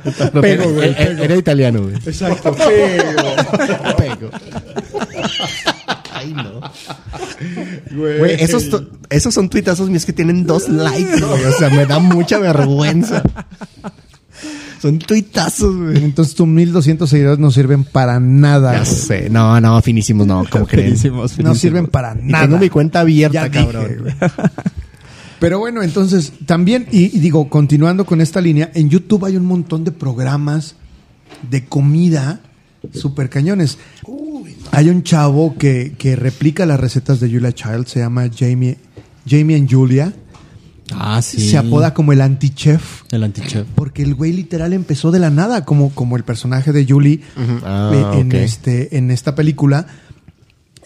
[SPEAKER 8] Pego,
[SPEAKER 2] No, pero-
[SPEAKER 8] güey,
[SPEAKER 2] eh, eh,
[SPEAKER 8] pego.
[SPEAKER 2] Era italiano, güey.
[SPEAKER 8] Exacto, pego.
[SPEAKER 2] Pego. Ay, no. Güey, esos, to- esos son tuitazos míos que tienen <laughs> dos likes, güey. O sea, me da mucha vergüenza. Son tuitazos, güey.
[SPEAKER 1] Entonces tus 1200 seguidores no sirven para nada.
[SPEAKER 2] Ya
[SPEAKER 1] güey.
[SPEAKER 2] sé. No, no, finísimos, no. ¿Cómo <laughs> creen?
[SPEAKER 4] Finísimos,
[SPEAKER 1] Eh, No
[SPEAKER 4] finísimos.
[SPEAKER 1] sirven para
[SPEAKER 2] Y
[SPEAKER 1] nada.
[SPEAKER 2] tengo mi cuenta
[SPEAKER 1] Ya
[SPEAKER 2] abierta,
[SPEAKER 1] dije,
[SPEAKER 2] cabrón.
[SPEAKER 1] güey. <laughs> Pero bueno, entonces también, y, y digo, continuando con esta línea, en YouTube hay un montón de programas de comida super cañones. Hay un chavo que, que replica las recetas de Julia Child, se llama Jamie, Jamie and Julia.
[SPEAKER 4] Ah, sí.
[SPEAKER 1] Se apoda como el anti-chef.
[SPEAKER 4] El antichef.
[SPEAKER 1] Porque el güey literal empezó de la nada, como, como el personaje de Julie
[SPEAKER 2] Ah,
[SPEAKER 1] eh, en,
[SPEAKER 2] ok.
[SPEAKER 1] este, en esta película.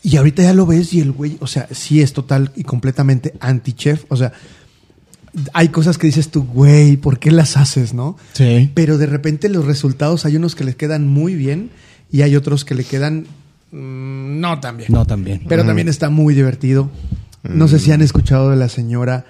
[SPEAKER 1] Y ahorita ya lo ves y el güey, o sea, sí es total y completamente anti-chef. O sea, hay cosas que dices tú, güey, ¿por qué las haces, no?
[SPEAKER 4] Sí.
[SPEAKER 1] Pero de repente los resultados hay unos que les quedan muy bien y hay otros que le quedan mm, no tan bien.
[SPEAKER 4] No, también.
[SPEAKER 1] Pero también está muy divertido. No sé si han escuchado de la señora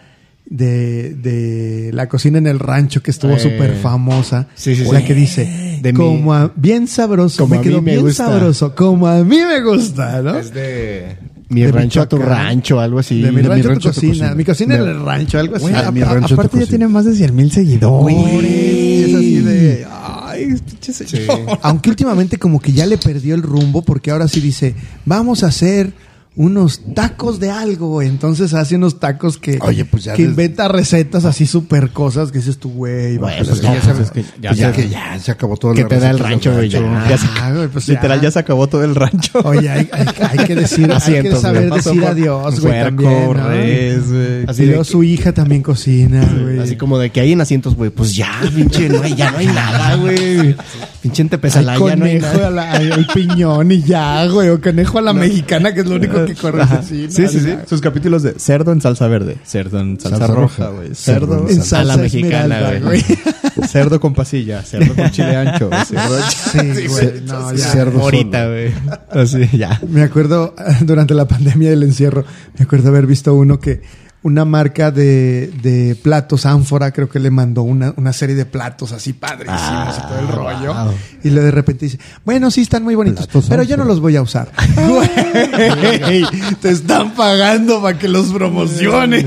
[SPEAKER 1] de, de la cocina en el rancho que estuvo
[SPEAKER 2] Eh.
[SPEAKER 1] súper famosa.
[SPEAKER 2] Sí, sí, sí.
[SPEAKER 1] la que dice,
[SPEAKER 2] De mí.
[SPEAKER 1] como a- bien sabroso,
[SPEAKER 2] Como
[SPEAKER 1] me
[SPEAKER 2] a
[SPEAKER 1] quedó
[SPEAKER 2] mí me
[SPEAKER 1] bien
[SPEAKER 2] gusta.
[SPEAKER 1] sabroso, como a mí me gusta, ¿no?
[SPEAKER 2] Es de. Mi
[SPEAKER 1] De
[SPEAKER 2] rancho a tu
[SPEAKER 1] Michoacán.
[SPEAKER 2] rancho, algo así.
[SPEAKER 1] de mi rancho, a tu
[SPEAKER 3] rancho a tu
[SPEAKER 1] cocina.
[SPEAKER 3] cocina.
[SPEAKER 1] mi cocina en
[SPEAKER 3] De-
[SPEAKER 1] el rancho, algo así.
[SPEAKER 4] Güey,
[SPEAKER 3] Ah, mi
[SPEAKER 4] a-
[SPEAKER 3] rancho
[SPEAKER 4] aparte
[SPEAKER 3] te
[SPEAKER 4] ya
[SPEAKER 3] cocina.
[SPEAKER 4] tiene más de 100 mil seguidores.
[SPEAKER 1] Es así de,
[SPEAKER 4] Ay, pinches
[SPEAKER 1] <laughs> Aunque últimamente como que ya le perdió el rumbo porque ahora sí dice, vamos a hacer unos tacos de algo. Entonces hace unos tacos que,
[SPEAKER 3] Oye, pues ya
[SPEAKER 1] que
[SPEAKER 3] des-
[SPEAKER 1] inventa recetas así súper cosas que dices tú, güey, va,
[SPEAKER 2] Pues
[SPEAKER 1] pues,
[SPEAKER 2] no,
[SPEAKER 1] ya
[SPEAKER 2] pues
[SPEAKER 1] se-
[SPEAKER 2] es que ya
[SPEAKER 3] Pues ya,
[SPEAKER 2] se-
[SPEAKER 3] que ya se acabó todo
[SPEAKER 2] Que
[SPEAKER 3] la
[SPEAKER 2] te da el
[SPEAKER 3] receta
[SPEAKER 2] rancho, güey.
[SPEAKER 3] del
[SPEAKER 2] ya.
[SPEAKER 4] Ya se-
[SPEAKER 1] Ah, güey, pues
[SPEAKER 4] Literal, ya se acabó todo el rancho.
[SPEAKER 1] <laughs> Oye, hay, hay- hay que decir, hay que
[SPEAKER 2] Asientos,
[SPEAKER 1] saber
[SPEAKER 2] güey. Pasó
[SPEAKER 1] decir
[SPEAKER 2] por
[SPEAKER 1] adiós, güey,
[SPEAKER 4] Puerco,
[SPEAKER 1] también, ¿no?
[SPEAKER 4] res, güey.
[SPEAKER 1] Así de- Y luego su hija también cocina, güey.
[SPEAKER 2] Así como de que hay en asientos, güey. Pues ya, pinche, no hay, ya no hay nada, güey. Pinche
[SPEAKER 1] Hay
[SPEAKER 2] Tepezalaya, no hay
[SPEAKER 1] conejo
[SPEAKER 2] nada.
[SPEAKER 1] a la- al piñón y ya, güey. O conejo a la mexicana, que es lo único que corre.
[SPEAKER 4] Ajá.
[SPEAKER 1] así, ¿no?
[SPEAKER 4] Sí, sí, sí. Sus capítulos de cerdo en salsa verde, cerdo en salsa,
[SPEAKER 3] Salsa
[SPEAKER 4] roja,
[SPEAKER 3] roja.
[SPEAKER 4] güey.
[SPEAKER 3] Cerdo
[SPEAKER 4] Cerdo,
[SPEAKER 3] en
[SPEAKER 1] En
[SPEAKER 4] en
[SPEAKER 1] salsa
[SPEAKER 2] A la mexicana,
[SPEAKER 1] esmeralda,
[SPEAKER 2] güey.
[SPEAKER 4] sal- cerdo con pasilla, cerdo con chile ancho.
[SPEAKER 2] <laughs>
[SPEAKER 4] cerdo-
[SPEAKER 1] Sí, güey. No, ya.
[SPEAKER 3] Cerdo
[SPEAKER 2] Ah, Ahorita, güey. Así, ya.
[SPEAKER 1] Me acuerdo <laughs> durante la pandemia del encierro, me acuerdo haber visto uno que una marca de, de platos, Ánfora, creo que le mandó una, una serie de platos así padrísimos y
[SPEAKER 2] Ah,
[SPEAKER 1] todo el rollo. Y luego de repente dice, bueno, sí están muy bonitos, pero yo no los voy a usar. <laughs> Güey, te están pagando para que los
[SPEAKER 2] <laughs>
[SPEAKER 1] promociones,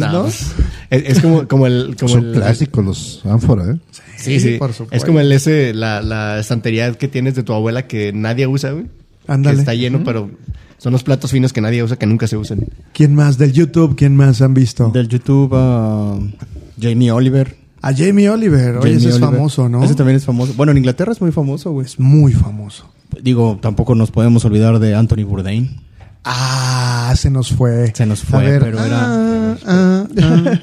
[SPEAKER 1] ¿no?
[SPEAKER 2] No. Es, pues, es como, como el. Como
[SPEAKER 3] Son
[SPEAKER 2] el-
[SPEAKER 3] clásicos los ánfora, ¿eh?
[SPEAKER 2] <laughs> Sí, sí.
[SPEAKER 1] Por supuesto.
[SPEAKER 2] Es como el ese, la, la estantería que tienes de tu abuela que nadie usa, güey.
[SPEAKER 1] Ándale.
[SPEAKER 2] Que está lleno, pero son los platos finos que nadie usa, que nunca se usan.
[SPEAKER 1] ¿Quién más del YouTube? ¿Quién más han visto?
[SPEAKER 4] Del YouTube a Jamie Oliver.
[SPEAKER 1] A Jamie Oliver. Oye,
[SPEAKER 4] Jamie
[SPEAKER 1] ese es
[SPEAKER 4] Oliver.
[SPEAKER 1] famoso, ¿no?
[SPEAKER 4] Ese también es famoso. Bueno, en Inglaterra es muy famoso, güey.
[SPEAKER 1] Es muy famoso.
[SPEAKER 4] Digo, tampoco nos podemos olvidar de Anthony Bourdain.
[SPEAKER 1] Ah, se nos fue.
[SPEAKER 4] Se nos fue,
[SPEAKER 1] A ver,
[SPEAKER 4] pero era-
[SPEAKER 1] ah, ah,
[SPEAKER 4] <laughs>
[SPEAKER 1] ah.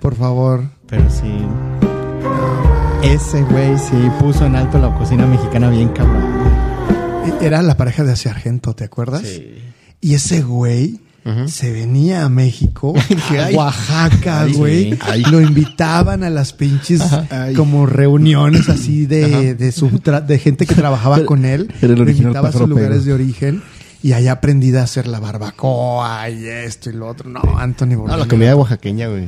[SPEAKER 1] por favor.
[SPEAKER 4] Pero sí. Ese güey sí puso en alto la cocina mexicana bien cabrón.
[SPEAKER 1] Era la pareja de hacia Argento, ¿te acuerdas? Sí. Y ese güey se venía a México, a
[SPEAKER 2] Ay.
[SPEAKER 1] Oaxaca,
[SPEAKER 4] Ay,
[SPEAKER 1] güey.
[SPEAKER 4] sí.
[SPEAKER 1] Lo invitaban a las pinches
[SPEAKER 3] Ay.
[SPEAKER 1] como reuniones así de, de, su tra- de gente que trabajaba con él.
[SPEAKER 3] era el
[SPEAKER 1] Lo
[SPEAKER 3] original
[SPEAKER 1] invitaba a sus
[SPEAKER 3] pájaro
[SPEAKER 1] lugares
[SPEAKER 3] Pedro.
[SPEAKER 1] de origen. Y allá aprendí a hacer la barbacoa y esto y lo otro. No, Anthony
[SPEAKER 2] Ah,
[SPEAKER 1] Bourdain.
[SPEAKER 2] la comida oaxaqueña, güey.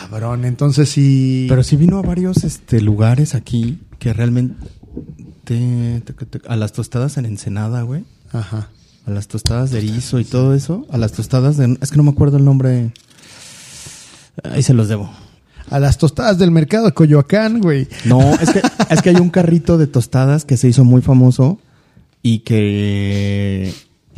[SPEAKER 1] Cabrón, entonces sí.
[SPEAKER 4] Pero sí vino a varios este, lugares aquí que realmente. te- te- te- a las tostadas en Ensenada, güey.
[SPEAKER 1] Ajá.
[SPEAKER 4] A las tostadas de erizo y todo eso. A las tostadas de. Es que no me acuerdo el nombre. Ahí se los debo.
[SPEAKER 1] A las tostadas del mercado de Coyoacán, güey.
[SPEAKER 4] No, es que, es que hay un carrito de tostadas que se hizo muy famoso y que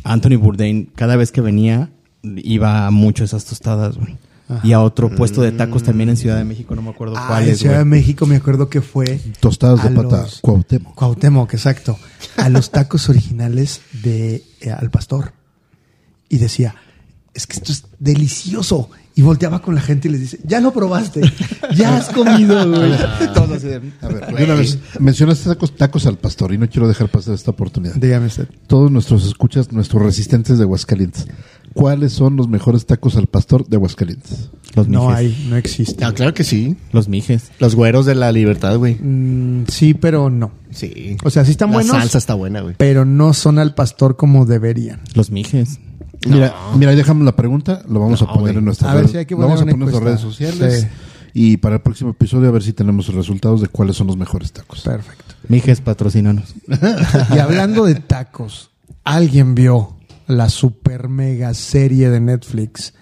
[SPEAKER 4] Anthony Bourdain, cada vez que venía, iba mucho a esas tostadas, güey. Y a otro puesto de tacos también en Ciudad de México, no me acuerdo
[SPEAKER 1] Ah,
[SPEAKER 4] cuál
[SPEAKER 1] en
[SPEAKER 4] es,
[SPEAKER 1] Ciudad de
[SPEAKER 4] güey.
[SPEAKER 1] México me acuerdo que fue.
[SPEAKER 3] Tostadas de
[SPEAKER 1] a
[SPEAKER 3] pata,
[SPEAKER 1] los-
[SPEAKER 3] Cuauhtémoc.
[SPEAKER 1] Cuauhtémoc, exacto. A los tacos originales de eh, Al Pastor. Y decía, es que esto es delicioso. Y volteaba con la gente y les dice, ya lo probaste, ya has comido, güey.
[SPEAKER 4] <laughs> Todos así de-
[SPEAKER 3] A ver, de una vez, mencionaste tacos, tacos al pastor y no quiero dejar pasar esta oportunidad.
[SPEAKER 1] Dígame usted.
[SPEAKER 3] Todos nuestros escuchas, nuestros resistentes de Aguascalientes, ¿Cuáles son los mejores tacos al pastor de Aguascalientes?
[SPEAKER 4] Los mijes.
[SPEAKER 1] No hay, no existe.
[SPEAKER 2] Ah, claro que sí.
[SPEAKER 4] Los mijes.
[SPEAKER 2] Los güeros de la libertad, güey.
[SPEAKER 1] Mm, sí, pero no.
[SPEAKER 2] Sí.
[SPEAKER 1] O sea, sí están
[SPEAKER 2] la
[SPEAKER 1] buenos,
[SPEAKER 2] salsa está buena, güey.
[SPEAKER 1] pero no son al pastor como deberían.
[SPEAKER 4] Los mijes.
[SPEAKER 3] Mira, mira, ahí dejamos la pregunta, lo vamos
[SPEAKER 2] No,
[SPEAKER 3] a poner
[SPEAKER 2] güey.
[SPEAKER 3] en nuestras
[SPEAKER 1] A ver,
[SPEAKER 3] redes,
[SPEAKER 1] sí hay que
[SPEAKER 3] lo vamos a
[SPEAKER 1] poner
[SPEAKER 3] poner en
[SPEAKER 1] una
[SPEAKER 3] nuestras redes
[SPEAKER 1] encuesta.
[SPEAKER 3] sociales.
[SPEAKER 1] Sí.
[SPEAKER 3] Y para el próximo episodio a ver si tenemos los resultados de cuáles son los mejores tacos.
[SPEAKER 1] Perfecto.
[SPEAKER 4] Mijes, patrocínanos.
[SPEAKER 1] Y hablando de tacos, ¿alguien vio la super mega serie de Netflix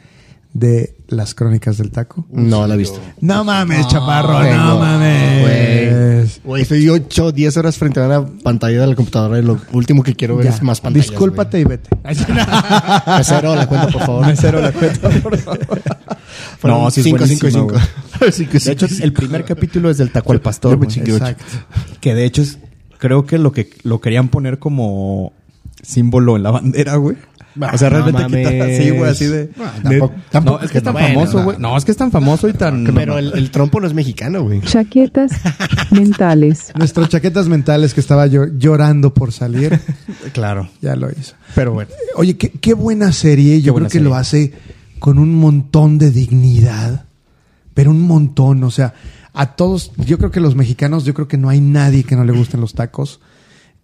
[SPEAKER 1] de Las Crónicas del Taco?
[SPEAKER 2] No la he visto.
[SPEAKER 1] No mames, chaparro,
[SPEAKER 2] Güey,
[SPEAKER 1] no
[SPEAKER 2] güey.
[SPEAKER 1] mames.
[SPEAKER 2] Güey, Güey, estoy 8 o 10 horas frente a la pantalla de la computadora y lo último que quiero ver
[SPEAKER 1] Ya,
[SPEAKER 2] es más pantallas.
[SPEAKER 1] Discúlpate y vete.
[SPEAKER 2] güey. Mesero, la cuenta, por favor. Mesero, la cuenta, por <laughs> favor.
[SPEAKER 4] No, sí es buenísima,
[SPEAKER 2] 5, <laughs> 5, 5.
[SPEAKER 4] De hecho, el primer capítulo es del taco al pastor.
[SPEAKER 3] Yo me
[SPEAKER 4] güey.
[SPEAKER 3] chingué ocho.
[SPEAKER 4] Que de hecho es, creo que lo que lo querían poner como símbolo en la bandera, güey.
[SPEAKER 2] Ah,
[SPEAKER 4] o sea,
[SPEAKER 2] no
[SPEAKER 4] realmente quitar
[SPEAKER 2] mames.
[SPEAKER 4] así, güey, así de.
[SPEAKER 3] Ah,
[SPEAKER 4] de-
[SPEAKER 3] tampoco- tampoco
[SPEAKER 4] no, es que es tan
[SPEAKER 2] no.
[SPEAKER 4] famoso,
[SPEAKER 2] Bueno,
[SPEAKER 4] güey. No, es que es tan famoso y tan.
[SPEAKER 2] Pero el, el trompo no es mexicano, güey.
[SPEAKER 6] Chaquetas mentales.
[SPEAKER 1] Nuestras chaquetas mentales que estaba yo llorando por salir, <laughs>
[SPEAKER 4] Claro.
[SPEAKER 1] ya lo hizo.
[SPEAKER 4] Pero bueno.
[SPEAKER 1] Oye, qué, qué buena serie. Yo
[SPEAKER 4] buena
[SPEAKER 1] creo que
[SPEAKER 4] serie.
[SPEAKER 1] lo hace con un montón de dignidad. Pero un montón. O sea, a todos, yo creo que los mexicanos, yo creo que no hay nadie que no le gusten los tacos.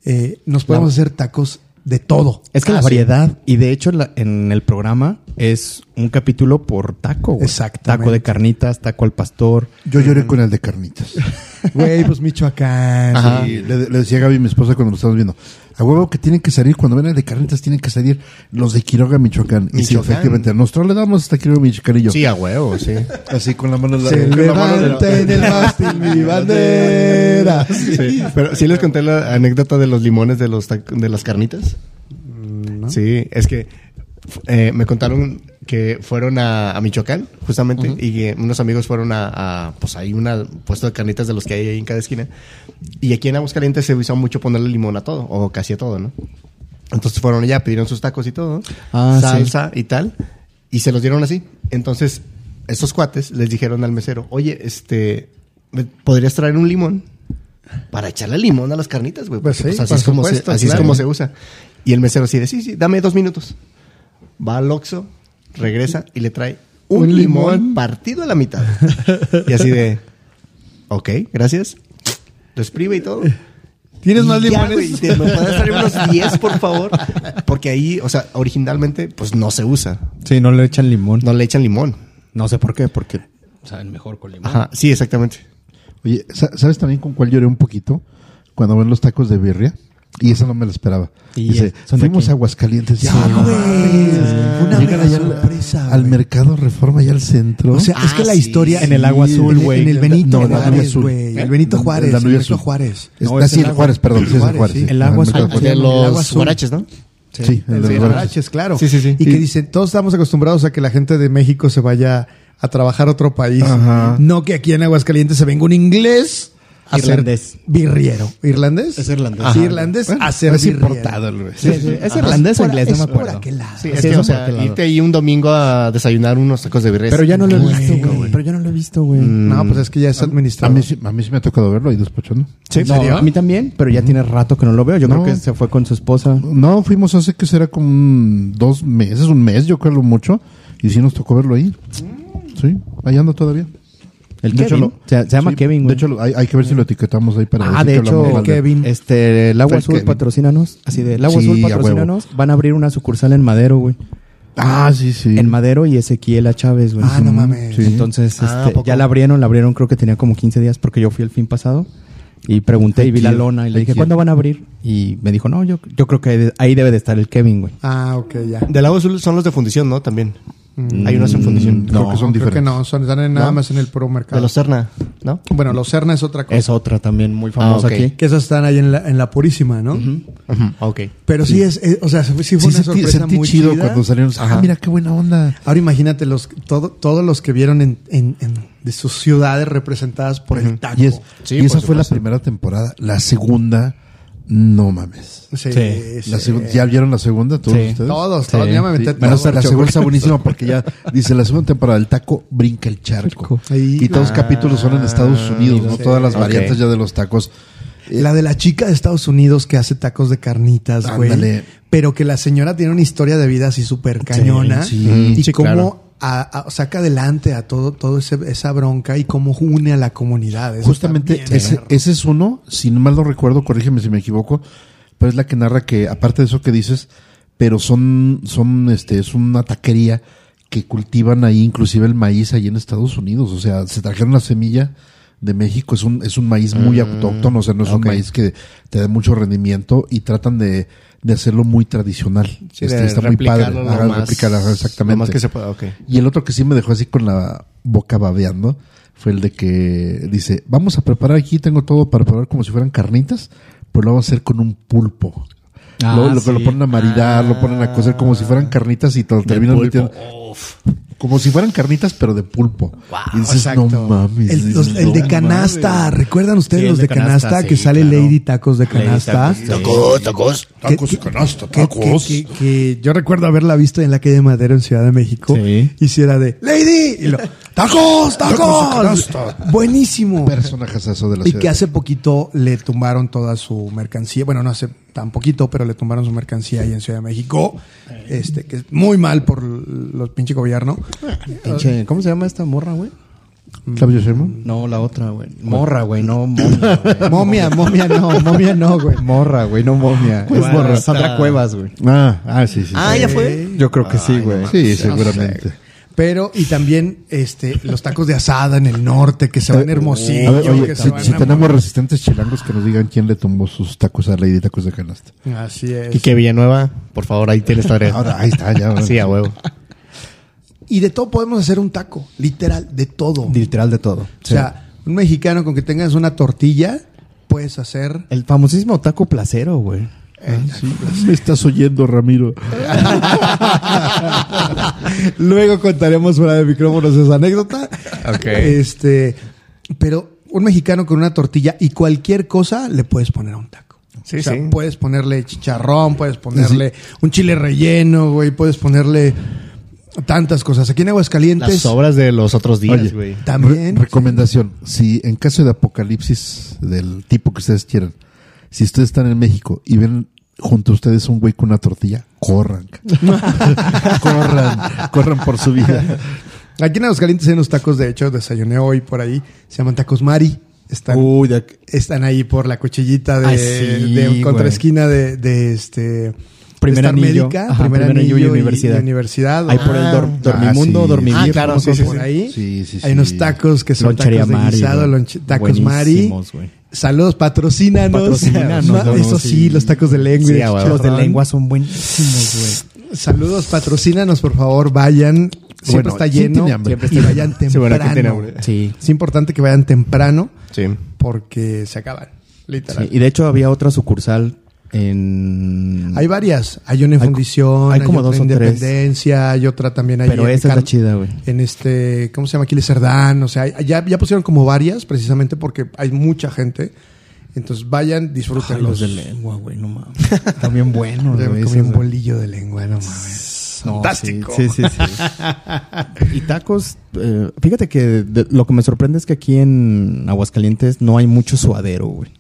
[SPEAKER 1] Eh, nos podemos hacer tacos de todo.
[SPEAKER 4] Es que
[SPEAKER 1] Ah,
[SPEAKER 4] la
[SPEAKER 1] sí.
[SPEAKER 4] variedad, y de hecho la- en el programa es un capítulo por taco. güey.
[SPEAKER 1] Exactamente.
[SPEAKER 4] Taco de carnitas, taco al pastor.
[SPEAKER 3] Yo lloré con el de <laughs> carnitas.
[SPEAKER 1] Güey, pues Michoacán.
[SPEAKER 3] Ajá. Y Le, le decía a Gaby, mi esposa, cuando lo estábamos viendo, a huevo que tienen que salir, cuando ven el de carnitas, tienen que salir los de Quiroga, Michoacán. Y sí,
[SPEAKER 2] Michoacán.
[SPEAKER 3] efectivamente, nosotros le damos hasta Quiroga, Michoacán y yo.
[SPEAKER 2] Sí, a huevo, sí.
[SPEAKER 3] Así con la mano en la-
[SPEAKER 1] Se
[SPEAKER 3] con la mano en la-
[SPEAKER 1] levanta en el mástil mi
[SPEAKER 3] <laughs>
[SPEAKER 4] <laughs>
[SPEAKER 1] bandera.
[SPEAKER 2] Sí. Pero sí les conté la anécdota de los limones de, los tac- de las carnitas.
[SPEAKER 4] Mm,
[SPEAKER 2] Sí, es que eh, me contaron que fueron a, a Michoacán, justamente, y que unos amigos fueron a, a, pues hay un puesto de carnitas de los que hay ahí en cada esquina. Y aquí en Aguascalientes se usó mucho ponerle limón a todo, o casi a todo, ¿no? Entonces fueron allá, pidieron sus tacos y todo,
[SPEAKER 4] Ah, sí.
[SPEAKER 2] salsa y tal, y se los dieron así. Entonces, estos cuates les dijeron al mesero, oye, este, ¿me ¿podrías traer un limón? Para echarle limón a las carnitas, güey.
[SPEAKER 1] Pues
[SPEAKER 2] porque,
[SPEAKER 1] sí,
[SPEAKER 2] así,
[SPEAKER 1] por
[SPEAKER 2] es, como
[SPEAKER 1] supuesto,
[SPEAKER 2] se, así
[SPEAKER 1] claro.
[SPEAKER 2] es como se usa. Y el mesero así de, sí, sí, dame dos minutos. Va al Oxxo, regresa y le trae un,
[SPEAKER 1] Un
[SPEAKER 2] limón,
[SPEAKER 1] limón.
[SPEAKER 2] partido a la mitad. y así de, ok, gracias. Lo exprime y todo.
[SPEAKER 1] ¿Tienes más
[SPEAKER 2] Y ya, güey,
[SPEAKER 1] limones?
[SPEAKER 2] te- ¿Me puedes traer unos 10, por favor? Porque ahí, o sea, originalmente, pues no se usa.
[SPEAKER 4] Sí, no le echan limón.
[SPEAKER 2] No le echan limón.
[SPEAKER 4] No sé por qué, porque saben mejor con limón.
[SPEAKER 2] Ajá, sí, exactamente.
[SPEAKER 3] Oye, sa- ¿sabes también con cuál lloré un poquito? Cuando ven los tacos de birria. Y esa no me la esperaba.
[SPEAKER 4] Y
[SPEAKER 3] Dice,
[SPEAKER 4] es- son de
[SPEAKER 3] fuimos
[SPEAKER 4] aquí".
[SPEAKER 3] a Aguascalientes. Ya,
[SPEAKER 1] Sí,
[SPEAKER 3] no
[SPEAKER 1] güey.
[SPEAKER 3] mames.
[SPEAKER 1] Una
[SPEAKER 3] Llegan allá al-
[SPEAKER 1] sorpresa,
[SPEAKER 3] al,
[SPEAKER 1] güey.
[SPEAKER 3] mercado Ah, Reforma, allá al centro.
[SPEAKER 1] O sea, es que la
[SPEAKER 2] sí.
[SPEAKER 1] historia.
[SPEAKER 4] En el agua azul,
[SPEAKER 1] en el-
[SPEAKER 4] güey.
[SPEAKER 1] En el Benito
[SPEAKER 3] No, en la nube
[SPEAKER 1] Juárez,
[SPEAKER 3] azul.
[SPEAKER 1] güey.
[SPEAKER 3] ¿Eh?
[SPEAKER 1] El Benito
[SPEAKER 3] En la
[SPEAKER 1] Juárez.
[SPEAKER 3] nube
[SPEAKER 1] el Benito
[SPEAKER 3] azul.
[SPEAKER 1] Juárez.
[SPEAKER 3] Es-
[SPEAKER 4] No,
[SPEAKER 3] ah,
[SPEAKER 4] es
[SPEAKER 3] sí,
[SPEAKER 4] el
[SPEAKER 3] el
[SPEAKER 4] agua-
[SPEAKER 3] Juárez, perdón. Sí, es el
[SPEAKER 1] Juárez,
[SPEAKER 3] Juárez.
[SPEAKER 1] sí.
[SPEAKER 3] sí.
[SPEAKER 4] El agua
[SPEAKER 3] Ah,
[SPEAKER 4] azul.
[SPEAKER 3] el mercado
[SPEAKER 2] De
[SPEAKER 3] Juárez.
[SPEAKER 1] el agua
[SPEAKER 2] los
[SPEAKER 1] azul.
[SPEAKER 2] guaraches, ¿no?
[SPEAKER 3] Sí, el de los guaraches.
[SPEAKER 1] Guaraches, claro.
[SPEAKER 2] Sí, sí, sí.
[SPEAKER 1] Y,
[SPEAKER 2] Y-
[SPEAKER 1] que dicen, todos estamos acostumbrados a que la gente de México se vaya a trabajar a otro país.
[SPEAKER 3] Ajá.
[SPEAKER 1] No que aquí en Aguascalientes se venga un inglés a
[SPEAKER 4] Irlandés.
[SPEAKER 1] ser birriero. ¿Irlandés? Es irlandés. Sí, irlandés a ser
[SPEAKER 3] Ah, es
[SPEAKER 1] birriero. pues,
[SPEAKER 3] importado, güey.
[SPEAKER 4] Sí, sí, sí.
[SPEAKER 2] Ah,
[SPEAKER 4] ¿Es irlandés o
[SPEAKER 1] Por-
[SPEAKER 4] inglés? No
[SPEAKER 1] es
[SPEAKER 4] me
[SPEAKER 1] por
[SPEAKER 4] acuerdo.
[SPEAKER 1] aquel lado.
[SPEAKER 2] Sí, es
[SPEAKER 4] Sí,
[SPEAKER 2] que,
[SPEAKER 4] es
[SPEAKER 2] o sea,
[SPEAKER 4] martelado.
[SPEAKER 2] irte ahí un domingo a desayunar unos tacos de birria.
[SPEAKER 4] Pero ya no lo he
[SPEAKER 1] Güey.
[SPEAKER 4] visto, güey. Pero ya no lo he visto, güey.
[SPEAKER 2] Mm.
[SPEAKER 1] No, pues es que ya es
[SPEAKER 3] A
[SPEAKER 1] administrado.
[SPEAKER 3] mí, sí- a mí sí me ha tocado verlo ahí despachondo.
[SPEAKER 4] Sí, no, a mí también, pero ya tiene rato que no lo veo. Yo
[SPEAKER 3] No.
[SPEAKER 4] creo que se fue con su esposa.
[SPEAKER 3] No, fuimos hace que será como un- dos meses, un mes, yo creo lo mucho. Y sí nos tocó verlo ahí. Sí, ahí anda todavía.
[SPEAKER 4] El
[SPEAKER 3] De hecho,
[SPEAKER 4] Kevin.
[SPEAKER 3] lo-
[SPEAKER 4] se, se llama
[SPEAKER 3] sí,
[SPEAKER 4] Kevin,
[SPEAKER 3] De
[SPEAKER 4] güey.
[SPEAKER 3] hecho, lo- hay, hay que ver si lo etiquetamos ahí para decir
[SPEAKER 4] ah, de
[SPEAKER 3] que hablamos
[SPEAKER 4] hecho,
[SPEAKER 3] mal de-
[SPEAKER 1] Kevin.
[SPEAKER 4] este, el agua
[SPEAKER 3] Fue el
[SPEAKER 4] azul
[SPEAKER 3] Kevin.
[SPEAKER 4] patrocínanos. Así de, el agua
[SPEAKER 3] Sí,
[SPEAKER 4] azul
[SPEAKER 3] a huevo.
[SPEAKER 4] patrocínanos. Van a abrir una sucursal en Madero, güey.
[SPEAKER 3] Ah, sí, sí.
[SPEAKER 4] En Madero y Ezequiel a Chávez, güey.
[SPEAKER 1] Ah, no mames.
[SPEAKER 3] Sí.
[SPEAKER 4] Entonces,
[SPEAKER 2] Ah,
[SPEAKER 4] este,
[SPEAKER 2] ¿a poco?
[SPEAKER 4] ya la abrieron, la abrieron creo que tenía como 15 días porque yo fui el fin pasado y pregunté y vi la
[SPEAKER 3] Aquí,
[SPEAKER 4] lona y le dije,
[SPEAKER 3] aquí.
[SPEAKER 4] ¿cuándo van a abrir? Y me dijo, no, yo, yo creo que ahí de- ahí debe de estar el Kevin, güey.
[SPEAKER 1] Ah, ok, ya.
[SPEAKER 2] Del agua azul son los de fundición, ¿no? También. Hay
[SPEAKER 1] Mm,
[SPEAKER 2] unos en fundición.
[SPEAKER 3] Creo que
[SPEAKER 1] Creo
[SPEAKER 3] son
[SPEAKER 1] que
[SPEAKER 3] diferentes.
[SPEAKER 1] no, son, están en- nada más en el puro mercado.
[SPEAKER 2] De los Cerna, ¿no?
[SPEAKER 1] Bueno, los Cerna es otra cosa.
[SPEAKER 4] Es otra también muy famosa
[SPEAKER 2] ok.
[SPEAKER 4] aquí.
[SPEAKER 1] Que esas están ahí en la, en la Purísima, ¿no?
[SPEAKER 2] Ok.
[SPEAKER 1] Pero sí, es, es- o sea, sí fue
[SPEAKER 3] Sí,
[SPEAKER 1] una
[SPEAKER 3] sentí,
[SPEAKER 1] sorpresa
[SPEAKER 3] sentí
[SPEAKER 1] muy
[SPEAKER 3] chido
[SPEAKER 1] chida.
[SPEAKER 3] cuando salieron. Ah, mira qué buena onda.
[SPEAKER 1] Ahora imagínate los todo, todos los que vieron en, en- en- de sus ciudades representadas por el taco.
[SPEAKER 3] Y, es-
[SPEAKER 2] Sí,
[SPEAKER 3] y esa
[SPEAKER 2] por
[SPEAKER 3] fue la
[SPEAKER 2] supuesto.
[SPEAKER 3] primera temporada. La segunda, no mames.
[SPEAKER 1] Sí,
[SPEAKER 4] Sí,
[SPEAKER 1] sí.
[SPEAKER 3] La segun- ¿Ya vieron la segunda todos
[SPEAKER 4] Sí.
[SPEAKER 3] ustedes?
[SPEAKER 1] Todos,
[SPEAKER 4] Sí.
[SPEAKER 1] todos. Yo me aventé
[SPEAKER 3] Sí, menos
[SPEAKER 1] todo.
[SPEAKER 3] la segunda está buenísima porque ya dice la segunda temporada el taco brinca el charco
[SPEAKER 1] Ahí. Ah,
[SPEAKER 3] y todos los capítulos son en Estados Unidos no todas las
[SPEAKER 2] Ok.
[SPEAKER 3] variantes ya de los tacos
[SPEAKER 1] <laughs> La de la chica de Estados Unidos que hace tacos de carnitas, güey.
[SPEAKER 3] Ándale.
[SPEAKER 1] Pero que la señora tiene una historia de vida así súper cañona.
[SPEAKER 3] sí.
[SPEAKER 1] Y
[SPEAKER 4] Sí,
[SPEAKER 1] cómo
[SPEAKER 4] claro.
[SPEAKER 1] a- a- saca adelante a todo, todo ese- esa bronca y cómo une a la comunidad. Eso
[SPEAKER 3] Justamente
[SPEAKER 1] está bien ¿eh?
[SPEAKER 3] ese,
[SPEAKER 1] perro.
[SPEAKER 3] ese es uno, si no mal no recuerdo, corrígeme si me equivoco, pero es la que narra que, aparte de eso que dices, pero son, son, este, es una taquería que cultivan ahí inclusive el maíz ahí en Estados Unidos. O sea, se trajeron la semilla de México, es un, es un maíz muy
[SPEAKER 2] Mm,
[SPEAKER 3] autóctono, o sea, no es un maíz que te da mucho rendimiento y tratan de, de hacerlo muy tradicional. Este,
[SPEAKER 2] de
[SPEAKER 3] está muy padre.
[SPEAKER 2] replicarlo lo
[SPEAKER 3] Ajá,
[SPEAKER 2] más-
[SPEAKER 3] replicarlo, ajá, exactamente.
[SPEAKER 2] Lo más que se pueda, ok.
[SPEAKER 3] Y el otro que sí me dejó así con la boca babeando fue el de que dice, vamos a preparar aquí, tengo todo para preparar como si fueran carnitas, pero lo vamos a hacer con un pulpo.
[SPEAKER 4] Ah,
[SPEAKER 3] Luego lo,
[SPEAKER 4] sí.
[SPEAKER 3] lo ponen a maridar, lo ponen
[SPEAKER 1] Ah.
[SPEAKER 3] a cocer como si fueran carnitas y te lo terminan metiendo. Como si fueran carnitas, pero de pulpo. y dices, no mames.
[SPEAKER 1] El, los-
[SPEAKER 3] dices,
[SPEAKER 1] el de
[SPEAKER 3] "No
[SPEAKER 1] canasta, ¿recuerdan ustedes
[SPEAKER 4] Sí, el
[SPEAKER 1] los de
[SPEAKER 4] de
[SPEAKER 1] canasta?
[SPEAKER 4] canasta,
[SPEAKER 1] que
[SPEAKER 4] sí,
[SPEAKER 1] sale
[SPEAKER 4] claro.
[SPEAKER 1] Lady Tacos de canasta.
[SPEAKER 3] Tacos, tacos, tacos, canasta,
[SPEAKER 1] Que,
[SPEAKER 3] tacos.
[SPEAKER 1] que- que- que yo recuerdo haberla visto en la calle de Madero en Ciudad de México.
[SPEAKER 4] Sí.
[SPEAKER 1] Y si era de Lady. Y lo, ¡Tacos! ¡Tacos! Buenísimo.
[SPEAKER 3] Personajes eso de la
[SPEAKER 1] Y
[SPEAKER 3] ciudad.
[SPEAKER 1] que hace poquito le tumbaron toda su mercancía. Bueno, no hace tan poquito, pero le tumbaron su mercancía ahí en Ciudad de México. Este, que es muy mal por los pinche gobierno.
[SPEAKER 4] Pinche, ¿Cómo se llama esta morra, güey?
[SPEAKER 3] Claudio Sheinbaum.
[SPEAKER 4] No, la otra, güey. Morra, güey, no momia. güey.
[SPEAKER 3] <laughs>
[SPEAKER 1] Momia, momia no, momia no, güey.
[SPEAKER 4] Morra, <laughs> güey, no momia. <laughs> Es
[SPEAKER 2] Cuevas.
[SPEAKER 4] morra. Sandra Cuevas, güey.
[SPEAKER 1] Mm.
[SPEAKER 3] Ah, ah, sí, sí. sí.
[SPEAKER 2] ya fue.
[SPEAKER 4] Yo creo que sí, güey.
[SPEAKER 3] Sí, seguramente.
[SPEAKER 1] Pero, y también este, los tacos de asada en el norte, que se van
[SPEAKER 3] Eh, A
[SPEAKER 1] hermosillos.
[SPEAKER 3] ver, oye, si, si tenemos
[SPEAKER 1] tenemos
[SPEAKER 3] resistentes chilangos que nos digan quién le tumbó sus tacos a Lady Tacos de Canasta.
[SPEAKER 1] Así
[SPEAKER 2] Y
[SPEAKER 1] es.
[SPEAKER 2] que Villanueva, por favor, ahí tienes <laughs> tarea.
[SPEAKER 3] Ahora, ahí está, ya.
[SPEAKER 2] Sí, a <laughs> huevo.
[SPEAKER 1] Y de todo podemos hacer un taco, literal, de todo.
[SPEAKER 4] Literal de todo.
[SPEAKER 1] O sea, un mexicano con que tengas una tortilla, puedes hacer. eh,
[SPEAKER 4] El famosísimo taco placero, güey.
[SPEAKER 3] <laughs>
[SPEAKER 1] pues.
[SPEAKER 3] Me estás oyendo, Ramiro.
[SPEAKER 2] Ah,
[SPEAKER 1] <laughs> Luego contaremos fuera de micrófonos esa anécdota. Este, pero un mexicano con una tortilla y cualquier cosa le puedes poner a un taco.
[SPEAKER 2] Sí,
[SPEAKER 1] o sea,
[SPEAKER 2] sí.
[SPEAKER 1] puedes ponerle chicharrón, puedes ponerle un chile relleno, güey, puedes ponerle tantas cosas. Aquí en
[SPEAKER 2] Las
[SPEAKER 1] Aguascalientes
[SPEAKER 2] obras de los otros días,
[SPEAKER 3] Oye.
[SPEAKER 2] güey.
[SPEAKER 1] también.
[SPEAKER 3] Re- recomendación. Si en caso de apocalipsis del tipo que ustedes quieran, si ustedes están en México y ven junto a ustedes un güey con una tortilla, corran.
[SPEAKER 1] <laughs>
[SPEAKER 3] corran, corran por su vida.
[SPEAKER 1] Aquí en Aguascalientes hay unos tacos, de hecho, desayuné hoy por ahí, se llaman tacos Mari. Están,
[SPEAKER 4] Uy, de aquí-
[SPEAKER 1] están ahí por la cuchillita de,
[SPEAKER 4] Uh. Ah, sí,
[SPEAKER 1] de
[SPEAKER 4] güey.
[SPEAKER 1] contraesquina de, de este
[SPEAKER 4] Primer
[SPEAKER 1] de Star
[SPEAKER 4] anillo.
[SPEAKER 1] médica,
[SPEAKER 4] Ajá,
[SPEAKER 1] primer,
[SPEAKER 4] primer
[SPEAKER 1] anillo,
[SPEAKER 4] anillo y
[SPEAKER 1] y
[SPEAKER 4] universidad.
[SPEAKER 1] y universidad.
[SPEAKER 4] Ahí por el dor-
[SPEAKER 1] Ah,
[SPEAKER 4] dormimundo,
[SPEAKER 3] sí.
[SPEAKER 4] dormivir.
[SPEAKER 2] Ah, claro,
[SPEAKER 4] ¿cómo
[SPEAKER 2] sí,
[SPEAKER 4] se
[SPEAKER 1] por
[SPEAKER 4] llama?
[SPEAKER 1] ahí.
[SPEAKER 3] Sí, sí, sí.
[SPEAKER 1] Hay unos tacos que son
[SPEAKER 4] Lonchería
[SPEAKER 1] tacos de
[SPEAKER 4] Mari,
[SPEAKER 1] guisado,
[SPEAKER 4] güey.
[SPEAKER 1] lonche- tacos Mari.
[SPEAKER 4] Buenísimos, güey.
[SPEAKER 1] Saludos, patrocínanos.
[SPEAKER 4] Patrocínanos,
[SPEAKER 1] Ma-
[SPEAKER 4] no,
[SPEAKER 1] <laughs> Eso
[SPEAKER 4] sí.
[SPEAKER 1] sí, los tacos de lengua.
[SPEAKER 4] Sí, a huevo.
[SPEAKER 1] los de lengua.
[SPEAKER 4] son buenísimos, güey.
[SPEAKER 1] Saludos, patrocínanos, por favor, vayan. Siempre
[SPEAKER 3] Bueno,
[SPEAKER 1] está
[SPEAKER 3] ¿quién
[SPEAKER 1] lleno.
[SPEAKER 3] tiene hambre?
[SPEAKER 1] Siempre está- y
[SPEAKER 4] <laughs>
[SPEAKER 1] vayan
[SPEAKER 2] Sí, bueno, ¿quién tiene
[SPEAKER 1] temprano.
[SPEAKER 2] hambre?
[SPEAKER 4] Sí.
[SPEAKER 1] Es importante que vayan temprano
[SPEAKER 2] Sí.
[SPEAKER 1] porque se acaban. Literal.
[SPEAKER 4] Sí, Y de hecho había otra sucursal en...
[SPEAKER 1] Hay varias. Hay una en
[SPEAKER 4] Hay-
[SPEAKER 1] Fundición,
[SPEAKER 4] hay
[SPEAKER 1] hay,
[SPEAKER 4] como
[SPEAKER 1] otra
[SPEAKER 4] dos
[SPEAKER 1] en
[SPEAKER 4] o tres.
[SPEAKER 1] Independencia, hay otra también ahí
[SPEAKER 4] Pero
[SPEAKER 1] en
[SPEAKER 4] esa es la
[SPEAKER 1] Car-
[SPEAKER 4] chida, güey.
[SPEAKER 1] En este, ¿cómo se llama? Aquiles Cerdán. O sea, hay- ya, ya pusieron como varias precisamente porque hay mucha gente. Entonces vayan, disfruten
[SPEAKER 4] Ay, los de lengua, güey, no <laughs> mames. Está bien bueno,
[SPEAKER 1] Ya me
[SPEAKER 4] güey.
[SPEAKER 1] comí
[SPEAKER 4] esos,
[SPEAKER 1] un
[SPEAKER 4] güey.
[SPEAKER 1] bolillo de lengua, no mames.
[SPEAKER 4] No,
[SPEAKER 1] Fantástico.
[SPEAKER 4] Sí, sí, sí. sí. <laughs> y tacos, eh, fíjate que de- lo que me sorprende es que aquí en Aguascalientes no hay mucho suadero, güey.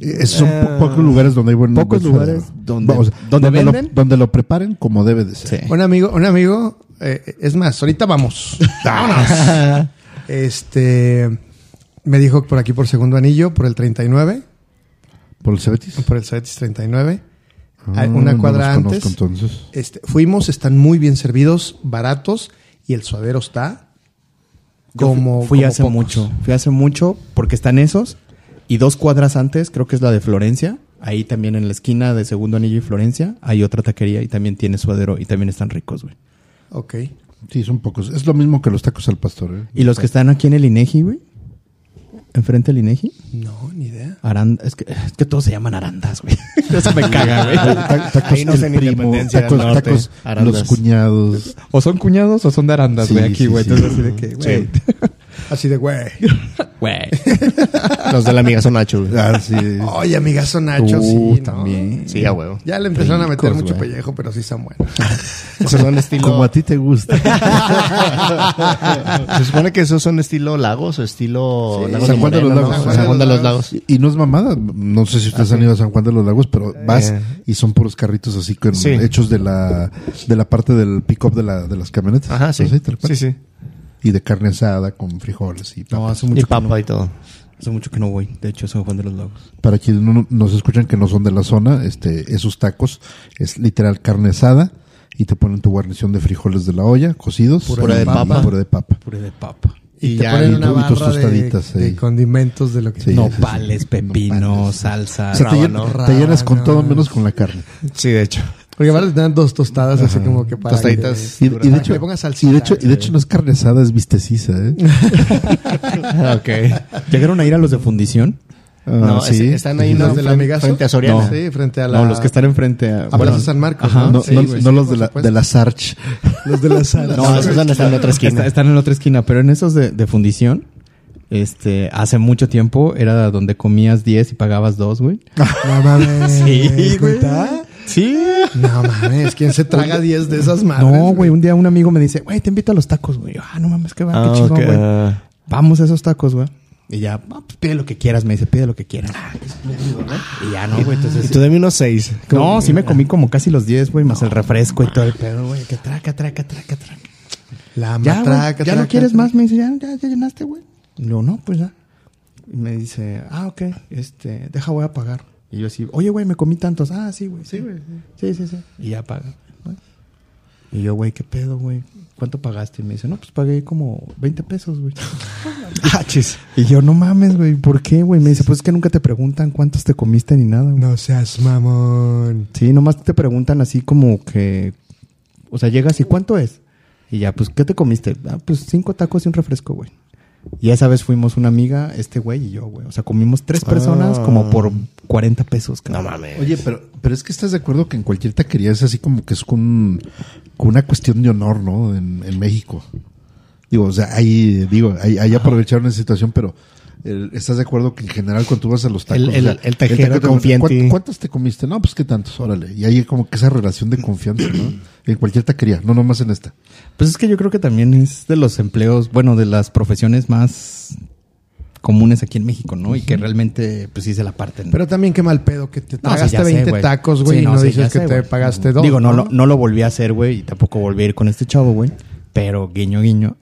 [SPEAKER 3] Eh, Son po- pocos lugares donde hay buen
[SPEAKER 4] Pocos
[SPEAKER 3] buen suadero.
[SPEAKER 4] lugares donde-
[SPEAKER 3] Vamos,
[SPEAKER 4] donde
[SPEAKER 3] lo-
[SPEAKER 4] venden.
[SPEAKER 3] donde lo preparen como debe de ser.
[SPEAKER 1] Un amigo, un amigo, eh, es más, ahorita
[SPEAKER 3] <laughs>
[SPEAKER 1] vamos. Vámonos. este, me dijo por aquí por segundo anillo, por el 39,
[SPEAKER 3] ¿Por el Cebetis?
[SPEAKER 1] por el Cebetis 39,
[SPEAKER 3] Ah,
[SPEAKER 1] a- una
[SPEAKER 3] no
[SPEAKER 1] cuadra
[SPEAKER 3] los conozco,
[SPEAKER 1] antes.
[SPEAKER 3] entonces.
[SPEAKER 1] Este, fuimos, están muy bien servidos, baratos y el suadero está
[SPEAKER 4] Yo fui-
[SPEAKER 1] como.
[SPEAKER 4] fui
[SPEAKER 1] como
[SPEAKER 4] hace
[SPEAKER 1] pocos.
[SPEAKER 4] mucho, fui hace mucho porque están esos y dos cuadras antes, creo que es la de Florencia, ahí también en la esquina de Segundo Anillo y Florencia, hay otra taquería y también tiene suadero y también están ricos, güey.
[SPEAKER 1] Ok.
[SPEAKER 3] Sí, son pocos. Es lo mismo que los tacos al pastor. ¿eh?
[SPEAKER 4] Y los que están aquí en el Inegi, güey. Enfrente del Inegi,
[SPEAKER 1] No, ni idea.
[SPEAKER 4] Aranda, es que, es que todos se llaman arandas, güey. <laughs> Eso me caga, güey.
[SPEAKER 3] Ta- tacos
[SPEAKER 2] Ahí no
[SPEAKER 3] el
[SPEAKER 2] sé en
[SPEAKER 3] primo,
[SPEAKER 2] Independencia
[SPEAKER 3] tacos,
[SPEAKER 2] del Norte,
[SPEAKER 3] tacos
[SPEAKER 2] Arandas.
[SPEAKER 3] los cuñados.
[SPEAKER 4] O son cuñados o son de arandas,
[SPEAKER 3] Sí,
[SPEAKER 4] güey, aquí,
[SPEAKER 3] sí,
[SPEAKER 4] güey.
[SPEAKER 3] sí.
[SPEAKER 4] Entonces, así de que, güey.
[SPEAKER 1] Así de güey.
[SPEAKER 4] Güey. Los de la amiga son Nacho. güey.
[SPEAKER 3] Ah, sí.
[SPEAKER 5] Oye, amigazo Nacho,
[SPEAKER 4] Uh,
[SPEAKER 5] sí. ¿no?
[SPEAKER 4] también.
[SPEAKER 2] Sí, a huevo.
[SPEAKER 5] Ya le empezaron a meter
[SPEAKER 4] Ricos,
[SPEAKER 5] mucho
[SPEAKER 4] güey.
[SPEAKER 5] pellejo, pero sí están buenos.
[SPEAKER 2] Esos son estilo.
[SPEAKER 3] Como a ti te gusta.
[SPEAKER 2] <laughs> Se supone que esos son estilo lagos o estilo.
[SPEAKER 3] Sí,
[SPEAKER 2] lagos
[SPEAKER 3] San
[SPEAKER 2] de
[SPEAKER 3] Juan de los
[SPEAKER 2] Moreno,
[SPEAKER 3] Lagos.
[SPEAKER 2] ¿no? <laughs> San Juan de los Lagos. Ah,
[SPEAKER 3] Y, y no es mamada. No sé si ustedes han ido a San Juan de los Lagos, pero vas y son puros carritos así con,
[SPEAKER 2] Eh. Sí.
[SPEAKER 3] hechos de la, de la parte del pick-up de, la, de las camionetas. Pues
[SPEAKER 2] Ajá, sí.
[SPEAKER 3] Así, tal cual.
[SPEAKER 2] Sí, sí.
[SPEAKER 3] Y de carne asada con frijoles y
[SPEAKER 4] No,
[SPEAKER 3] papas.
[SPEAKER 4] hace
[SPEAKER 2] Y
[SPEAKER 4] mucho, que no,
[SPEAKER 2] papa y todo.
[SPEAKER 4] hace mucho que no voy. De hecho, San Juan de los Lagos.
[SPEAKER 3] Para quienes no- nos escuchan que no son de la zona, este, esos tacos es literal carne asada y te ponen tu guarnición de frijoles de la olla, cocidos.
[SPEAKER 4] Puré de papa.
[SPEAKER 3] Puré de papa.
[SPEAKER 4] Puré de papa.
[SPEAKER 5] Y,
[SPEAKER 2] Y
[SPEAKER 5] te
[SPEAKER 2] ya,
[SPEAKER 5] ponen
[SPEAKER 3] y
[SPEAKER 5] una
[SPEAKER 3] tu- y
[SPEAKER 5] barra
[SPEAKER 3] tus
[SPEAKER 5] de,
[SPEAKER 3] tostaditas,
[SPEAKER 5] de
[SPEAKER 3] sí.
[SPEAKER 5] condimentos de lo que
[SPEAKER 3] Sí, sí, sí.
[SPEAKER 4] Nopales, pepinos, salsa.
[SPEAKER 3] O sea, te, llen-
[SPEAKER 5] Rábano.
[SPEAKER 3] te llenas con todo
[SPEAKER 5] Rábanos.
[SPEAKER 3] menos con la carne.
[SPEAKER 2] Sí, de hecho.
[SPEAKER 5] Porque van a tener dos tostadas así como que para
[SPEAKER 2] Tostaditas.
[SPEAKER 3] Y, y
[SPEAKER 2] Para
[SPEAKER 3] de
[SPEAKER 5] que
[SPEAKER 3] hecho,
[SPEAKER 5] le pongas
[SPEAKER 3] y
[SPEAKER 5] salsita,
[SPEAKER 3] de hecho, y de hecho no es carne asada, es visteciza,
[SPEAKER 5] <laughs>
[SPEAKER 3] ¿eh?
[SPEAKER 2] <laughs> ok.
[SPEAKER 4] ¿Llegaron a ir a los de fundición?
[SPEAKER 3] Ah,
[SPEAKER 2] No, es- están ahí
[SPEAKER 5] ¿Los
[SPEAKER 2] unos
[SPEAKER 5] de la Megazo?
[SPEAKER 2] frente a Soriana.
[SPEAKER 5] que- Sí, frente a la...
[SPEAKER 4] No, los que están enfrente. A,
[SPEAKER 5] A Plaza San Marcos,
[SPEAKER 4] Ajá.
[SPEAKER 5] ¿no?
[SPEAKER 3] No,
[SPEAKER 5] Sí,
[SPEAKER 3] no-
[SPEAKER 5] güey,
[SPEAKER 3] no
[SPEAKER 5] sí,
[SPEAKER 3] los
[SPEAKER 5] por
[SPEAKER 3] de la,
[SPEAKER 5] supuesto.
[SPEAKER 3] de la Sarch.
[SPEAKER 5] Los de la sala.
[SPEAKER 4] No,
[SPEAKER 2] esos están en <laughs> otra esquina.
[SPEAKER 4] Está- están en otra esquina, pero en esos de, de fundición, este, hace mucho tiempo era donde comías 10 y pagabas 2, güey.
[SPEAKER 5] No mames. ¿Cuenta?
[SPEAKER 4] ¿Cuenta? Sí.
[SPEAKER 5] No mames, ¿quién se traga 10 de esas madres?
[SPEAKER 4] No, güey, un día un amigo me dice, güey, te invito a los tacos, güey. Yo, Ah, no mames, qué, va,
[SPEAKER 2] Ah,
[SPEAKER 4] qué chingón,
[SPEAKER 2] ok.
[SPEAKER 4] güey. Vamos a esos tacos, güey. Y ya, "Ah, pues pide lo que quieras, me dice, pide lo que quieras. Y ya Ah, no, güey, entonces...
[SPEAKER 2] Y tú dame unos seis.
[SPEAKER 4] No, sí me comí como casi los 10, güey, más el refresco y todo el pedo, güey. Que traca, traca, traca, traca.
[SPEAKER 5] La
[SPEAKER 4] Ya, güey,
[SPEAKER 5] matraca.
[SPEAKER 4] ya no
[SPEAKER 5] traca,
[SPEAKER 4] quieres
[SPEAKER 5] traca.
[SPEAKER 4] más, me dice, ya, ya, ya llenaste, güey. Y luego, no, pues ya. Y me dice, ah, ok, este, deja, voy a pagar. Y yo así, oye, güey, me comí tantos. Ah, sí, güey. Sí, güey. Sí, sí, sí. Y ya paga. güey. Y yo, güey, ¿qué pedo, güey? ¿Cuánto pagaste? Y me dice, no, pues pagué como 20 pesos, güey.
[SPEAKER 2] <laughs>
[SPEAKER 4] <laughs>
[SPEAKER 2] Ah, chis.
[SPEAKER 4] y yo, no mames, güey, ¿por qué, güey? Me dice, pues es que nunca te preguntan cuántos te comiste ni nada, güey.
[SPEAKER 5] No seas mamón.
[SPEAKER 4] Sí, nomás te preguntan así como que, o sea, llegas y ¿cuánto es? Y ya, pues, ¿qué te comiste? Ah, pues cinco tacos y un refresco, güey. Y esa vez fuimos una amiga, este güey y yo, güey. O sea, comimos tres personas como por 40 pesos, cabrón. Ah. No mames.
[SPEAKER 3] Oye, pero, pero es que estás de acuerdo que en cualquier taquería es así como que es con, con una cuestión de honor, ¿no? En, en México. Digo, o sea, ahí, digo, ahí, ahí aprovecharon esa situación, pero eh, estás de acuerdo que en general cuando tú vas a los tacos.
[SPEAKER 2] El-
[SPEAKER 3] o sea,
[SPEAKER 2] el- el taquero
[SPEAKER 3] taquero te
[SPEAKER 2] confía en
[SPEAKER 3] pregunta,
[SPEAKER 2] ti.
[SPEAKER 3] "¿Cuán- ¿Cuántos te comiste? No, pues qué tantos, órale. Y ahí como que esa relación de confianza, ¿no? En cualquier taquería, no nomás en esta.
[SPEAKER 4] Pues es que yo creo que también es de los empleos, bueno, de las profesiones más comunes aquí en México, ¿no? Y que realmente, pues sí se la parten.
[SPEAKER 5] Pero también qué mal pedo que te
[SPEAKER 4] No, sí,
[SPEAKER 5] tragaste
[SPEAKER 4] ya sé,
[SPEAKER 5] 20
[SPEAKER 4] güey.
[SPEAKER 5] tacos, güey,
[SPEAKER 4] Sí,
[SPEAKER 5] y no
[SPEAKER 4] sí, ya
[SPEAKER 5] dices que
[SPEAKER 4] sé,
[SPEAKER 5] te
[SPEAKER 4] güey.
[SPEAKER 5] pagaste dos.
[SPEAKER 4] Digo, no, lo- no lo volví a hacer, güey, y tampoco volví a ir con este chavo, güey. Pero guiño, guiño.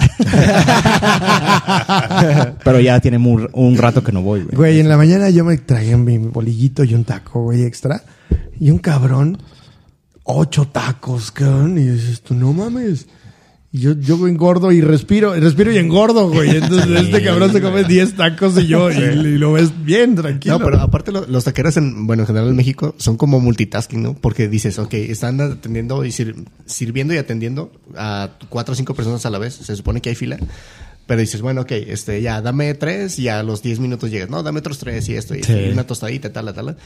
[SPEAKER 4] pero ya tiene mu- un, rato que no voy, güey.
[SPEAKER 5] Güey, en la mañana yo me tragué mi bolillito y un taco, güey, extra. Y un cabrón, ocho tacos, cabrón. Y dices tú, no mames. Y Yo, yo engordo y respiro, y respiro y engordo,
[SPEAKER 3] <laughs>
[SPEAKER 5] güey. Entonces este cabrón se come 10 tacos y yo, y, y lo ves bien, tranquilo.
[SPEAKER 2] No, pero aparte lo- los taqueros, en, bueno, en general en México son como multitasking, ¿no? Porque dices, ok, están atendiendo y sir- sirviendo y atendiendo a cuatro o cinco personas a la vez. Se supone que hay fila. Pero dices, bueno, ok, este, ya dame tres y a los diez minutos llegas. No, dame otros tres y esto y, esto,
[SPEAKER 4] Sí.
[SPEAKER 2] y una tostadita, tal, tal.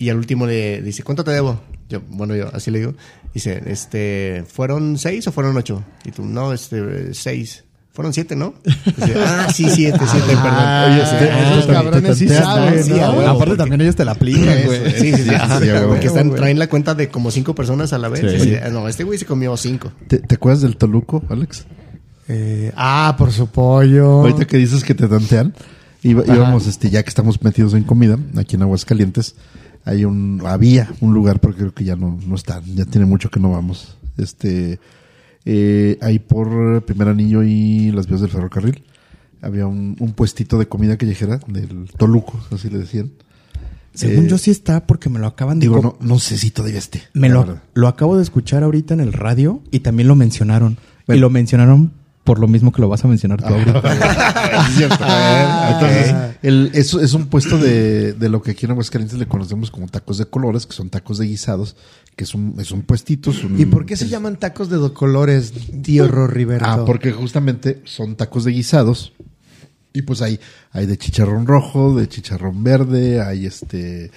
[SPEAKER 2] Y al último le dice, ¿cuánto te debo? Yo, bueno, yo así le digo. Dice, este, ¿fueron seis o fueron ocho? Y tú, no, este, seis. Fueron siete,
[SPEAKER 5] <laughs>
[SPEAKER 2] ¿no? Dice, ah, sí, siete, siete, perdón. Oye, sí,
[SPEAKER 5] Ah,
[SPEAKER 2] esto
[SPEAKER 5] esos
[SPEAKER 2] también.
[SPEAKER 5] cabrones sí
[SPEAKER 3] tanteas,
[SPEAKER 5] saben,
[SPEAKER 2] sí,
[SPEAKER 5] ¿no?
[SPEAKER 2] a huevo, porque-
[SPEAKER 4] ellos te la aplican, güey.
[SPEAKER 2] Sí, sí, sí. ajá,
[SPEAKER 3] sí, a huevo.
[SPEAKER 2] porque están, traen la cuenta de como cinco personas a la vez. Y dice, "Ah, no, este güey se comió cinco.
[SPEAKER 3] ¿Te, te acuerdas del Toluco, Alex?
[SPEAKER 5] Eh, ah, por su pollo.
[SPEAKER 3] Ahorita que dices que te tantean, iba- íbamos, este, ya que estamos metidos en comida, aquí en Aguascalientes, hay un, había un lugar, porque creo que ya no, no está, ya tiene mucho que no vamos. Este, eh, ahí por Primer Anillo y las vías del ferrocarril, había un, un puestito de comida callejera del Toluco, así le decían.
[SPEAKER 4] Según
[SPEAKER 3] Eh,
[SPEAKER 4] yo sí está porque me lo acaban de...
[SPEAKER 3] Digo,
[SPEAKER 4] co-
[SPEAKER 3] no, no sé si todavía esté.
[SPEAKER 4] me
[SPEAKER 3] la
[SPEAKER 4] lo,
[SPEAKER 3] verdad.
[SPEAKER 4] lo acabo de escuchar ahorita en el radio y también lo mencionaron.
[SPEAKER 3] Bueno.
[SPEAKER 4] Y lo mencionaron por lo mismo que lo vas a mencionar tú ahorita.
[SPEAKER 3] es cierto. Ah, Entonces, el- es, es un puesto de, de lo que aquí en Aguascalientes le conocemos como tacos de colores, que son tacos de guisados, que es un, es un puestito. es un-
[SPEAKER 5] ¿Y por qué se llaman tacos de dos colores, tío Ro Roberto?
[SPEAKER 3] Este- Ah, porque justamente son tacos de guisados. Y pues hay, hay de chicharrón rojo, de chicharrón verde, hay este,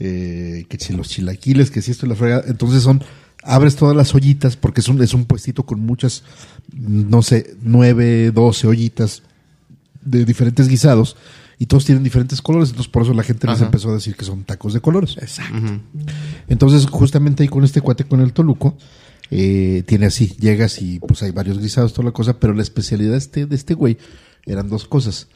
[SPEAKER 3] eh, que si los chilaquiles, que si esto y la frega. Entonces son, abres todas las ollitas, porque es un, es un puestito con muchas, no sé, nueve, doce ollitas de diferentes guisados y todos tienen diferentes colores, entonces por eso la gente les
[SPEAKER 4] Ajá.
[SPEAKER 3] empezó a decir que son tacos de colores. Exacto. Entonces, justamente ahí con este cuate, con el Toluco, eh, tiene así, llegas y pues hay varios guisados, toda la cosa, pero la especialidad este, de este güey eran dos cosas.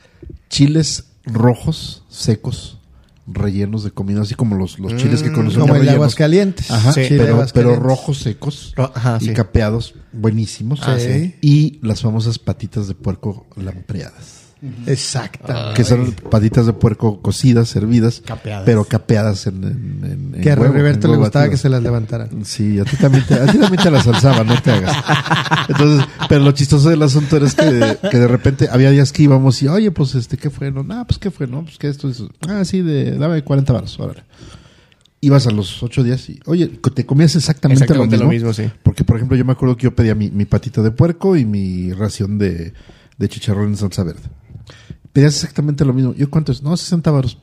[SPEAKER 3] Chiles rojos, secos, rellenos de comida, así como los, los chiles que conocemos.
[SPEAKER 1] Mm, Como el de
[SPEAKER 3] rellenos.
[SPEAKER 1] Aguascalientes.
[SPEAKER 3] Ajá,
[SPEAKER 1] Sí, de
[SPEAKER 3] pero, pero
[SPEAKER 1] Aguascalientes.
[SPEAKER 3] rojos secos
[SPEAKER 2] Ro- ajá,
[SPEAKER 3] y
[SPEAKER 2] sí.
[SPEAKER 3] capeados buenísimos.
[SPEAKER 1] Ah, sí.
[SPEAKER 3] Y las famosas patitas de puerco lampreadas.
[SPEAKER 1] Exacta.
[SPEAKER 3] Ah, Que son patitas de puerco cocidas, hervidas,
[SPEAKER 2] Capeadas.
[SPEAKER 3] pero capeadas en, en, en- en
[SPEAKER 1] Que a
[SPEAKER 3] huevo,
[SPEAKER 1] Roberto le
[SPEAKER 3] en huevo
[SPEAKER 1] gustaba que
[SPEAKER 3] batido.
[SPEAKER 1] se las levantaran.
[SPEAKER 3] Sí, a ti también te, a ti también te las alzaba, no te hagas. Entonces, pero lo chistoso del asunto era es que, que de repente había días que íbamos y, oye, pues este, ¿qué fue? No, nah, pues qué fue, no, pues qué esto, eso. Ah, sí, de, dame 40 baros, órale. Ibas a los ocho días y, oye, te comías exactamente,
[SPEAKER 2] Exactamente
[SPEAKER 3] lo,
[SPEAKER 2] lo
[SPEAKER 3] mismo,
[SPEAKER 2] mismo, sí.
[SPEAKER 3] Porque, por ejemplo, yo me acuerdo que yo pedía mi, mi patita de puerco y mi ración de, de chicharrón en salsa verde. Pedías exactamente lo mismo. ¿Yo cuánto es? No, 60 baros.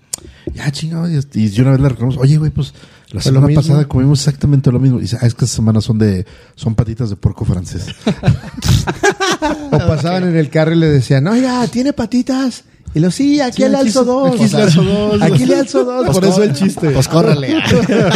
[SPEAKER 3] Ya, chingado. Y este, y yo una vez le reconozco, oye, güey, pues la
[SPEAKER 1] Fue lo
[SPEAKER 3] semana
[SPEAKER 1] mismo.
[SPEAKER 3] pasada comimos exactamente lo mismo. Y dice, ah, es que esta semana son de, son patitas de puerco francés.
[SPEAKER 1] O pasaban en el carro y le decían, oiga, tiene patitas. Y lo sí, aquí le alzo dos.
[SPEAKER 3] aquí
[SPEAKER 1] O sea,
[SPEAKER 3] le alzo dos.
[SPEAKER 1] Aquí le alzo dos, por eso el chiste.
[SPEAKER 2] Pues córrele.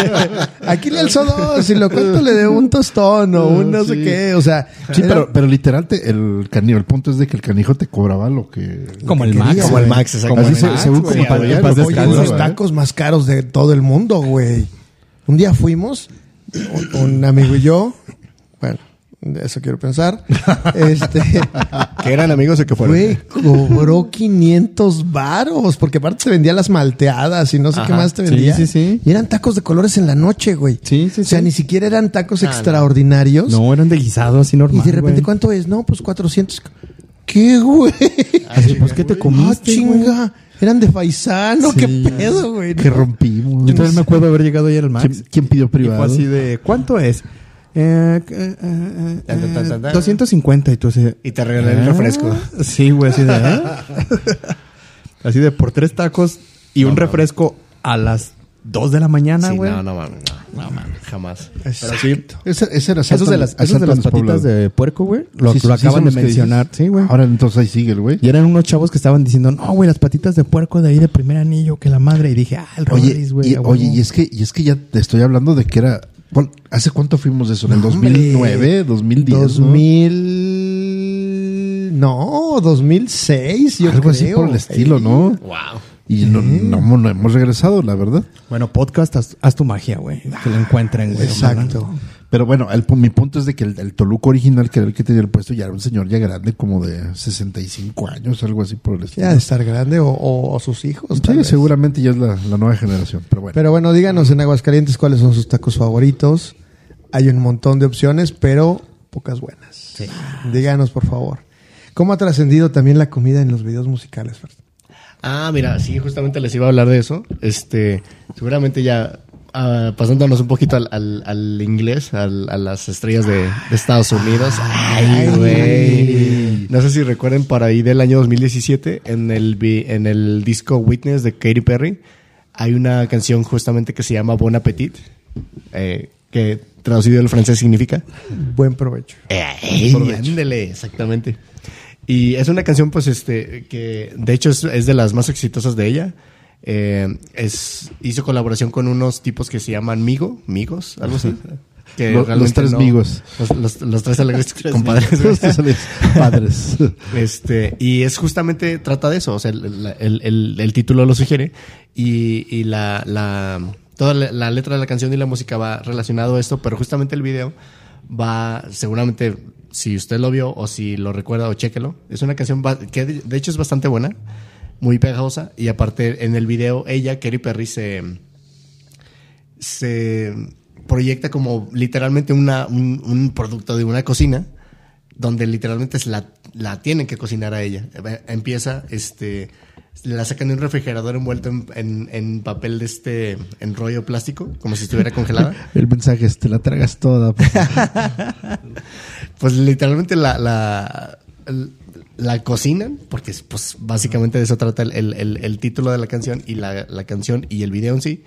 [SPEAKER 1] <laughs> Aquí le alzo dos y lo cuento le de un tostón o un no
[SPEAKER 3] Sí.
[SPEAKER 1] sé qué. O sea,
[SPEAKER 3] <laughs> Sí,
[SPEAKER 1] era-
[SPEAKER 3] pero, pero literal, te- el canijo, el punto es de que el canijo te cobraba lo que...
[SPEAKER 4] Como el Max.
[SPEAKER 2] Como el Max,
[SPEAKER 3] Así
[SPEAKER 2] exactamente.
[SPEAKER 3] se- según como
[SPEAKER 4] güey,
[SPEAKER 3] podía,
[SPEAKER 4] en paz
[SPEAKER 3] lo
[SPEAKER 1] Oye,
[SPEAKER 3] cobraba,
[SPEAKER 1] los
[SPEAKER 3] ¿eh?
[SPEAKER 1] tacos más caros de todo el mundo, güey. Un día fuimos, un, un amigo y yo, bueno, de eso quiero
[SPEAKER 4] <laughs>
[SPEAKER 1] pensar, este,
[SPEAKER 2] ¿Que eran amigos o que fueron?
[SPEAKER 1] güey, cobró 500 varos, porque aparte te vendía las malteadas y no sé qué
[SPEAKER 2] Ajá.
[SPEAKER 1] más te
[SPEAKER 4] Sí,
[SPEAKER 1] vendía.
[SPEAKER 4] sí, sí.
[SPEAKER 1] Y eran tacos de colores en la noche, güey.
[SPEAKER 4] Sí, sí,
[SPEAKER 1] O sea,
[SPEAKER 4] sí. Ah,
[SPEAKER 1] ni siquiera eran tacos extraordinarios.
[SPEAKER 4] No, eran de guisado así normal.
[SPEAKER 1] Y de repente,
[SPEAKER 4] güey.
[SPEAKER 1] ¿cuánto es? No, pues 400. ¿Qué, güey?
[SPEAKER 4] Así, pues, ¿qué te
[SPEAKER 1] Ah,
[SPEAKER 4] comiste? güey?
[SPEAKER 1] chinga. Eran de paisano,
[SPEAKER 4] Sí.
[SPEAKER 1] qué pedo, güey.
[SPEAKER 3] Que rompimos.
[SPEAKER 4] Yo también me acuerdo haber llegado ayer al Max.
[SPEAKER 3] ¿Quién, quién pidió
[SPEAKER 4] Y
[SPEAKER 3] privado?
[SPEAKER 4] fue así de, ¿cuánto es? Eh, eh, eh,
[SPEAKER 2] Tan, tan, tan, tan,
[SPEAKER 4] eh,
[SPEAKER 2] tan.
[SPEAKER 4] 250 y tú así,
[SPEAKER 2] Y te regalé el refresco.
[SPEAKER 4] Ah, Sí, güey, así de. ¿ah? así de por tres tacos y un refresco a las 2 de la mañana,
[SPEAKER 2] Sí,
[SPEAKER 4] güey.
[SPEAKER 2] no, no mames. No, no mames, jamás.
[SPEAKER 1] Exacto.
[SPEAKER 3] Ese, ese era
[SPEAKER 4] Esos de las, esos de las patitas de puerco, güey, lo,
[SPEAKER 3] Sí,
[SPEAKER 4] lo
[SPEAKER 3] sí, sí son
[SPEAKER 4] acaban de
[SPEAKER 3] los que dices.
[SPEAKER 4] mencionar. Sí, güey.
[SPEAKER 3] Ahora entonces ahí sigue el güey.
[SPEAKER 4] Y eran unos chavos que estaban diciendo, no, güey, las patitas de puerco de ahí de primer anillo, que la madre. Y dije, ah, el
[SPEAKER 3] Oye,
[SPEAKER 4] Rodríguez, güey.
[SPEAKER 3] y,
[SPEAKER 4] a huevo".
[SPEAKER 3] oye, y es que, y es que ya te estoy hablando de que era. ¿cuál- ¿Hace cuánto fuimos de eso? ¿En el 2009? ¿2010?
[SPEAKER 1] 2000. No, 2006,
[SPEAKER 3] ¿no?
[SPEAKER 1] yo
[SPEAKER 3] Algo
[SPEAKER 1] creo.
[SPEAKER 3] así por el estilo, ¿no?
[SPEAKER 2] Wow.
[SPEAKER 3] Y no, no, no hemos regresado, la verdad.
[SPEAKER 4] Bueno, podcast, haz, haz tu magia, güey. Que lo encuentren, güey.
[SPEAKER 1] Exacto.
[SPEAKER 3] Pero bueno, el pu- mi punto es de que el, el Toluco original, que era el que tenía el puesto, ya era un señor ya grande, como de 65 años, algo así por el estilo.
[SPEAKER 1] Ya de estar grande o, o- o sus hijos.
[SPEAKER 3] Sí,
[SPEAKER 1] tal vez.
[SPEAKER 3] seguramente ya es la, la nueva generación, pero bueno.
[SPEAKER 1] Pero bueno, díganos en Aguascalientes cuáles son sus tacos favoritos. Hay un montón de opciones, pero pocas buenas. Díganos, por favor. ¿Cómo ha trascendido también la comida en los videos musicales, Fer?
[SPEAKER 2] Ah, mira, sí, justamente les iba a hablar de eso. Este, seguramente ya ah, pasándonos un poquito al, al- al inglés, al- a las estrellas de, de Estados Unidos. Ay, güey. No sé si recuerden por ahí del año 2017, en el, vi- en el disco Witness de Katy Perry, hay una canción justamente que se llama Bon Appetit, eh, que traducido del francés significa
[SPEAKER 1] Buen provecho.
[SPEAKER 2] Ey, ándele, exactamente. Y es una canción, pues, este, que de hecho es, es de las más exitosas de ella. Eh, es, hizo colaboración con unos tipos que se llaman Migo, Migos, algo así. Que
[SPEAKER 3] Lo- los
[SPEAKER 2] realmente
[SPEAKER 3] tres Migos.
[SPEAKER 2] Los, los- los tres alegres
[SPEAKER 1] pues,
[SPEAKER 3] <laughs>
[SPEAKER 2] compadres. güey.
[SPEAKER 1] <laughs>
[SPEAKER 3] Compadres. Padres.
[SPEAKER 2] Este, y es justamente, trata de eso, o sea, el, la- el- el- el título lo sugiere y, y la, la- toda la, la letra de la canción y la música va relacionado a esto, pero justamente el video va, seguramente, si usted lo vio o si lo recuerda o chéquelo, es una canción ba- que de de hecho es bastante buena, muy pegajosa y aparte en el video ella, Kerry Perry, se se proyecta como literalmente una, un, un producto de una cocina donde literalmente es la, la tienen que cocinar a ella. Eh, Empieza, este, la sacan de un refrigerador envuelto en, en- en papel de este, en rollo plástico, como si estuviera congelada.
[SPEAKER 3] El mensaje es, te la tragas toda. por favor.
[SPEAKER 2] Pues literalmente la, la, la cocinan, porque es, pues básicamente de eso trata el, el- el- el título de la canción y la, la canción y el video en sí.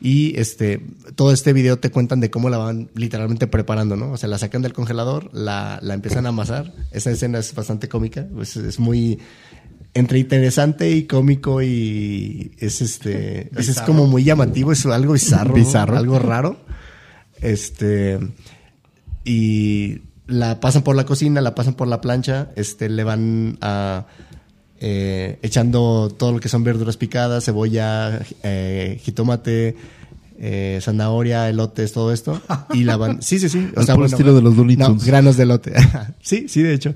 [SPEAKER 2] Y este, todo este video te cuentan de cómo la van literalmente preparando, ¿no? O sea, la sacan del congelador, la, la empiezan a amasar. Esa escena es bastante cómica, pues, es muy entre interesante y cómico y es este es- es como muy llamativo, es algo bizarro, ¿no?
[SPEAKER 4] Bizarro.
[SPEAKER 2] algo raro. Este y la pasan por la cocina, la pasan por la plancha, este le van a eh, echando todo lo que son verduras picadas, cebolla, eh, jitomate, eh, zanahoria, elotes, todo esto y la van Sí, sí, sí,
[SPEAKER 3] <laughs> Al puro estilo de los Looney
[SPEAKER 2] no,
[SPEAKER 3] Tunes.
[SPEAKER 2] granos de elote. <laughs> sí, sí, de hecho.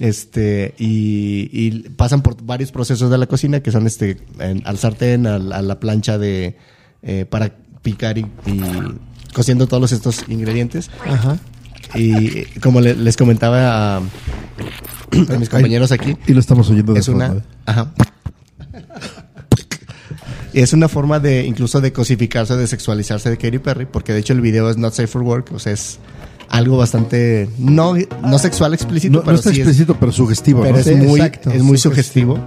[SPEAKER 2] Este, y, y pasan por varios procesos de la cocina que son este, en- al sartén, al- a, la plancha de, eh, para picar y, y cociendo todos estos ingredientes. Ajá. Y eh, como le- les comentaba a, a mis compañeros aquí,
[SPEAKER 3] Y lo estamos oyendo de
[SPEAKER 2] es una.
[SPEAKER 3] fondo, ¿eh?
[SPEAKER 2] Ajá. Es una forma de incluso de cosificarse, de sexualizarse de Katy Perry, porque de hecho el video es not safe for work, o sea, es algo bastante no, no sexual explícito,
[SPEAKER 3] No,
[SPEAKER 2] pero
[SPEAKER 3] no está
[SPEAKER 2] sí es-
[SPEAKER 3] explícito, pero sugestivo.
[SPEAKER 2] pero
[SPEAKER 3] ¿no?
[SPEAKER 2] es,
[SPEAKER 3] Sí,
[SPEAKER 2] muy,
[SPEAKER 3] exacto.
[SPEAKER 2] es muy sugestivo.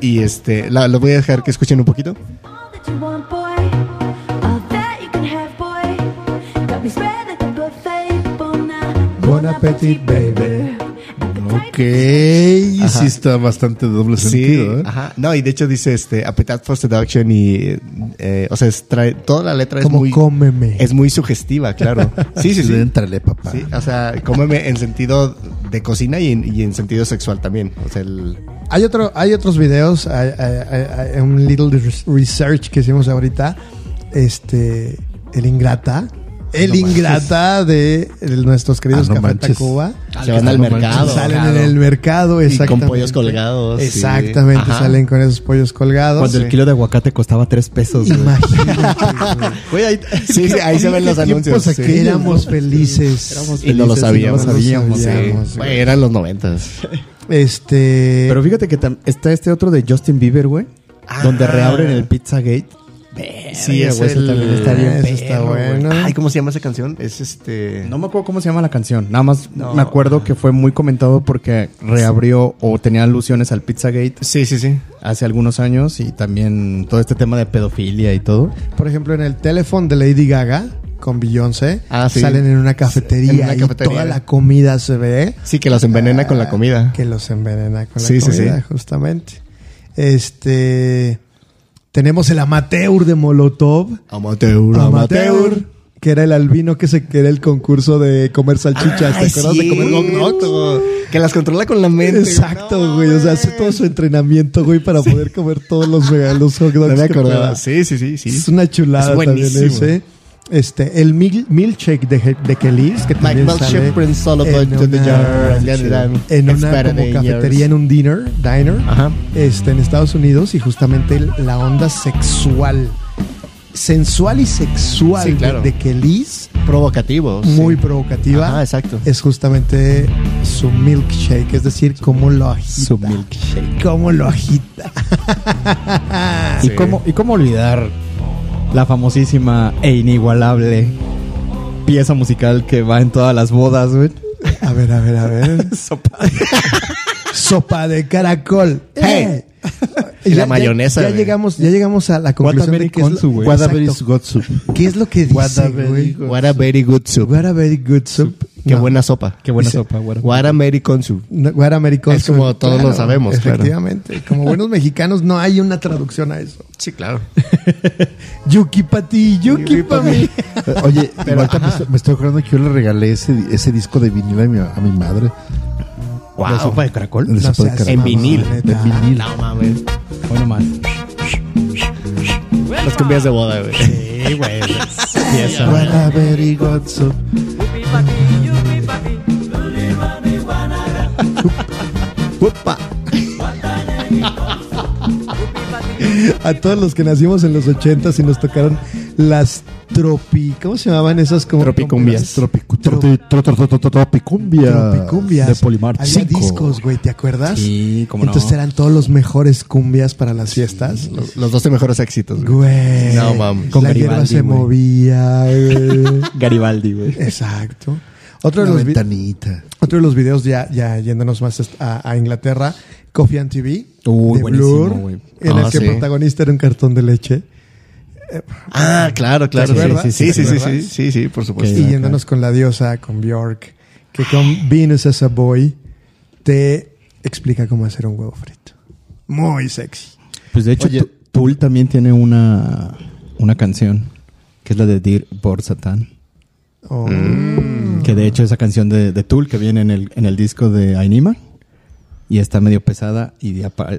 [SPEAKER 2] Y este, la, lo voy a dejar que escuchen un poquito.
[SPEAKER 9] All that you want, boy. All that you can have, boy. Got me spread like a buffet. Bon, a-
[SPEAKER 1] Bon appetit, baby.
[SPEAKER 3] Ok, sí está bastante de doble sentido. ¿eh?
[SPEAKER 2] ajá. No, y de hecho dice este, Appetite for Seduction y, eh, o sea, es- trae, toda la letra es
[SPEAKER 1] Como
[SPEAKER 2] muy,
[SPEAKER 1] cómeme.
[SPEAKER 2] es muy sugestiva, claro. Sí, sí,
[SPEAKER 3] Sí,
[SPEAKER 2] sí.
[SPEAKER 3] Éntrale, papá.
[SPEAKER 2] Sí, o sea, cómeme en sentido de cocina y en, y en sentido sexual también. O sea, el,
[SPEAKER 1] Hay, otro, hay otros videos, hay, hay- hay- hay un little res- research que hicimos ahorita. Este, el Ingrata. El Ingrata de el- nuestros queridos
[SPEAKER 3] Ah, no
[SPEAKER 1] Café
[SPEAKER 3] manches.
[SPEAKER 1] Tacuba.
[SPEAKER 2] se van al mercado.
[SPEAKER 1] Salen en el mercado,
[SPEAKER 2] Y
[SPEAKER 1] exactamente.
[SPEAKER 2] con pollos colgados. sí.
[SPEAKER 1] Exactamente,
[SPEAKER 2] Ajá.
[SPEAKER 1] salen con esos pollos colgados.
[SPEAKER 4] Cuando el
[SPEAKER 1] Sí.
[SPEAKER 4] kilo de aguacate costaba tres pesos. güey.
[SPEAKER 2] <laughs> Güey, ahí, sí, sí, ahí se ven los
[SPEAKER 1] ¿Qué
[SPEAKER 2] anuncios.
[SPEAKER 1] tiempos
[SPEAKER 2] sí.
[SPEAKER 1] aquí éramos felices.
[SPEAKER 4] Y no lo sabíamos.
[SPEAKER 1] no lo sabíamos,
[SPEAKER 2] Sí.
[SPEAKER 1] güey.
[SPEAKER 2] Güey, eran los noventas.
[SPEAKER 1] Este.
[SPEAKER 4] Pero fíjate que tam- está este otro de Justin Bieber, güey. Donde reabren el Pizzagate.
[SPEAKER 2] Sí,
[SPEAKER 4] Ah. Verga,
[SPEAKER 2] ese
[SPEAKER 4] güey, ese este. también está bien
[SPEAKER 1] ese está
[SPEAKER 4] perro, güey.
[SPEAKER 1] bueno.
[SPEAKER 2] Ah, Ay, ¿cómo se llama esa canción? Es este...
[SPEAKER 4] No me acuerdo cómo se llama la canción. Nada más
[SPEAKER 2] No.
[SPEAKER 4] me acuerdo que fue muy comentado porque reabrió o tenía alusiones al Pizzagate
[SPEAKER 2] Sí, sí, sí.
[SPEAKER 4] hace algunos años y también todo este tema de pedofilia y todo.
[SPEAKER 1] Por ejemplo, en el teléfono de Lady Gaga con Beyoncé,
[SPEAKER 2] Ah, sí.
[SPEAKER 1] salen en una cafetería,
[SPEAKER 2] En una
[SPEAKER 1] y
[SPEAKER 2] cafetería.
[SPEAKER 1] toda la comida se ve
[SPEAKER 2] Sí, que los envenena con la comida.
[SPEAKER 1] que los envenena con la
[SPEAKER 2] Sí, sí,
[SPEAKER 1] comida,
[SPEAKER 2] sí.
[SPEAKER 1] justamente. Este tenemos el amateur de Molotov,
[SPEAKER 2] Amateur,
[SPEAKER 1] que era el albino que se que era el concurso de comer salchichas,
[SPEAKER 2] Ah,
[SPEAKER 1] ¿te acuerdas de comer hot dogs?
[SPEAKER 2] cierto. Que las controla con la mente. güey.
[SPEAKER 1] Exacto,
[SPEAKER 2] No,
[SPEAKER 1] güey. O sea, hace todo su entrenamiento, güey, para poder comer todos los, los hot dogs.
[SPEAKER 2] No me
[SPEAKER 1] que
[SPEAKER 2] acordaba.
[SPEAKER 1] pueda.
[SPEAKER 2] Sí, sí, sí, sí.
[SPEAKER 1] Es una chulada
[SPEAKER 2] Es
[SPEAKER 1] también
[SPEAKER 2] buenísimo.
[SPEAKER 1] ese. Este, el mil- milkshake de, He- de Kelis, que
[SPEAKER 2] Mike
[SPEAKER 1] también sale
[SPEAKER 2] Milkshake brings all of
[SPEAKER 1] en
[SPEAKER 2] it to the jar. Yeah,
[SPEAKER 1] una,
[SPEAKER 2] yeah.
[SPEAKER 1] en
[SPEAKER 2] It's
[SPEAKER 1] una
[SPEAKER 2] better
[SPEAKER 1] como
[SPEAKER 2] than
[SPEAKER 1] cafetería,
[SPEAKER 2] yours.
[SPEAKER 1] en un dinner, diner,
[SPEAKER 2] Ajá.
[SPEAKER 1] este, en Estados Unidos, y justamente la onda sexual, sensual y sexual
[SPEAKER 2] Sí,
[SPEAKER 1] de-
[SPEAKER 2] claro.
[SPEAKER 1] de Kelis,
[SPEAKER 2] Provocativo. sí.
[SPEAKER 1] muy provocativa,
[SPEAKER 2] Ajá, exacto.
[SPEAKER 1] es justamente su milkshake, es decir, cómo lo agita.
[SPEAKER 4] Su milkshake.
[SPEAKER 1] Cómo lo agita.
[SPEAKER 2] Ah,
[SPEAKER 4] ¿Y, cómo, ¿Y cómo olvidar la famosísima e inigualable pieza musical que va en todas las bodas, güey?
[SPEAKER 1] A ver, a ver, a ver.
[SPEAKER 2] <laughs>
[SPEAKER 4] Sopa.
[SPEAKER 1] <laughs> Sopa de caracol.
[SPEAKER 2] Hey.
[SPEAKER 1] Eh.
[SPEAKER 2] Y la mayonesa,
[SPEAKER 1] Ya,
[SPEAKER 2] güey.
[SPEAKER 1] llegamos, ya llegamos a la conclusión de
[SPEAKER 4] Guadalupe
[SPEAKER 1] qué es,
[SPEAKER 4] con su,
[SPEAKER 1] lo,
[SPEAKER 4] güey.
[SPEAKER 3] Guadalupe
[SPEAKER 1] Exacto.
[SPEAKER 3] got
[SPEAKER 2] <laughs>
[SPEAKER 3] soup.
[SPEAKER 1] qué es lo que dice,
[SPEAKER 3] Guadalupe
[SPEAKER 1] güey.
[SPEAKER 3] con-
[SPEAKER 2] What a very good soup.
[SPEAKER 1] What a very good soup.
[SPEAKER 2] Qué
[SPEAKER 1] No,
[SPEAKER 2] buena sopa.
[SPEAKER 4] Qué buena
[SPEAKER 1] Dice-
[SPEAKER 4] sopa, güey.
[SPEAKER 2] What a very con soup.
[SPEAKER 1] no, what a very good
[SPEAKER 2] Es
[SPEAKER 1] soup.
[SPEAKER 2] como todos lo sabemos, claro.
[SPEAKER 1] Efectivamente. Como buenos mexicanos no hay una traducción a eso.
[SPEAKER 2] Sí, claro.
[SPEAKER 1] Yuki pa ti, yuki pa mí.
[SPEAKER 3] Oye, igual también estoy- me estoy acordando que yo le regalé ese, ese disco de vinil a mi, a mi madre.
[SPEAKER 4] ¿La sopa de caracol?
[SPEAKER 3] El
[SPEAKER 1] No
[SPEAKER 3] sopa de
[SPEAKER 1] seas
[SPEAKER 3] caracol.
[SPEAKER 1] En vinil.
[SPEAKER 3] En vinil.
[SPEAKER 2] No mames.
[SPEAKER 4] Bueno, más.
[SPEAKER 2] Las cumbias de boda, güey.
[SPEAKER 4] Sí, güey.
[SPEAKER 3] Guadalupe got soup.
[SPEAKER 2] Upa.
[SPEAKER 1] A todos los que nacimos en los ochentas y nos tocaron las tropi... ¿Cómo se llamaban esas? Como,
[SPEAKER 2] Tropicumbias.
[SPEAKER 3] Tropicu- tro- tro- tro- tro- tro- Tropicumbia.
[SPEAKER 1] Tropicumbias.
[SPEAKER 4] De Polimar.
[SPEAKER 1] Había
[SPEAKER 3] Cinco.
[SPEAKER 1] discos, güey, ¿te acuerdas?
[SPEAKER 4] Sí, cómo no.
[SPEAKER 1] Entonces eran todos los mejores cumbias para las fiestas.
[SPEAKER 2] Los, los 12 mejores éxitos, güey.
[SPEAKER 1] Güey.
[SPEAKER 2] No, mames.
[SPEAKER 1] La
[SPEAKER 4] Con
[SPEAKER 1] hierba
[SPEAKER 4] Garibaldi,
[SPEAKER 1] se
[SPEAKER 4] güey.
[SPEAKER 1] movía, güey.
[SPEAKER 4] Garibaldi, güey.
[SPEAKER 1] Exacto. Otro de,
[SPEAKER 3] Una
[SPEAKER 1] los vi-
[SPEAKER 3] ventanita.
[SPEAKER 1] otro de los videos, ya, ya yéndonos más est- a, a Inglaterra, Coffee and TV.
[SPEAKER 4] Uy,
[SPEAKER 1] de
[SPEAKER 4] buenísimo,
[SPEAKER 1] Blur,
[SPEAKER 4] güey.
[SPEAKER 1] En el
[SPEAKER 2] Ah,
[SPEAKER 1] que
[SPEAKER 2] sí.
[SPEAKER 1] el protagonista era un cartón de leche.
[SPEAKER 2] Ah, claro, claro.
[SPEAKER 1] ¿Te acuerdas?
[SPEAKER 2] Sí, sí, sí,
[SPEAKER 1] ¿Te
[SPEAKER 2] sí, sí,
[SPEAKER 1] acuerdas?
[SPEAKER 2] sí, sí, por
[SPEAKER 1] y
[SPEAKER 2] supuesto.
[SPEAKER 1] yéndonos con la diosa, con Bjork, que con Venus as a Boy te explica cómo hacer un huevo frito. Muy sexy.
[SPEAKER 4] Pues de hecho,
[SPEAKER 2] Oye.
[SPEAKER 4] Tu- Tool también tiene una, una canción, que es la de Dear Bored Satan.
[SPEAKER 1] Oh.
[SPEAKER 2] Mm.
[SPEAKER 4] Que de hecho esa canción de, de Tool que viene en el, en el disco de Ainima. Y está medio pesada y de apa-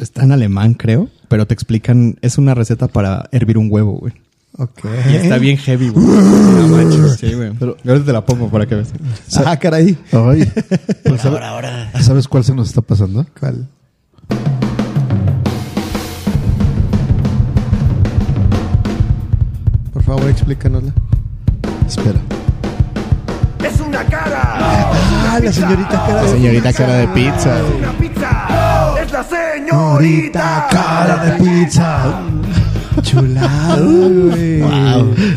[SPEAKER 4] está en alemán, creo. Pero te explican, es una receta para hervir un huevo, güey.
[SPEAKER 1] Ok.
[SPEAKER 4] Y está
[SPEAKER 2] ¿Eh?
[SPEAKER 4] bien heavy, güey. No manches, sí, güey. Pero ahorita te la pongo para que veas.
[SPEAKER 1] Ah, caray.
[SPEAKER 3] Ay, pues, ¿sabes- ¿Sabes cuál se nos está pasando?
[SPEAKER 1] ¿Cuál? Por favor, explícanosla.
[SPEAKER 3] Espera.
[SPEAKER 10] Es una cara.
[SPEAKER 1] Ah, la señorita cara de
[SPEAKER 2] Señorita cara de pizza.
[SPEAKER 10] Una pizza. Es la señorita
[SPEAKER 1] cara de pizza. Chulada, güey.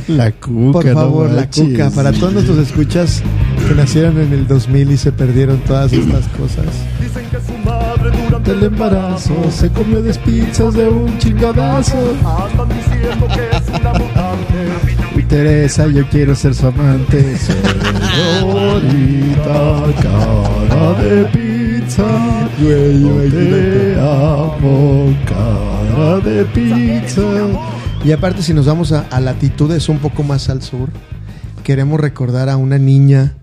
[SPEAKER 3] La cuca.
[SPEAKER 1] Por
[SPEAKER 3] no
[SPEAKER 1] favor, la
[SPEAKER 3] manches.
[SPEAKER 1] cuca. Para todos nuestros escuchas que nacieron en el 2000 y se perdieron todas estas cosas.
[SPEAKER 10] Dicen que su madre durante
[SPEAKER 3] El embarazo se comió dos pizzas de un chingadazo.
[SPEAKER 10] Andan diciendo que es una mutante.
[SPEAKER 3] Teresa, yo quiero ser su amante. Señorita, cara de pizza. Yo te amo, cara de pizza.
[SPEAKER 1] Y aparte, si nos vamos a, a latitudes un poco más al sur, queremos recordar a una niña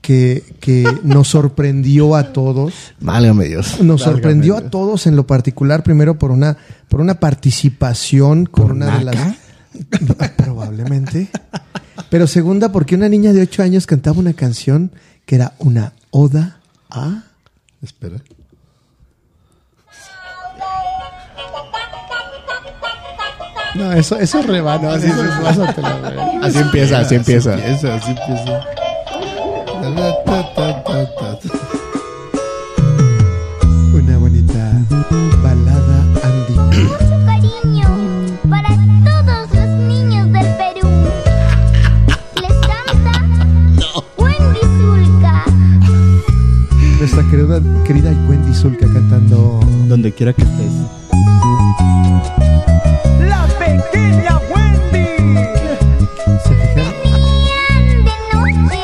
[SPEAKER 1] que, que nos sorprendió a todos.
[SPEAKER 2] Válgame Dios.
[SPEAKER 1] Nos sorprendió a todos en lo particular, primero por una, por una participación con una de las. <laughs> Probablemente. Pero segunda, porque una niña de 8 años cantaba una canción que era una oda a.
[SPEAKER 3] Espera.
[SPEAKER 1] No, eso, eso rebana. Así, <laughs>
[SPEAKER 2] Así empieza, así empieza.
[SPEAKER 3] así empieza.
[SPEAKER 1] Una bonita balada andina.
[SPEAKER 9] Mucho cariño para todos los niños del Perú. Les canta Wendy Zulka.
[SPEAKER 1] Nuestra querida, querida Wendy Zulka cantando.
[SPEAKER 4] Donde quiera que estés.
[SPEAKER 10] La pequeña Wendy.
[SPEAKER 1] ¿Se fijan?
[SPEAKER 9] Venían de noche.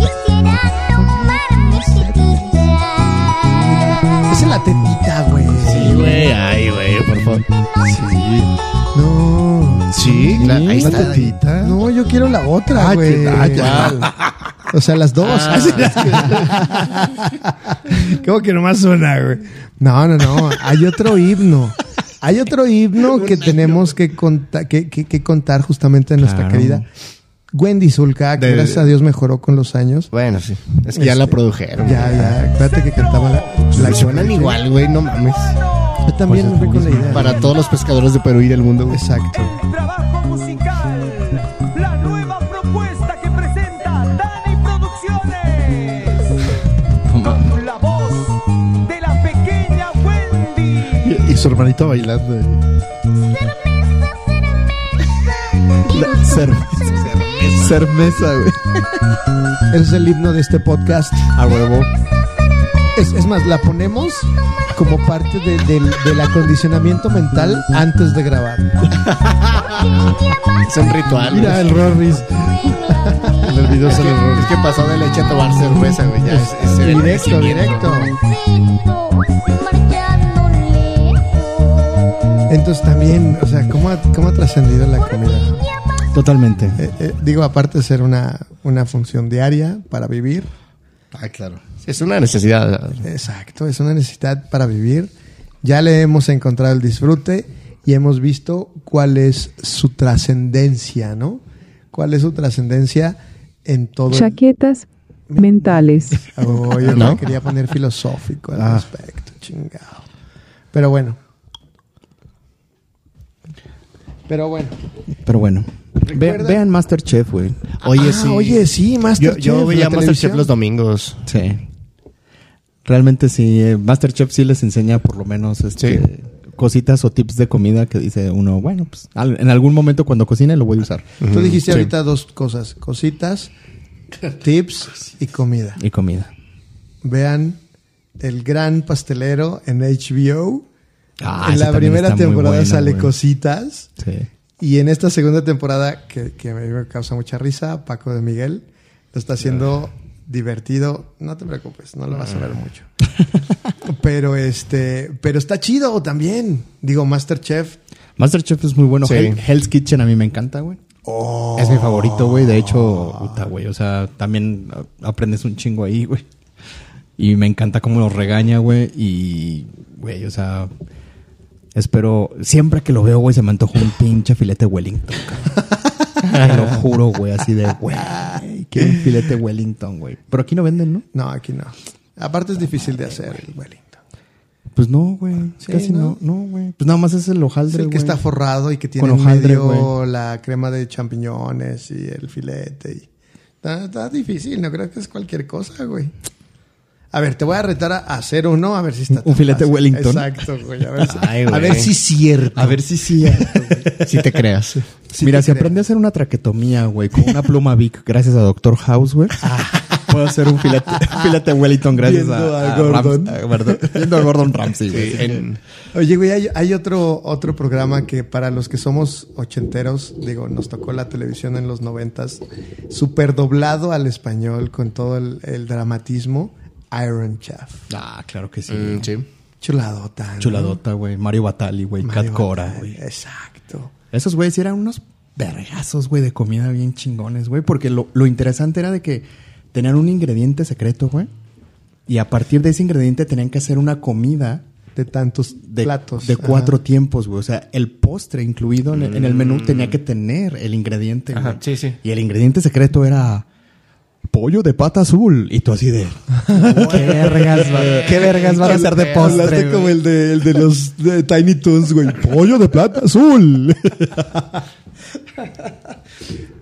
[SPEAKER 9] Quisieran tomar mi tetita.
[SPEAKER 1] Es en la tetita, güey.
[SPEAKER 2] Sí, güey, ay, güey, por favor.
[SPEAKER 1] No.
[SPEAKER 2] Sí, claro, ahí
[SPEAKER 3] ¿La
[SPEAKER 2] está.
[SPEAKER 3] tetita?
[SPEAKER 1] No, yo quiero la otra,
[SPEAKER 3] Ah,
[SPEAKER 1] güey.
[SPEAKER 3] ya,
[SPEAKER 1] O sea, las dos. <laughs> ¿Cómo que nomás una, güey? No, no, no. Hay otro himno. Hay otro himno que tenemos que, conta- que, que- que contar justamente en nuestra
[SPEAKER 4] Claro.
[SPEAKER 1] querida Wendy Zulka, que
[SPEAKER 2] De-
[SPEAKER 1] gracias a Dios mejoró con los años.
[SPEAKER 2] Bueno, sí. Es que ya la produjeron.
[SPEAKER 1] Ya, ya. Acuérdate que cantaba la,
[SPEAKER 2] La suenan igual, güey, no mames.
[SPEAKER 1] Yo también
[SPEAKER 4] Pues es
[SPEAKER 1] fui
[SPEAKER 4] lo
[SPEAKER 1] con la
[SPEAKER 4] mismo.
[SPEAKER 1] idea.
[SPEAKER 2] Para todos los pescadores de Perú y del mundo, güey.
[SPEAKER 1] Exacto.
[SPEAKER 10] El trabajo musical. La nueva propuesta que presenta Dani Producciones. Con la voz de la pequeña Wendy.
[SPEAKER 3] Y, y su hermanito bailando. eh.
[SPEAKER 9] Cerveza, cerveza. Cerveza,
[SPEAKER 4] Cerveza, güey.
[SPEAKER 1] Ese es el himno de este podcast.
[SPEAKER 4] A huevo.
[SPEAKER 1] Es, es más, la ponemos como parte de- del, del acondicionamiento mental antes de grabar.
[SPEAKER 2] Es un ritual.
[SPEAKER 3] Mira
[SPEAKER 2] güey.
[SPEAKER 3] el Rorris. En el video sale el
[SPEAKER 2] Es
[SPEAKER 3] Rorris.
[SPEAKER 2] que pasó de leche a tomar cerveza, güey. Ya es, es el-
[SPEAKER 1] Directo, directo.
[SPEAKER 9] cerveza. Marchando lejos.
[SPEAKER 1] Entonces también, o sea, ¿cómo ha, cómo ha trascendido la comida?
[SPEAKER 4] Totalmente.
[SPEAKER 1] Eh, eh, digo, aparte de ser una, una función diaria para vivir.
[SPEAKER 2] Ah, claro. Es una necesidad.
[SPEAKER 1] Exacto, es una necesidad para vivir. Ya le hemos encontrado el disfrute y hemos visto cuál es su trascendencia, ¿no? ¿Cuál es su trascendencia en todo el-
[SPEAKER 6] Chaquetas mentales.
[SPEAKER 1] Oh, yo
[SPEAKER 2] ¿No?
[SPEAKER 1] me quería poner filosófico al
[SPEAKER 3] Ah.
[SPEAKER 1] respecto, chingado. Pero bueno. Pero bueno.
[SPEAKER 4] Pero bueno. Ve-
[SPEAKER 1] Recuerda-
[SPEAKER 4] vean Masterchef, güey.
[SPEAKER 2] Oye,
[SPEAKER 1] Ah,
[SPEAKER 2] sí.
[SPEAKER 1] Oye, sí,
[SPEAKER 2] yo,
[SPEAKER 1] Masterchef.
[SPEAKER 2] yo veía
[SPEAKER 1] la
[SPEAKER 2] Masterchef
[SPEAKER 1] televisión.
[SPEAKER 2] los domingos.
[SPEAKER 4] Sí. Realmente sí. eh, Masterchef sí les enseña por lo menos este,
[SPEAKER 2] Sí.
[SPEAKER 4] cositas o tips de comida que dice uno, bueno, pues al- en algún momento cuando cocine lo voy a usar.
[SPEAKER 1] Tú dijiste
[SPEAKER 2] Sí.
[SPEAKER 1] ahorita dos cosas. Cositas, tips y comida.
[SPEAKER 4] Y comida.
[SPEAKER 1] Vean El Gran Pastelero en HBO.
[SPEAKER 4] Ah,
[SPEAKER 1] en
[SPEAKER 4] esa
[SPEAKER 1] la
[SPEAKER 4] también
[SPEAKER 1] primera
[SPEAKER 4] está muy
[SPEAKER 1] temporada
[SPEAKER 4] buena,
[SPEAKER 1] sale
[SPEAKER 4] güey.
[SPEAKER 1] Cositas.
[SPEAKER 4] Sí.
[SPEAKER 1] Y en esta segunda temporada, que, que a mí me causa mucha risa, Paco de Miguel lo está haciendo divertido, no te preocupes, no lo vas a ver mucho. <laughs> pero este, pero está chido también. Digo, Masterchef.
[SPEAKER 4] Masterchef es muy bueno.
[SPEAKER 2] Sí.
[SPEAKER 4] Hell- Hell's Kitchen a mí me encanta, güey. Es mi favorito, güey. De hecho, puta, güey. O sea, también a- aprendes un chingo ahí, güey. Y me encanta cómo los regaña, güey. Y, güey, o sea, espero. Siempre que lo veo, güey, se me antoja un pinche filete Wellington, cabrón. Te lo juro, güey, así de, güey. Quiero un filete Wellington, güey. Pero aquí no venden, ¿no?
[SPEAKER 1] No, aquí no. Aparte es difícil de hacer el Wellington.
[SPEAKER 4] Pues no, güey.
[SPEAKER 1] Sí,
[SPEAKER 4] casi
[SPEAKER 1] ¿no?
[SPEAKER 4] no, no, güey. pues nada más es el
[SPEAKER 1] Es
[SPEAKER 4] hojaldre,
[SPEAKER 1] el que
[SPEAKER 4] güey.
[SPEAKER 1] está forrado y que tiene
[SPEAKER 4] Con
[SPEAKER 1] en
[SPEAKER 4] hojaldre,
[SPEAKER 1] medio
[SPEAKER 4] güey.
[SPEAKER 1] la crema de champiñones y el filete. Y... Está, está difícil, no creo que es cualquier cosa, güey. A ver, te voy a retar a hacer uno, a ver si está.
[SPEAKER 4] Un
[SPEAKER 1] tan
[SPEAKER 4] filete
[SPEAKER 1] fácil.
[SPEAKER 4] Wellington.
[SPEAKER 1] Exacto, güey. A ver si,
[SPEAKER 2] Ay,
[SPEAKER 1] a
[SPEAKER 2] güey.
[SPEAKER 1] ver si es cierto.
[SPEAKER 4] A ver si sí.
[SPEAKER 2] Si te creas.
[SPEAKER 1] Sí
[SPEAKER 4] Mira,
[SPEAKER 1] te
[SPEAKER 4] si
[SPEAKER 1] creo.
[SPEAKER 4] aprendí a hacer una traquetomía, güey, con una pluma Vic, gracias a Doctor House, güey. Puedo hacer
[SPEAKER 1] <laughs>
[SPEAKER 4] un filete, filete Wellington gracias
[SPEAKER 1] Ah. Viendo
[SPEAKER 4] a,
[SPEAKER 1] a
[SPEAKER 4] a
[SPEAKER 1] Gordon.
[SPEAKER 4] Rams- a Gordon. Viendo a Gordon Ramsay, güey. En-
[SPEAKER 1] Oye, güey, hay, hay otro, otro programa que para los que somos ochenteros, digo, nos tocó la televisión en los noventas, super doblado al español con todo el, el dramatismo, Iron Chef.
[SPEAKER 4] Ah, claro que sí.
[SPEAKER 2] Mm, sí.
[SPEAKER 1] Chuladota. ¿no?
[SPEAKER 4] Chuladota, güey. Mario Batali, güey.
[SPEAKER 1] Mario
[SPEAKER 4] Cat Cora,
[SPEAKER 1] Batalla,
[SPEAKER 4] güey.
[SPEAKER 1] Exacto.
[SPEAKER 4] Esos güeyes sí eran unos vergazos, güey, de comida bien chingones, güey. Porque lo, lo interesante era de que tenían un ingrediente secreto, güey. Y a partir de ese ingrediente tenían que hacer una comida
[SPEAKER 1] De tantos
[SPEAKER 4] de,
[SPEAKER 1] platos.
[SPEAKER 4] de
[SPEAKER 1] Ajá.
[SPEAKER 4] cuatro tiempos, güey. O sea, el postre incluido en, el- en el menú tenía que tener el ingrediente.
[SPEAKER 2] Ajá,
[SPEAKER 4] güey.
[SPEAKER 2] sí, sí.
[SPEAKER 4] Y el ingrediente secreto era pollo de pata azul. Y tú así de... <laughs> ¿Qué vergas, va- qué vergas van a hacer de postre?
[SPEAKER 11] Hablaste
[SPEAKER 4] güey?
[SPEAKER 11] como el de, el de los de Tiny Toons, güey. Pollo de plata azul.
[SPEAKER 4] <laughs>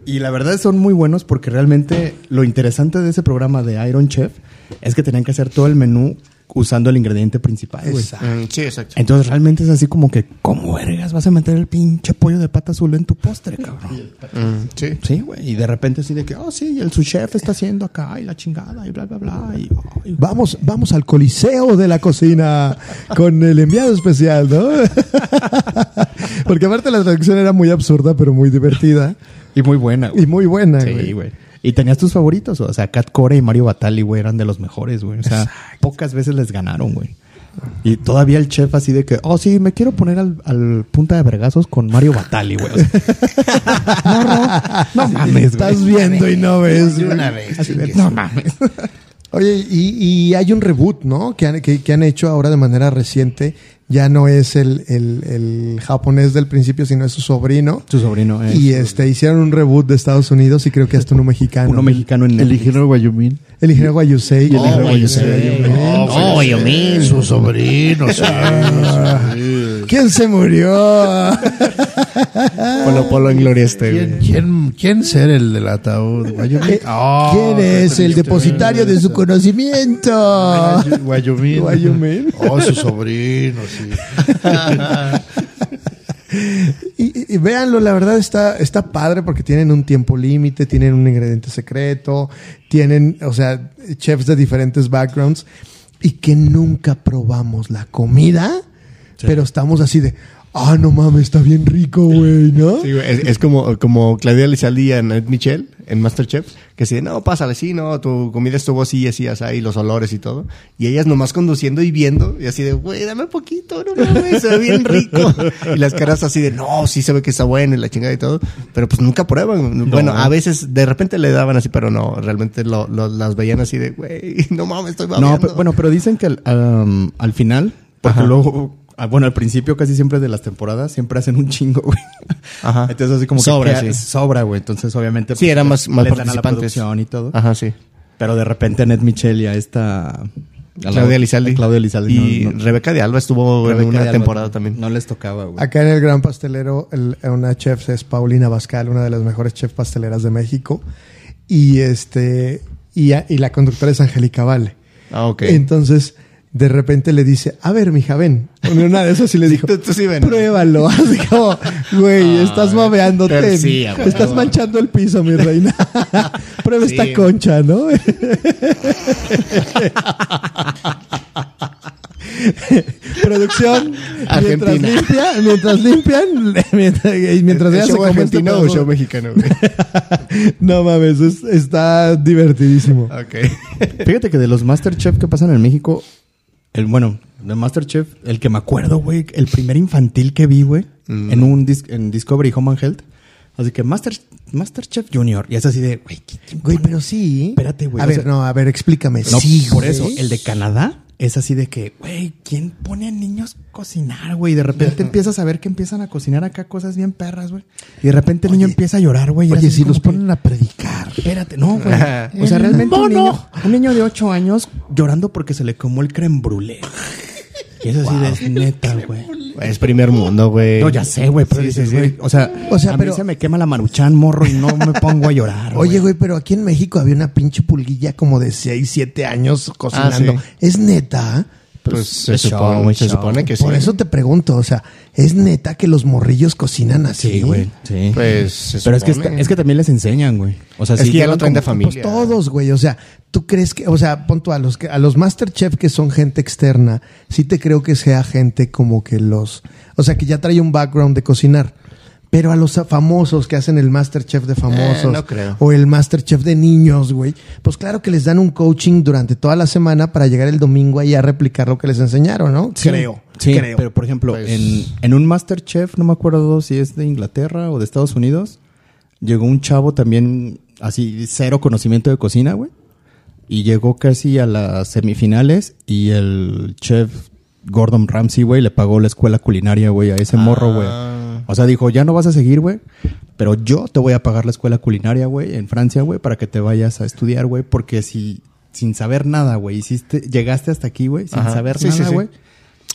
[SPEAKER 4] Y la verdad son muy buenos porque realmente lo interesante de ese programa de Iron Chef es que tenían que hacer todo el menú usando el ingrediente principal, güey.
[SPEAKER 1] Exacto.
[SPEAKER 2] Mm, sí, exacto.
[SPEAKER 4] Entonces realmente es así como que, ¿cómo vergas vas a meter el pinche pollo de pata azul en tu postre, cabrón?
[SPEAKER 2] Mm, sí.
[SPEAKER 4] Sí, güey. Y de repente así de que, oh, sí, el su chef está haciendo acá y la chingada y bla, bla, bla. Y, ay,
[SPEAKER 11] Vamos, vamos al coliseo de la cocina con el enviado especial,
[SPEAKER 1] <laughs>
[SPEAKER 11] ¿no? Porque aparte la traducción era muy absurda, pero muy divertida
[SPEAKER 4] y muy buena, güey.
[SPEAKER 11] y muy buena,
[SPEAKER 4] Sí,
[SPEAKER 11] güey.
[SPEAKER 4] güey. Y tenías tus favoritos, o sea, Cat Cora y Mario Batali, güey, eran de los mejores, güey. O sea, pocas veces les ganaron, güey. Y todavía el chef así de que, oh, sí, me quiero poner al, al punta de vergazos con Mario Batali, <laughs> güey. O sea, no, no, no mames, güey.
[SPEAKER 11] Estás viendo y no ves. güey.
[SPEAKER 2] Una vez.
[SPEAKER 4] Así de,
[SPEAKER 2] chingues.
[SPEAKER 4] no mames.
[SPEAKER 1] Oye, y, y hay un reboot, ¿no? Que han, que, que han hecho ahora de manera reciente. Ya no es el, el- el japonés del principio, sino es su sobrino.
[SPEAKER 4] Tu sobrino, eh.
[SPEAKER 1] Y este hicieron un reboot de Estados Unidos y creo que hasta uno mexicano.
[SPEAKER 4] uno mexicano en Oh,
[SPEAKER 3] El ingeniero Guayumín.
[SPEAKER 1] El ingeniero Guayusei. Oh, El ingeniero
[SPEAKER 2] No, Guayomín. Su sobrino.
[SPEAKER 11] ¿Quién se murió?
[SPEAKER 2] Polo Polo en Gloria este,
[SPEAKER 3] ¿Quién,
[SPEAKER 2] güey.
[SPEAKER 3] quién, quién será el del ataúd? Guayumín. Ah,
[SPEAKER 11] ¿Quién es el depositario de su conocimiento?
[SPEAKER 3] Guayu- Guayumín.
[SPEAKER 11] Guayumín.
[SPEAKER 3] Oh, su sobrino, sí.
[SPEAKER 1] Y, y- y véanlo, la verdad está, está padre porque tienen un tiempo límite, tienen un ingrediente secreto, tienen, o sea, chefs de diferentes backgrounds y que nunca probamos la comida, pero estamos así de, ah, no mames, está bien rico, güey, ¿no?
[SPEAKER 2] Sí, güey, es, es como, como Claudia Lizaldi en Ed Michel, en Masterchef, que se no, pásale, sí, no, tu comida estuvo así, así, así, y los olores y todo. Y ellas nomás conduciendo y viendo, y así de, güey, dame poquito, no mames, se ve bien
[SPEAKER 4] <laughs>
[SPEAKER 2] rico. Y las caras así de, no, sí se ve que está bueno y la chingada y todo, pero pues nunca prueban. Bueno, a veces de repente le daban así, pero no, realmente lo, lo- las veían así de, güey, no mames, estoy babeando.
[SPEAKER 4] No, pero- bueno, pero dicen que al, um, al final, porque luego, ah, bueno, al principio casi siempre de las temporadas siempre hacen un chingo, güey.
[SPEAKER 2] Ajá.
[SPEAKER 4] Entonces así como
[SPEAKER 2] Sobra,
[SPEAKER 4] que queda-
[SPEAKER 2] sí.
[SPEAKER 4] sobra, güey. Entonces obviamente pues,
[SPEAKER 2] Sí, eran más- más
[SPEAKER 4] le dan a la
[SPEAKER 2] participantes.
[SPEAKER 4] producción y todo.
[SPEAKER 2] Ajá, sí.
[SPEAKER 4] Pero de repente a Ned Michel y a esta a la-
[SPEAKER 2] Claudia Lizaldi.
[SPEAKER 4] a Claudia Lizaldi
[SPEAKER 2] Y
[SPEAKER 4] no- no-
[SPEAKER 2] Rebeca de Alba estuvo
[SPEAKER 4] Rebeca
[SPEAKER 2] en una
[SPEAKER 4] de Alba
[SPEAKER 2] temporada también.
[SPEAKER 4] No les tocaba, güey.
[SPEAKER 1] Acá en el Gran Pastelero, el- una chef es Paulina Bascal, una de las mejores chefs pasteleras de México. Y este, y, a- y la conductora es Angélica Vale.
[SPEAKER 2] Ah, ok.
[SPEAKER 1] Entonces, de repente le dice, a ver, mija, ven. En una de esas sí le dijo,
[SPEAKER 2] Tú- tú sí ven.
[SPEAKER 1] pruébalo. <laughs> Así como, güey, estás babeándote.
[SPEAKER 2] pero sí, a huevo.
[SPEAKER 1] estás manchando el piso, mi reina. <laughs> Prueba
[SPEAKER 2] Sí.
[SPEAKER 1] esta concha, ¿no? <laughs> Producción, mientras,
[SPEAKER 2] Argentina.
[SPEAKER 1] limpia, mientras limpian,
[SPEAKER 2] <laughs>
[SPEAKER 1] mientras, y mientras ella
[SPEAKER 2] ¿Es
[SPEAKER 1] se
[SPEAKER 2] show
[SPEAKER 1] come este
[SPEAKER 2] argentino o
[SPEAKER 1] pedazo-
[SPEAKER 2] show mexicano? güey?
[SPEAKER 1] No mames, es- está divertidísimo.
[SPEAKER 2] ok.
[SPEAKER 4] Fíjate que de los Masterchef que pasan en México, el bueno, de Masterchef, el que me acuerdo, güey, el primer infantil que vi, güey,
[SPEAKER 1] Mm.
[SPEAKER 4] en un dis- en Discovery Home and Health. Así que Master Masterchef Junior, y es así de, güey, ¿qué- qué-
[SPEAKER 1] Güey, pero sí.
[SPEAKER 4] Espérate, güey,
[SPEAKER 1] A
[SPEAKER 4] o
[SPEAKER 1] ver,
[SPEAKER 4] sea-
[SPEAKER 1] no, a ver, explícame.
[SPEAKER 4] no,
[SPEAKER 1] sí,
[SPEAKER 4] por
[SPEAKER 1] güey.
[SPEAKER 4] eso, el de Canadá es así de que, güey, ¿quién pone a niños a cocinar, güey? Y de repente empiezas a ver que empiezan a cocinar acá cosas bien perras, güey. Y de repente el niño empieza a llorar, güey. y era
[SPEAKER 3] Oye,
[SPEAKER 4] así
[SPEAKER 3] si
[SPEAKER 4] como
[SPEAKER 3] los
[SPEAKER 4] que-
[SPEAKER 3] ponen a predicar.
[SPEAKER 4] Espérate, no,
[SPEAKER 2] <laughs>
[SPEAKER 4] güey. O sea, realmente un niño, un niño de 8 años llorando porque se le comó el creme brûlée. Y eso sí es neta, güey.
[SPEAKER 2] Es primer mundo, güey.
[SPEAKER 4] No, ya sé, güey, pero
[SPEAKER 2] Sí,
[SPEAKER 4] dices,
[SPEAKER 2] sí, sí.
[SPEAKER 4] güey, o sea,
[SPEAKER 1] O sea,
[SPEAKER 4] a
[SPEAKER 1] pero-
[SPEAKER 4] mí se me quema la maruchan, morro, y no me pongo a llorar,
[SPEAKER 1] Oye, güey, pero aquí en México había una pinche pulguilla como de 6, 7 años cocinando.
[SPEAKER 2] sí.
[SPEAKER 1] Es neta.
[SPEAKER 2] Pues se,
[SPEAKER 4] es show,
[SPEAKER 2] supone,
[SPEAKER 4] es
[SPEAKER 2] se
[SPEAKER 4] show.
[SPEAKER 2] supone que sí.
[SPEAKER 1] Por eso te pregunto, o sea, ¿es neta que los morrillos cocinan así?
[SPEAKER 4] Sí, güey, sí.
[SPEAKER 2] Pues se
[SPEAKER 4] pero es que,
[SPEAKER 2] supone.
[SPEAKER 4] está- es que también les enseñan, güey. O sea,
[SPEAKER 2] Es
[SPEAKER 4] sí
[SPEAKER 2] que ya
[SPEAKER 4] llevan
[SPEAKER 2] lo traen de
[SPEAKER 4] como-
[SPEAKER 2] familia.
[SPEAKER 1] Pues todos, güey. O sea, tú crees que, o sea, pon tú a los que, a los Masterchef que son gente externa, sí te creo que sea gente como que los, o sea, que ya trae un background de cocinar. Pero a los famosos que hacen el Masterchef de famosos
[SPEAKER 2] Eh, no creo.
[SPEAKER 1] o el Masterchef de niños, güey, pues claro que les dan un coaching durante toda la semana para llegar el domingo ahí a replicar lo que les enseñaron, ¿no?
[SPEAKER 4] Sí, sí,
[SPEAKER 1] creo.
[SPEAKER 4] Pero, por ejemplo,
[SPEAKER 1] Pues,
[SPEAKER 2] Pues
[SPEAKER 4] en, en un Masterchef, no me acuerdo si es de Inglaterra o de Estados Unidos, llegó un chavo también, así, cero conocimiento de cocina, güey. Y llegó casi a las semifinales y el chef Gordon Ramsay, güey, le pagó la escuela culinaria, güey, a ese morro, güey.
[SPEAKER 2] Ah.
[SPEAKER 4] O sea, dijo, ya no vas a seguir, güey, pero yo te voy a pagar la escuela culinaria, güey, en Francia, güey, para que te vayas a estudiar, güey, porque si sin saber nada, güey, hiciste, llegaste hasta aquí, güey, sin
[SPEAKER 2] Ajá.
[SPEAKER 4] saber
[SPEAKER 2] Sí, sí,
[SPEAKER 4] nada,
[SPEAKER 2] sí.
[SPEAKER 4] güey.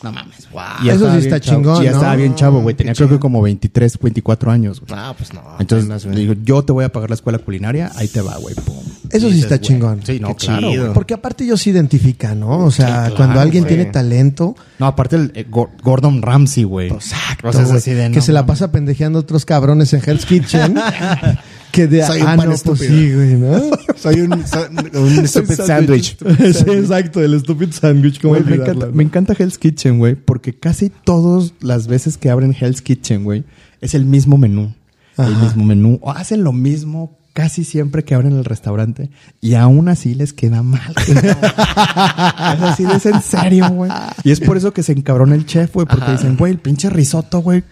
[SPEAKER 4] No mames, wow.
[SPEAKER 1] Eso sí está chingón,
[SPEAKER 4] Ya
[SPEAKER 1] ¿no?
[SPEAKER 4] estaba bien chavo, güey.
[SPEAKER 1] Qué
[SPEAKER 4] Tenía creo que como 23, 24 años. güey.
[SPEAKER 2] Ah, pues no.
[SPEAKER 4] Entonces,
[SPEAKER 2] apenas,
[SPEAKER 4] le
[SPEAKER 2] güey.
[SPEAKER 4] digo, yo te voy a pagar la escuela culinaria, ahí te va, güey. pum.
[SPEAKER 1] Eso
[SPEAKER 4] Y
[SPEAKER 1] sí
[SPEAKER 4] dices,
[SPEAKER 1] está
[SPEAKER 4] güey,
[SPEAKER 1] chingón.
[SPEAKER 4] Sí, no,
[SPEAKER 2] Qué
[SPEAKER 4] claro.
[SPEAKER 2] chido.
[SPEAKER 4] güey.
[SPEAKER 1] Porque aparte ellos se identifican, ¿no? O sea,
[SPEAKER 2] claro,
[SPEAKER 1] cuando alguien
[SPEAKER 2] güey.
[SPEAKER 1] tiene talento,
[SPEAKER 4] No, aparte el eh, Gor- Gordon Ramsay, güey.
[SPEAKER 1] Exacto.
[SPEAKER 4] O sea, es
[SPEAKER 1] güey,
[SPEAKER 4] así de,
[SPEAKER 1] que
[SPEAKER 4] no
[SPEAKER 1] se la
[SPEAKER 4] mames.
[SPEAKER 1] pasa pendejeando a otros cabrones en Hell's Kitchen. que de
[SPEAKER 2] Soy un
[SPEAKER 1] ah,
[SPEAKER 2] pan
[SPEAKER 1] no,
[SPEAKER 2] estúpido.
[SPEAKER 1] pues sí, güey, ¿no?
[SPEAKER 2] Soy un, so-
[SPEAKER 4] <laughs>
[SPEAKER 1] <laughs>
[SPEAKER 2] un stupid sandwich.
[SPEAKER 1] Sí, exacto, el stupid sandwich. ¿cómo
[SPEAKER 4] Güey, me,
[SPEAKER 1] olvidarlo,
[SPEAKER 4] encanta,
[SPEAKER 1] no?
[SPEAKER 4] me encanta Hell's Kitchen, güey, porque casi todas las veces que abren Hell's Kitchen, güey, es el mismo menú. El mismo menú. O hacen lo mismo casi siempre que abren el restaurante y aún así les queda mal.
[SPEAKER 1] <laughs>
[SPEAKER 4] güey. es así, es en serio, güey. Y es por eso que se encabrona el chef, güey, porque dicen, güey, el pinche risotto, güey.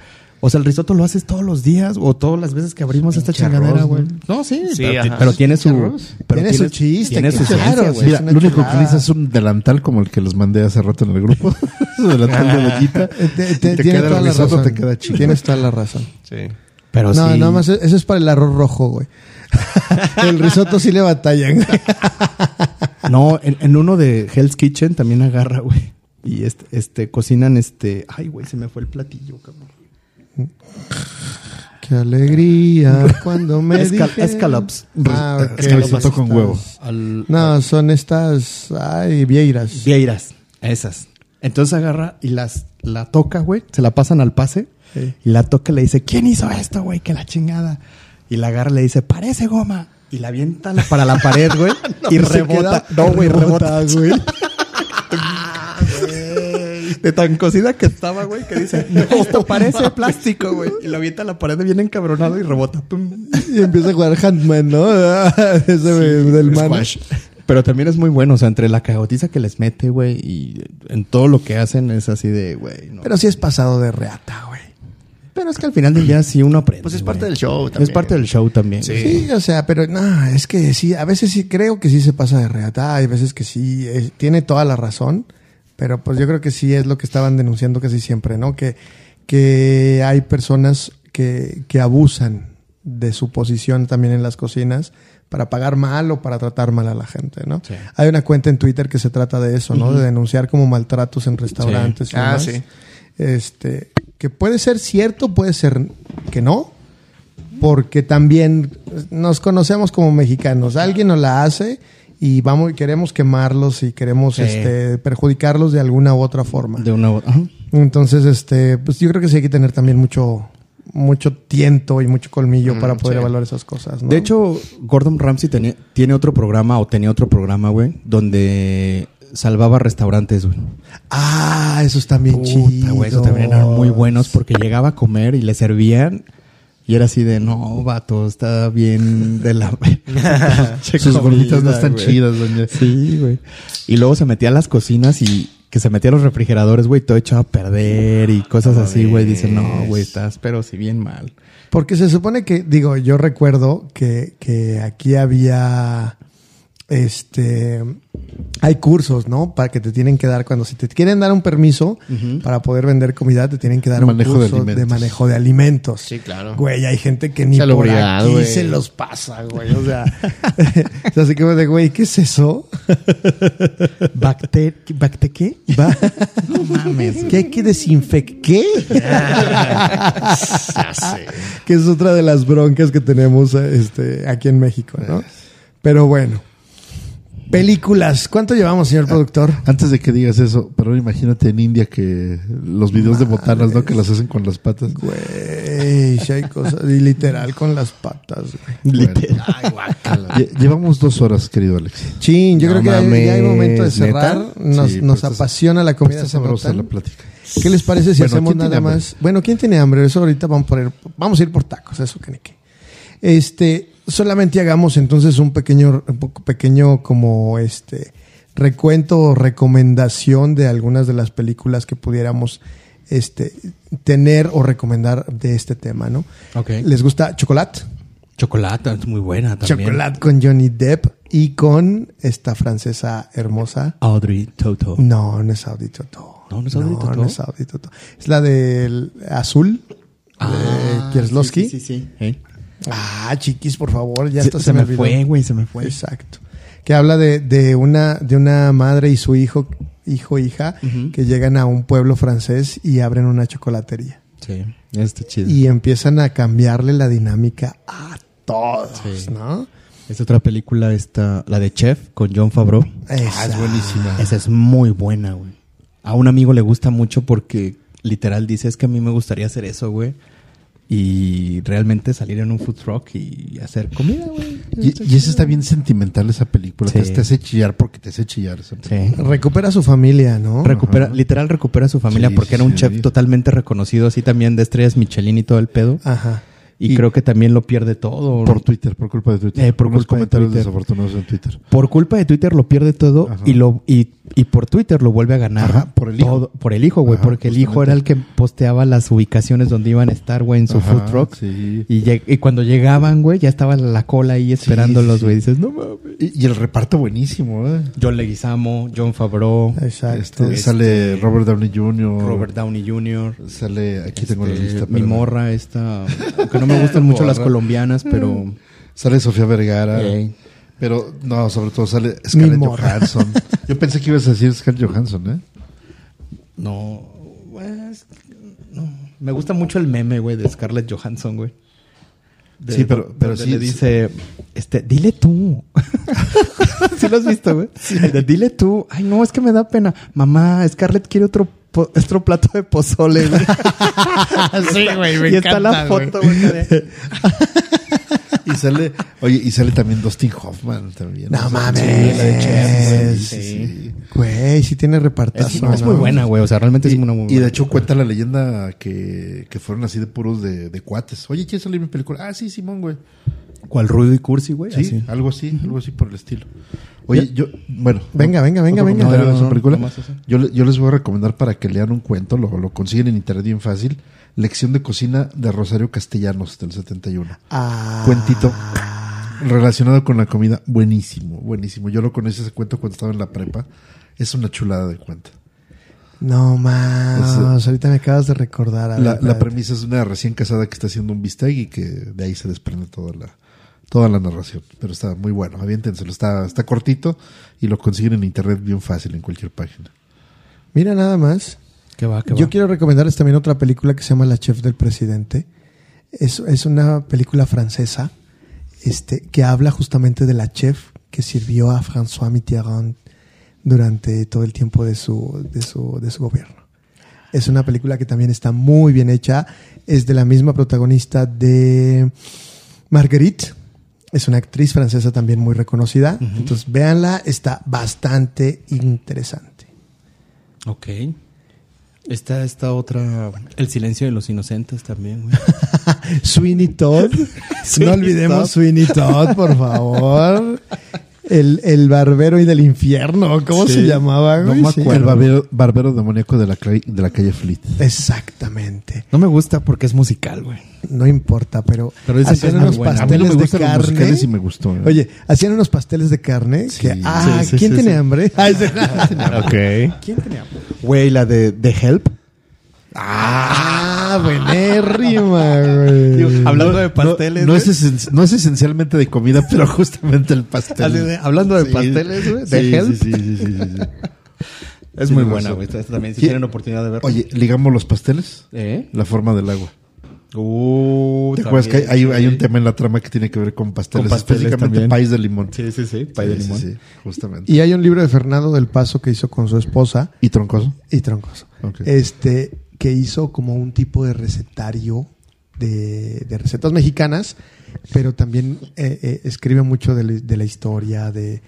[SPEAKER 4] O sea, el risotto lo haces todos los días o todas las veces que abrimos esta chingadera, güey. No, sí, pero, pero tiene su pero
[SPEAKER 1] Tiene su chiste,
[SPEAKER 4] tiene su
[SPEAKER 1] claro,
[SPEAKER 4] esencia, güey.
[SPEAKER 1] sí.
[SPEAKER 3] Mira,
[SPEAKER 1] una
[SPEAKER 3] lo único que
[SPEAKER 1] chulada.
[SPEAKER 3] necesitas es un delantal como el que les mandé hace rato en el grupo. <laughs> Su delantal de bollita.
[SPEAKER 1] Eh, <laughs> te- te-
[SPEAKER 3] Y te
[SPEAKER 1] tienes
[SPEAKER 3] queda
[SPEAKER 1] toda
[SPEAKER 3] el
[SPEAKER 1] la
[SPEAKER 3] risotto,
[SPEAKER 1] razón.
[SPEAKER 3] te queda chido.
[SPEAKER 1] Tienes toda la razón.
[SPEAKER 2] Sí.
[SPEAKER 4] Pero
[SPEAKER 1] no,
[SPEAKER 4] sí.
[SPEAKER 1] nada más, eso es para el arroz rojo, güey. el risotto sí le batallan.
[SPEAKER 4] No, en, en uno de Hell's Kitchen también agarra, güey. Y este, este, cocinan este. Ay, güey, se me fue el platillo, cabrón.
[SPEAKER 1] Qué alegría cuando me
[SPEAKER 4] Escal-
[SPEAKER 1] dije-
[SPEAKER 4] escalops.
[SPEAKER 1] Ah, ok.
[SPEAKER 3] Escalopas. Risotto con
[SPEAKER 1] Estas-
[SPEAKER 3] huevo.
[SPEAKER 4] Al,
[SPEAKER 1] No, son estas, ay, vieiras.
[SPEAKER 4] Vieiras, esas. Entonces agarra y las, la toca, güey. Se la pasan al pase. Y la toca y le dice, ¿quién hizo esto, güey? Que la chingada. Y la agarra y le dice, parece goma. Y la avienta la- para la pared,
[SPEAKER 1] <laughs>
[SPEAKER 4] güey. y
[SPEAKER 1] se queda-
[SPEAKER 4] rebota. no, güey,
[SPEAKER 1] rebota,
[SPEAKER 4] rebota, güey. De tan cocida que estaba, güey, que dice, no, esto
[SPEAKER 1] <laughs>
[SPEAKER 4] parece plástico, güey. Y la avienta a la pared bien encabronado y rebota. Pum.
[SPEAKER 1] Y empieza a jugar Handman, ¿no? <laughs> Ese del man.
[SPEAKER 4] Squash. <laughs> Pero también es muy bueno, o sea, entre la cagotiza que les mete, güey, y en todo lo que hacen es así de, güey, no.
[SPEAKER 1] Pero sí es pasado de reata, güey.
[SPEAKER 4] Pero es que al final del día sí uno aprende.
[SPEAKER 2] Pues es parte
[SPEAKER 4] güey.
[SPEAKER 2] del show también.
[SPEAKER 4] Es parte del show también.
[SPEAKER 2] Sí.
[SPEAKER 1] Sí, o sea, pero no, es que sí, a veces sí creo que sí se pasa de reata, hay veces que sí, eh, tiene toda la razón, pero pues yo creo que sí es lo que estaban denunciando casi siempre, ¿no? Que, que hay personas que, que abusan de su posición también en las cocinas para pagar mal o para tratar mal a la gente, ¿no? Hay una cuenta en Twitter que se trata de eso, ¿no? De denunciar como maltratos en restaurantes y
[SPEAKER 2] Ah,
[SPEAKER 1] demás.
[SPEAKER 2] sí.
[SPEAKER 1] Este, que puede ser cierto, puede ser que no, porque también nos conocemos como mexicanos. Alguien nos la hace y vamos y queremos quemarlos y queremos este, perjudicarlos de alguna u otra forma.
[SPEAKER 4] De una u- ajá.
[SPEAKER 1] Entonces, este, pues yo creo que sí hay que tener también mucho, mucho tiento y mucho colmillo para poder evaluar esas cosas. ¿no?
[SPEAKER 4] Mm, De hecho, Gordon Ramsay tenía- tiene otro programa o tenía otro programa, güey, donde salvaba restaurantes, güey.
[SPEAKER 1] Ah, esos también
[SPEAKER 4] Puta, güey, esos también eran muy buenos porque llegaba a comer y le servían y era así de, no, vato, está bien de la... <laughs> Che
[SPEAKER 3] Sus gorditas no
[SPEAKER 4] comida,
[SPEAKER 3] están
[SPEAKER 4] güey.
[SPEAKER 3] chidas, doña.
[SPEAKER 4] Sí, güey. Y luego se metía a las cocinas y que se metía a los refrigeradores, güey, todo echado a perder y cosas así, güey. Dice, no, güey, estás, pero si bien mal.
[SPEAKER 1] Porque se supone que, digo, yo recuerdo que, que aquí había, este, hay cursos, ¿no? Para que te tienen que dar, cuando si te quieren dar un permiso para poder vender comida, te tienen que dar un
[SPEAKER 3] Manejo de
[SPEAKER 1] curso de,
[SPEAKER 3] alimentos.
[SPEAKER 1] manejo de alimentos.
[SPEAKER 12] Sí, claro.
[SPEAKER 1] Güey, hay gente que ni por
[SPEAKER 12] Salubridad,
[SPEAKER 1] aquí
[SPEAKER 12] güey.
[SPEAKER 1] se los pasa, güey. O sea, <laughs> o sea, así que, de, güey, ¿qué es eso?
[SPEAKER 4] ¿Bacter, bacter qué?
[SPEAKER 1] Va- ¿Qué hay que desinfectar? que es otra de las broncas que tenemos este, aquí en México, ¿no? Pero bueno. Películas. ¿Cuánto llevamos,
[SPEAKER 3] Ah.
[SPEAKER 1] señor productor?
[SPEAKER 3] Antes de que digas eso, pero imagínate en India que los videos de botanas, ¿no? Que las hacen con las patas.
[SPEAKER 1] Güey, sí hay cosas. Y literal con las patas, güey.
[SPEAKER 4] Literal.
[SPEAKER 3] Lle- Llevamos dos horas, querido Alex.
[SPEAKER 1] Chin, yo
[SPEAKER 12] No
[SPEAKER 1] creo que ya- ya, hay
[SPEAKER 12] mames,
[SPEAKER 1] momento de cerrar.
[SPEAKER 12] ¿neta?
[SPEAKER 1] Nos,
[SPEAKER 3] Sí,
[SPEAKER 1] nos
[SPEAKER 3] pues está-
[SPEAKER 1] apasiona la comida.
[SPEAKER 3] Está
[SPEAKER 1] ¿se
[SPEAKER 3] sabrosa
[SPEAKER 1] notan?
[SPEAKER 3] la plática.
[SPEAKER 1] ¿Qué les parece si
[SPEAKER 3] Bueno,
[SPEAKER 1] hacemos
[SPEAKER 3] ¿quién tiene
[SPEAKER 1] nada
[SPEAKER 3] hambre?
[SPEAKER 1] más? Bueno, ¿quién tiene hambre? Eso ahorita vamos por el- vamos a ir por tacos, eso que ni qué. Este, solamente hagamos entonces un pequeño, un poco pequeño como este recuento o recomendación de algunas de las películas que pudiéramos este tener o recomendar de este tema, ¿no?
[SPEAKER 4] Ok.
[SPEAKER 1] ¿Les gusta Chocolate?
[SPEAKER 4] Chocolate, es muy buena también.
[SPEAKER 1] Chocolate con Johnny Depp y con esta francesa hermosa.
[SPEAKER 4] Audrey Toto.
[SPEAKER 1] No, no es Audi Toto.
[SPEAKER 4] No, no es Audi Totó.
[SPEAKER 1] No, es Audi Totó. Es la del azul. de Kieslowski.
[SPEAKER 4] Ah, Sí, sí, sí. ¿Eh?
[SPEAKER 1] Ah, chiquis, por favor, ya
[SPEAKER 4] Se,
[SPEAKER 1] esto se,
[SPEAKER 4] se me,
[SPEAKER 1] olvidó.
[SPEAKER 4] fue, güey, se me fue.
[SPEAKER 1] Exacto. Que habla de, de una, de una madre y su hijo, hijo, hija, que llegan a un pueblo francés y abren una chocolatería.
[SPEAKER 4] Sí, está chido.
[SPEAKER 1] Y empiezan a cambiarle la dinámica a todos, ¿no?
[SPEAKER 4] Es otra película, esta, la de Chef con John Favreau. Ah,
[SPEAKER 1] Exacto.
[SPEAKER 4] Esa es muy buena, güey. A un amigo le gusta mucho porque literal dice, es que a mí me gustaría hacer eso, güey. Y realmente salir en un food truck y hacer comida, güey.
[SPEAKER 3] Y, y esa está bien sentimental, esa película.
[SPEAKER 4] Sí.
[SPEAKER 3] Te, te hace chillar porque te hace chillar. esa película.
[SPEAKER 4] Sí.
[SPEAKER 1] Recupera a su familia, ¿no?
[SPEAKER 4] <laughs> Recupera, literal recupera a su familia
[SPEAKER 3] Sí,
[SPEAKER 4] porque era un
[SPEAKER 3] sí.
[SPEAKER 4] chef totalmente reconocido, así también de estrellas Michelin y todo el pedo.
[SPEAKER 1] Ajá.
[SPEAKER 4] Y,
[SPEAKER 3] Ah, Y-
[SPEAKER 4] creo que también lo pierde todo.
[SPEAKER 3] Por Twitter, por culpa de Twitter.
[SPEAKER 4] Eh, por
[SPEAKER 3] Unos
[SPEAKER 4] culpa de
[SPEAKER 3] comentarios
[SPEAKER 4] Twitter.
[SPEAKER 3] desafortunados en Twitter.
[SPEAKER 4] Por culpa de Twitter lo pierde todo
[SPEAKER 3] Ajá.
[SPEAKER 4] y lo y, y por Twitter lo vuelve a ganar.
[SPEAKER 3] Ajá, por el hijo.
[SPEAKER 4] Todo- por el hijo, güey,
[SPEAKER 3] Ajá,
[SPEAKER 4] porque el hijo
[SPEAKER 3] justamente.
[SPEAKER 4] era el que posteaba las ubicaciones donde iban a estar, güey, en su
[SPEAKER 3] Ajá,
[SPEAKER 4] food truck.
[SPEAKER 3] sí.
[SPEAKER 4] Y, lleg- y cuando llegaban, güey, ya estaba la cola ahí esperándolos, güey. Dices, no mames.
[SPEAKER 3] Y, y el reparto buenísimo, ¿eh?
[SPEAKER 4] John Leguizamo, John Favreau,
[SPEAKER 1] Exacto.
[SPEAKER 3] Este, sale Robert Downey Jr.
[SPEAKER 4] Robert Downey Jr.,
[SPEAKER 3] Sale, aquí tengo la
[SPEAKER 4] eh,
[SPEAKER 3] lista.
[SPEAKER 4] mi
[SPEAKER 3] espérame.
[SPEAKER 4] morra esta,
[SPEAKER 3] <laughs>
[SPEAKER 4] aunque no me gustan mucho las colombianas,
[SPEAKER 3] Mm.
[SPEAKER 4] pero
[SPEAKER 3] Sale Sofía Vergara.
[SPEAKER 4] Ey.
[SPEAKER 3] Pero no, sobre todo sale Scarlett
[SPEAKER 1] morra.
[SPEAKER 4] <laughs>
[SPEAKER 3] Johansson. Yo pensé que ibas a decir Scarlett Johansson, ¿eh?
[SPEAKER 4] no, pues, no. me gusta mucho el meme, güey, de Scarlett Johansson, güey. De-
[SPEAKER 3] Sí, pero- pero
[SPEAKER 4] donde
[SPEAKER 3] sí-
[SPEAKER 4] le dice, este, dile tú. <laughs> ¿Sí lo has visto, güey? El de dile tú. Ay, no, es que me da pena. Mamá, Scarlett quiere otro po- otro plato de pozole, güey.
[SPEAKER 1] Sí, güey,
[SPEAKER 4] y está la foto, güey. de-
[SPEAKER 3] Y sale, oye, y sale también Dustin Hoffman también.
[SPEAKER 1] No
[SPEAKER 3] O sea,
[SPEAKER 1] mames.
[SPEAKER 3] sí, la de Chef, güey. Sí,
[SPEAKER 4] Sí.
[SPEAKER 3] sí.
[SPEAKER 1] Güey, sí tiene repartazo.
[SPEAKER 4] Es, es muy buena, güey. O sea, realmente
[SPEAKER 3] Y,
[SPEAKER 4] Este es una muy buena.
[SPEAKER 3] y de hecho cuenta la leyenda que, que fueron así de puros de, de cuates. Oye, ¿quieres salir en mi película? Ah, sí, Simón, güey.
[SPEAKER 4] ¿Cuál ruido y cursi, güey?
[SPEAKER 3] Sí,
[SPEAKER 4] Así.
[SPEAKER 3] algo así, algo así por el estilo. Oye, yo, bueno.
[SPEAKER 1] Venga, venga, venga,
[SPEAKER 3] otro
[SPEAKER 1] venga.
[SPEAKER 3] comentario
[SPEAKER 4] No,
[SPEAKER 3] de esa
[SPEAKER 4] no, no,
[SPEAKER 3] película.
[SPEAKER 4] nomás eso.
[SPEAKER 3] yo, le- yo les voy a recomendar para que lean un cuento, lo, lo consiguen en internet bien fácil. Lección de cocina de Rosario Castellanos del 71.
[SPEAKER 1] Ah.
[SPEAKER 3] Cuentito relacionado con la comida. Buenísimo, buenísimo. Yo lo conocí ese cuento cuando estaba en la prepa. Es una chulada de cuento.
[SPEAKER 1] No más.
[SPEAKER 3] Ese-
[SPEAKER 1] Ahorita me acabas de recordar. a
[SPEAKER 3] eh,
[SPEAKER 1] ver,
[SPEAKER 3] La, la
[SPEAKER 1] espérate.
[SPEAKER 3] premisa es una recién casada que está haciendo un bistec y que de ahí se desprende toda la, toda la narración. Pero está muy bueno, aviéntenselo. Está, está cortito y lo consiguen en internet bien fácil en cualquier página.
[SPEAKER 1] Mira nada más.
[SPEAKER 4] ¿Qué va, qué va?
[SPEAKER 1] Yo quiero recomendarles también otra película que se llama La Chef del Presidente. Es, es una película francesa este, que habla justamente de la chef que sirvió a François Mitterrand durante todo el tiempo de su, de su, de su gobierno. Es una película que también está muy bien hecha. Es de la misma protagonista de Marguerite, Es una actriz francesa también muy reconocida. Entonces, véanla, está bastante interesante.
[SPEAKER 4] Ok. Está esta otra, El silencio de los inocentes también, güey.
[SPEAKER 1] Sweeney Todd. no
[SPEAKER 4] Sweeney Todd.
[SPEAKER 1] olvidemos Sweeney Todd, por favor. El, el barbero y del infierno, ¿cómo
[SPEAKER 3] Sí.
[SPEAKER 1] se llamaba?
[SPEAKER 3] No
[SPEAKER 1] güey?
[SPEAKER 3] me
[SPEAKER 1] Sí.
[SPEAKER 3] acuerdo. El barbero, barbero demoníaco de la, cla- de la calle Fleet.
[SPEAKER 1] Exactamente.
[SPEAKER 4] No me gusta porque es musical, güey.
[SPEAKER 1] No importa, pero,
[SPEAKER 4] Pero dicen que
[SPEAKER 1] hacían
[SPEAKER 4] es muy
[SPEAKER 1] unos
[SPEAKER 4] buena.
[SPEAKER 3] A mí no
[SPEAKER 1] pasteles
[SPEAKER 3] me
[SPEAKER 1] de
[SPEAKER 3] gustan los
[SPEAKER 1] carne.
[SPEAKER 3] musicales y me gustó. ¿eh?
[SPEAKER 1] Oye, hacían unos pasteles de carne que, ah,
[SPEAKER 4] Sí, sí,
[SPEAKER 1] ¿quién
[SPEAKER 4] sí,
[SPEAKER 1] tiene
[SPEAKER 4] sí.
[SPEAKER 1] hambre? Ah, ese-
[SPEAKER 2] Ok.
[SPEAKER 1] ¿Quién tiene hambre?
[SPEAKER 2] Güey, la de, de Help.
[SPEAKER 1] Ah, buenérrima, güey.
[SPEAKER 4] hablando de
[SPEAKER 3] No-
[SPEAKER 4] pasteles,
[SPEAKER 3] No,
[SPEAKER 4] güey.
[SPEAKER 3] es esen- no es esencialmente de comida, pero justamente el pastel.
[SPEAKER 4] Así de- hablando de
[SPEAKER 3] Sí.
[SPEAKER 4] pasteles, güey, de
[SPEAKER 3] Sí,
[SPEAKER 4] help.
[SPEAKER 3] sí, sí, sí, sí, sí, sí.
[SPEAKER 4] Es muy buena, güey. Esta También, si
[SPEAKER 3] ¿Quién-
[SPEAKER 4] tienen oportunidad de verla.
[SPEAKER 3] Oye, ligamos los pasteles,
[SPEAKER 4] ¿Eh?
[SPEAKER 3] la forma del agua.
[SPEAKER 4] Uh,
[SPEAKER 3] ¿Te acuerdas Pues que hay,
[SPEAKER 4] también,
[SPEAKER 3] hay- hay un
[SPEAKER 4] sí.
[SPEAKER 3] tema en la trama que tiene que ver con pasteles?
[SPEAKER 4] Con pasteles
[SPEAKER 3] específicamente
[SPEAKER 4] también.
[SPEAKER 3] país de limón.
[SPEAKER 4] Sí, sí, sí. Pay de
[SPEAKER 3] Sí, sí,
[SPEAKER 4] limón.
[SPEAKER 3] sí, justamente.
[SPEAKER 1] Y hay un libro de Fernando del Paso que hizo con su esposa
[SPEAKER 3] ¿Y troncoso?
[SPEAKER 1] y Troncoso.
[SPEAKER 3] Ok.
[SPEAKER 1] Este, que hizo como un tipo de recetario de, de recetas mexicanas, pero también eh, eh, escribe mucho de, la- de la historia, de,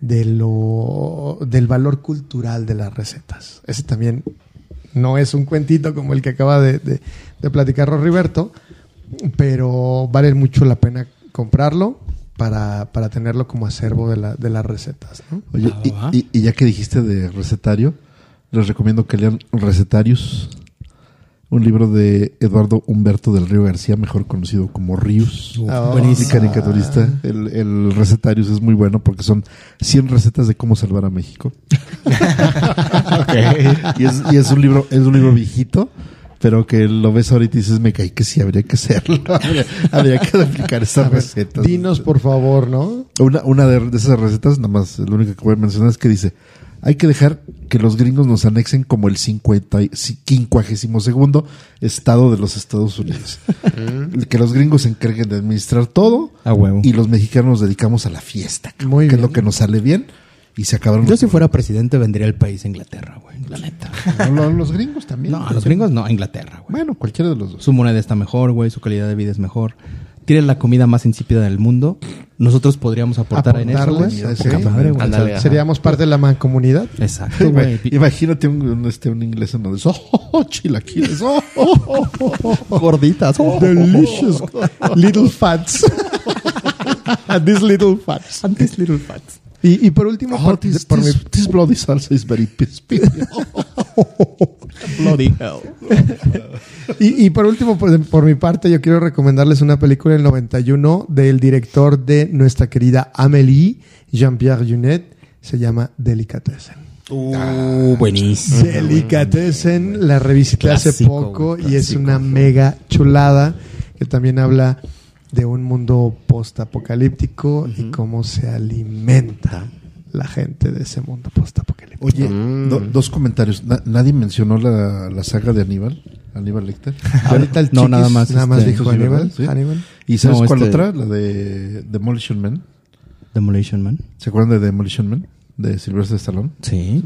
[SPEAKER 1] de lo, del valor cultural de las recetas. Ese también no es un cuentito como el que acaba de, de- de platicar Rorriberto, pero vale mucho la pena comprarlo para, para tenerlo como acervo de, la- de las recetas. ¿no?
[SPEAKER 3] Oye,
[SPEAKER 4] Ah,
[SPEAKER 3] y,
[SPEAKER 4] va.
[SPEAKER 3] y- y ya que dijiste de recetario, les recomiendo que lean Recetarios, un libro de Eduardo Humberto del Río García, mejor conocido como Ríos.
[SPEAKER 1] Ah,
[SPEAKER 3] Y caricaturista. El, el Recetarios es muy bueno porque son 100 recetas de cómo salvar
[SPEAKER 1] <laughs>
[SPEAKER 3] a México. y, es, y es un libro, es un libro viejito. Pero que lo ves ahorita y dices, me caí que sí, habría que hacerlo. <laughs> habría, habría que aplicar esas recetas.
[SPEAKER 1] Dinos, por favor, ¿no?
[SPEAKER 3] Una, una de, de esas recetas, nada más, la única que voy a mencionar es que dice, hay que dejar que los gringos nos anexen como el 50, y- si- 52 estado de los Estados Unidos. que los gringos se encarguen de administrar todo
[SPEAKER 4] A huevo.
[SPEAKER 3] y los mexicanos nos dedicamos a la fiesta, cabrón,
[SPEAKER 1] Muy
[SPEAKER 3] que es
[SPEAKER 1] bien.
[SPEAKER 3] lo que nos sale bien y se acabaron
[SPEAKER 4] Yo
[SPEAKER 3] los,
[SPEAKER 4] si fuera presidente vendría el país a Inglaterra, güey. La neta.
[SPEAKER 3] no, los gringos también.
[SPEAKER 4] No, a los gringos no, a Inglaterra, güey.
[SPEAKER 3] Bueno, cualquiera de los <laughs> dos.
[SPEAKER 4] Su moneda está mejor, güey. Su calidad de vida es mejor. Tienen la comida más insípida del mundo. Nosotros podríamos aportar en eso,
[SPEAKER 1] Aportarles,
[SPEAKER 4] güey.
[SPEAKER 1] sí.
[SPEAKER 4] Poca madre, güey.
[SPEAKER 2] Ándale, ajá.
[SPEAKER 1] Seríamos parte de la mancomunidad.
[SPEAKER 4] Exacto, güey.
[SPEAKER 3] Imagínate un, un, este, un inglés en de oh, <laughs> chilaquiles, oh, <laughs> oh, oh, oh, oh".
[SPEAKER 4] Gorditas.
[SPEAKER 1] <laughs> Delicious little fats. These little fats.
[SPEAKER 4] <laughs> Antes Little Fats.
[SPEAKER 1] Y, y por último,
[SPEAKER 3] Oh,
[SPEAKER 1] por,
[SPEAKER 3] this,
[SPEAKER 1] por mi-
[SPEAKER 3] this- this bloody salsa is very crispy. <laughs>
[SPEAKER 4] Bloody hell.
[SPEAKER 1] y, y por último, por, por mi parte, yo quiero recomendarles una película del 91 del director de nuestra querida Amélie, Jean-Pierre Junet. Se llama Delicatessen.
[SPEAKER 4] Uh, buenísimo.
[SPEAKER 1] Delicatessen, la revisité hace
[SPEAKER 4] Clásico,
[SPEAKER 1] poco
[SPEAKER 4] güey,
[SPEAKER 1] y es
[SPEAKER 4] clásico.
[SPEAKER 1] una mega chulada que también habla de un mundo postapocalíptico y cómo se alimenta la gente de ese mundo postapocalíptico.
[SPEAKER 3] Oye, do- dos comentarios. Na- nadie mencionó la, la saga de Aníbal, Aníbal Lecter.
[SPEAKER 1] Ahorita el
[SPEAKER 4] No,
[SPEAKER 1] chiquis
[SPEAKER 4] nada más,
[SPEAKER 1] nada más
[SPEAKER 4] este,
[SPEAKER 1] dijo
[SPEAKER 3] sí,
[SPEAKER 1] Aníbal,
[SPEAKER 3] ¿verdad? Sí.
[SPEAKER 1] Aníbal.
[SPEAKER 3] ¿Y sabes
[SPEAKER 4] No,
[SPEAKER 3] cuál
[SPEAKER 4] este-
[SPEAKER 3] otra? La de Demolition Man.
[SPEAKER 4] Demolition Man.
[SPEAKER 3] ¿Se acuerdan de Demolition Man? De Sylvester Stallone.
[SPEAKER 4] Sí.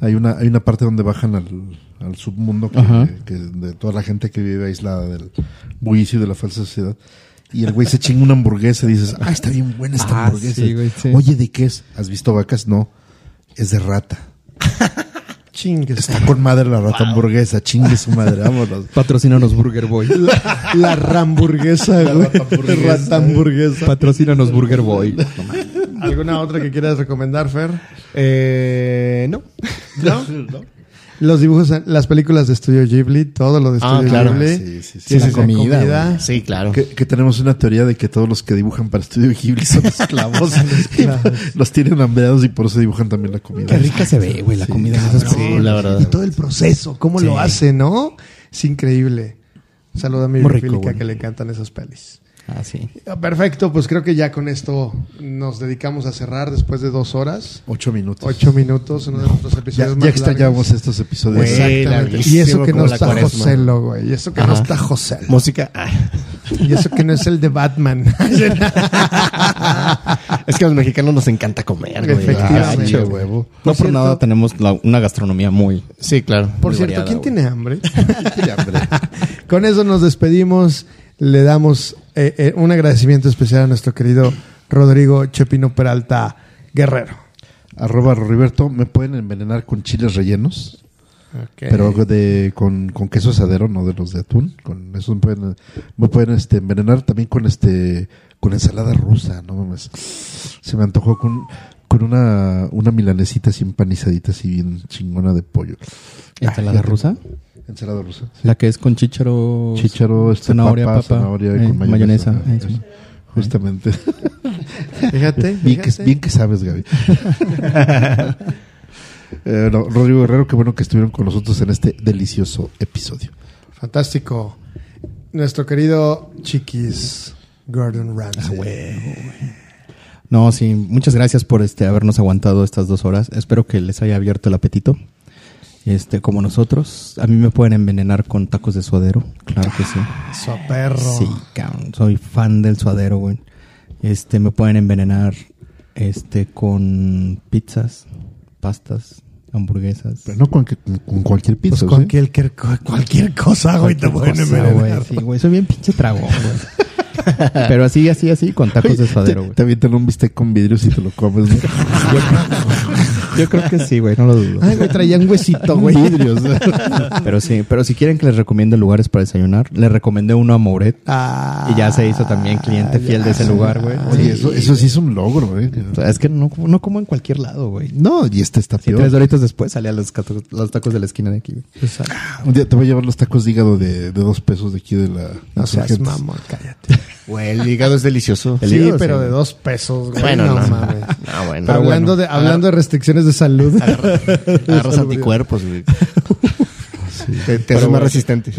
[SPEAKER 3] Hay una, hay una parte donde bajan al, al submundo
[SPEAKER 4] Ajá.
[SPEAKER 3] que, que de toda la gente que vive aislada del bullicio y de la falsa sociedad. Y el güey se chinga una hamburguesa y dices, ah, está bien buena esta
[SPEAKER 4] Ah,
[SPEAKER 3] hamburguesa.
[SPEAKER 4] sí, güey, sí.
[SPEAKER 3] Oye, ¿de qué es? ¿Has visto vacas? No, es de rata.
[SPEAKER 1] Chingues.
[SPEAKER 3] Está con madre la rata hamburguesa, chingue su madre, vámonos.
[SPEAKER 4] Patrocínanos Burger Boy.
[SPEAKER 1] La ramburguesa, güey.
[SPEAKER 3] ratamburguesa.
[SPEAKER 1] Ratamburguesa.
[SPEAKER 4] Patrocínanos Burger <laughs> Boy.
[SPEAKER 1] ¿Alguna otra que quieras recomendar, Fer?
[SPEAKER 2] Eh,
[SPEAKER 1] <laughs>
[SPEAKER 2] no.
[SPEAKER 1] Los dibujos, las películas de Estudio Ghibli, todo lo de
[SPEAKER 2] Ah,
[SPEAKER 1] Estudio
[SPEAKER 2] claro.
[SPEAKER 1] Ghibli.
[SPEAKER 3] Sí, sí, sí.
[SPEAKER 1] Tienes
[SPEAKER 2] La
[SPEAKER 1] la
[SPEAKER 2] comida,
[SPEAKER 1] comida.
[SPEAKER 2] güey. Sí, claro.
[SPEAKER 3] Que, que tenemos una teoría de que todos los que dibujan para Estudio Ghibli
[SPEAKER 1] <laughs>
[SPEAKER 3] son esclavos. Y <laughs> los tienen hambreados y por eso dibujan también la comida.
[SPEAKER 4] Qué rica se ve, güey, la comida de esas
[SPEAKER 2] Sí, la verdad.
[SPEAKER 1] Y todo el proceso, cómo lo hace, ¿no? Es increíble. Un saludo a mi
[SPEAKER 4] Muy rico,
[SPEAKER 1] bifílica
[SPEAKER 4] güey.
[SPEAKER 1] que le encantan esas pelis.
[SPEAKER 4] Ah, sí.
[SPEAKER 1] Ah, Perfecto, pues creo que ya con esto nos dedicamos a cerrar después de dos horas,
[SPEAKER 3] Ocho minutos.
[SPEAKER 1] ocho minutos, uno de nuestros
[SPEAKER 3] Ya,
[SPEAKER 1] episodios
[SPEAKER 3] ya
[SPEAKER 1] más
[SPEAKER 3] extrañamos
[SPEAKER 1] largos.
[SPEAKER 3] estos episodios.
[SPEAKER 2] Güey,
[SPEAKER 1] Exactamente.
[SPEAKER 2] larguísimo
[SPEAKER 1] Y eso que
[SPEAKER 2] como
[SPEAKER 1] no
[SPEAKER 2] la
[SPEAKER 1] está
[SPEAKER 2] cuaresma.
[SPEAKER 1] Joselo, güey. Y eso que no
[SPEAKER 2] Ajá.
[SPEAKER 1] está Joselo.
[SPEAKER 2] Música. ah.
[SPEAKER 1] Y eso que no es el de Batman.
[SPEAKER 2] <laughs> Es que a los mexicanos nos encanta comer, güey.
[SPEAKER 1] Efectivamente.
[SPEAKER 2] Gacho, huevo.
[SPEAKER 4] no por nada tenemos la- una gastronomía muy.
[SPEAKER 2] Sí, claro.
[SPEAKER 1] Por
[SPEAKER 4] Muy
[SPEAKER 1] cierto,
[SPEAKER 4] variada,
[SPEAKER 1] ¿quién
[SPEAKER 4] güey.
[SPEAKER 1] tiene hambre? Con eso nos despedimos. le damos eh, eh, un agradecimiento especial a nuestro querido Rodrigo Chepino Peralta Guerrero.
[SPEAKER 3] Arroba Roberto, ¿me pueden envenenar con chiles rellenos?
[SPEAKER 1] Ok.
[SPEAKER 3] Pero de, con, con queso asadero, no de los de atún. Con eso me pueden, me pueden este, envenenar también con este con ensalada rusa, no mames. Se me antojó con, con una, una milanesita así empanizadita, así bien chingona de pollo.
[SPEAKER 4] ¿Ensalada
[SPEAKER 3] Ay,
[SPEAKER 4] rusa?
[SPEAKER 3] Ensalada rusa.
[SPEAKER 4] La que es con chícharo.
[SPEAKER 3] Chícharo, este,
[SPEAKER 4] zanahoria,
[SPEAKER 3] papa,
[SPEAKER 4] papa,
[SPEAKER 3] zanahoria
[SPEAKER 4] eh,
[SPEAKER 3] con mayonesa.
[SPEAKER 4] mayonesa, eso.
[SPEAKER 3] Justamente.
[SPEAKER 1] Fíjate,
[SPEAKER 3] Bien que,
[SPEAKER 1] fíjate.
[SPEAKER 3] bien que sabes, Gaby. Eh, no, Rodrigo Guerrero, qué bueno que estuvieron con nosotros en este delicioso episodio.
[SPEAKER 1] Fantástico. Nuestro querido Chiquis Gordon Ramsay.
[SPEAKER 4] No, sí, muchas gracias por este habernos aguantado estas dos horas. Espero que les haya abierto el apetito. Este, como nosotros, a mí me pueden envenenar con tacos de suadero, claro que sí.
[SPEAKER 1] Eso, perro.
[SPEAKER 4] Sí, cabrón, soy fan del suadero, güey. Este, me pueden envenenar este con pizzas, pastas, hamburguesas.
[SPEAKER 3] Pero no con, que- con cualquier pizza.
[SPEAKER 1] Pues
[SPEAKER 3] ¿sí?
[SPEAKER 1] cualquier, cualquier- cualquier cosa, güey, te pueden
[SPEAKER 4] Cosa,
[SPEAKER 1] envenenar.
[SPEAKER 4] güey, Sí, güey, soy bien pinche tragón, güey. Pero así, así, así, con tacos de suadero,
[SPEAKER 3] Te-
[SPEAKER 4] güey.
[SPEAKER 3] Te avientan un bistec con vidrio si te lo
[SPEAKER 1] <laughs>
[SPEAKER 3] comes. ¿no?
[SPEAKER 4] Yo creo que sí, güey, no lo dudo.
[SPEAKER 3] Ay, me traían huesito, güey.
[SPEAKER 1] <laughs>
[SPEAKER 3] Vidrios.
[SPEAKER 4] Pero sí, pero si quieren que les recomiende lugares para desayunar, les recomendé uno a Moret.
[SPEAKER 1] Ah,
[SPEAKER 4] Y ya se hizo también cliente fiel de ese lugar, güey.
[SPEAKER 3] Oye, eso, eso sí es un logro, güey.
[SPEAKER 4] O sea, es que no, no como en cualquier lado, güey.
[SPEAKER 3] No, y este está
[SPEAKER 4] Si
[SPEAKER 3] peor.
[SPEAKER 4] tres horitos después salía los, cato- los tacos de la esquina de aquí, güey.
[SPEAKER 3] Un día te voy a llevar los tacos de hígado de, de dos pesos de aquí de la.
[SPEAKER 1] no seas
[SPEAKER 3] Insurgentes.
[SPEAKER 1] mamón, cállate.
[SPEAKER 2] Güey, el hígado es delicioso.
[SPEAKER 4] El
[SPEAKER 1] Sí,
[SPEAKER 4] hígado,
[SPEAKER 1] pero
[SPEAKER 4] sí.
[SPEAKER 1] de dos pesos, güey.
[SPEAKER 2] <laughs> Bueno,
[SPEAKER 1] no,
[SPEAKER 2] no. <laughs>
[SPEAKER 1] mames.
[SPEAKER 2] Ah, bueno.
[SPEAKER 1] Pero hablando, de, hablando de restricciones de salud. <laughs>
[SPEAKER 2] Agarras anticuerpos, güey. Te, te hace más resistente.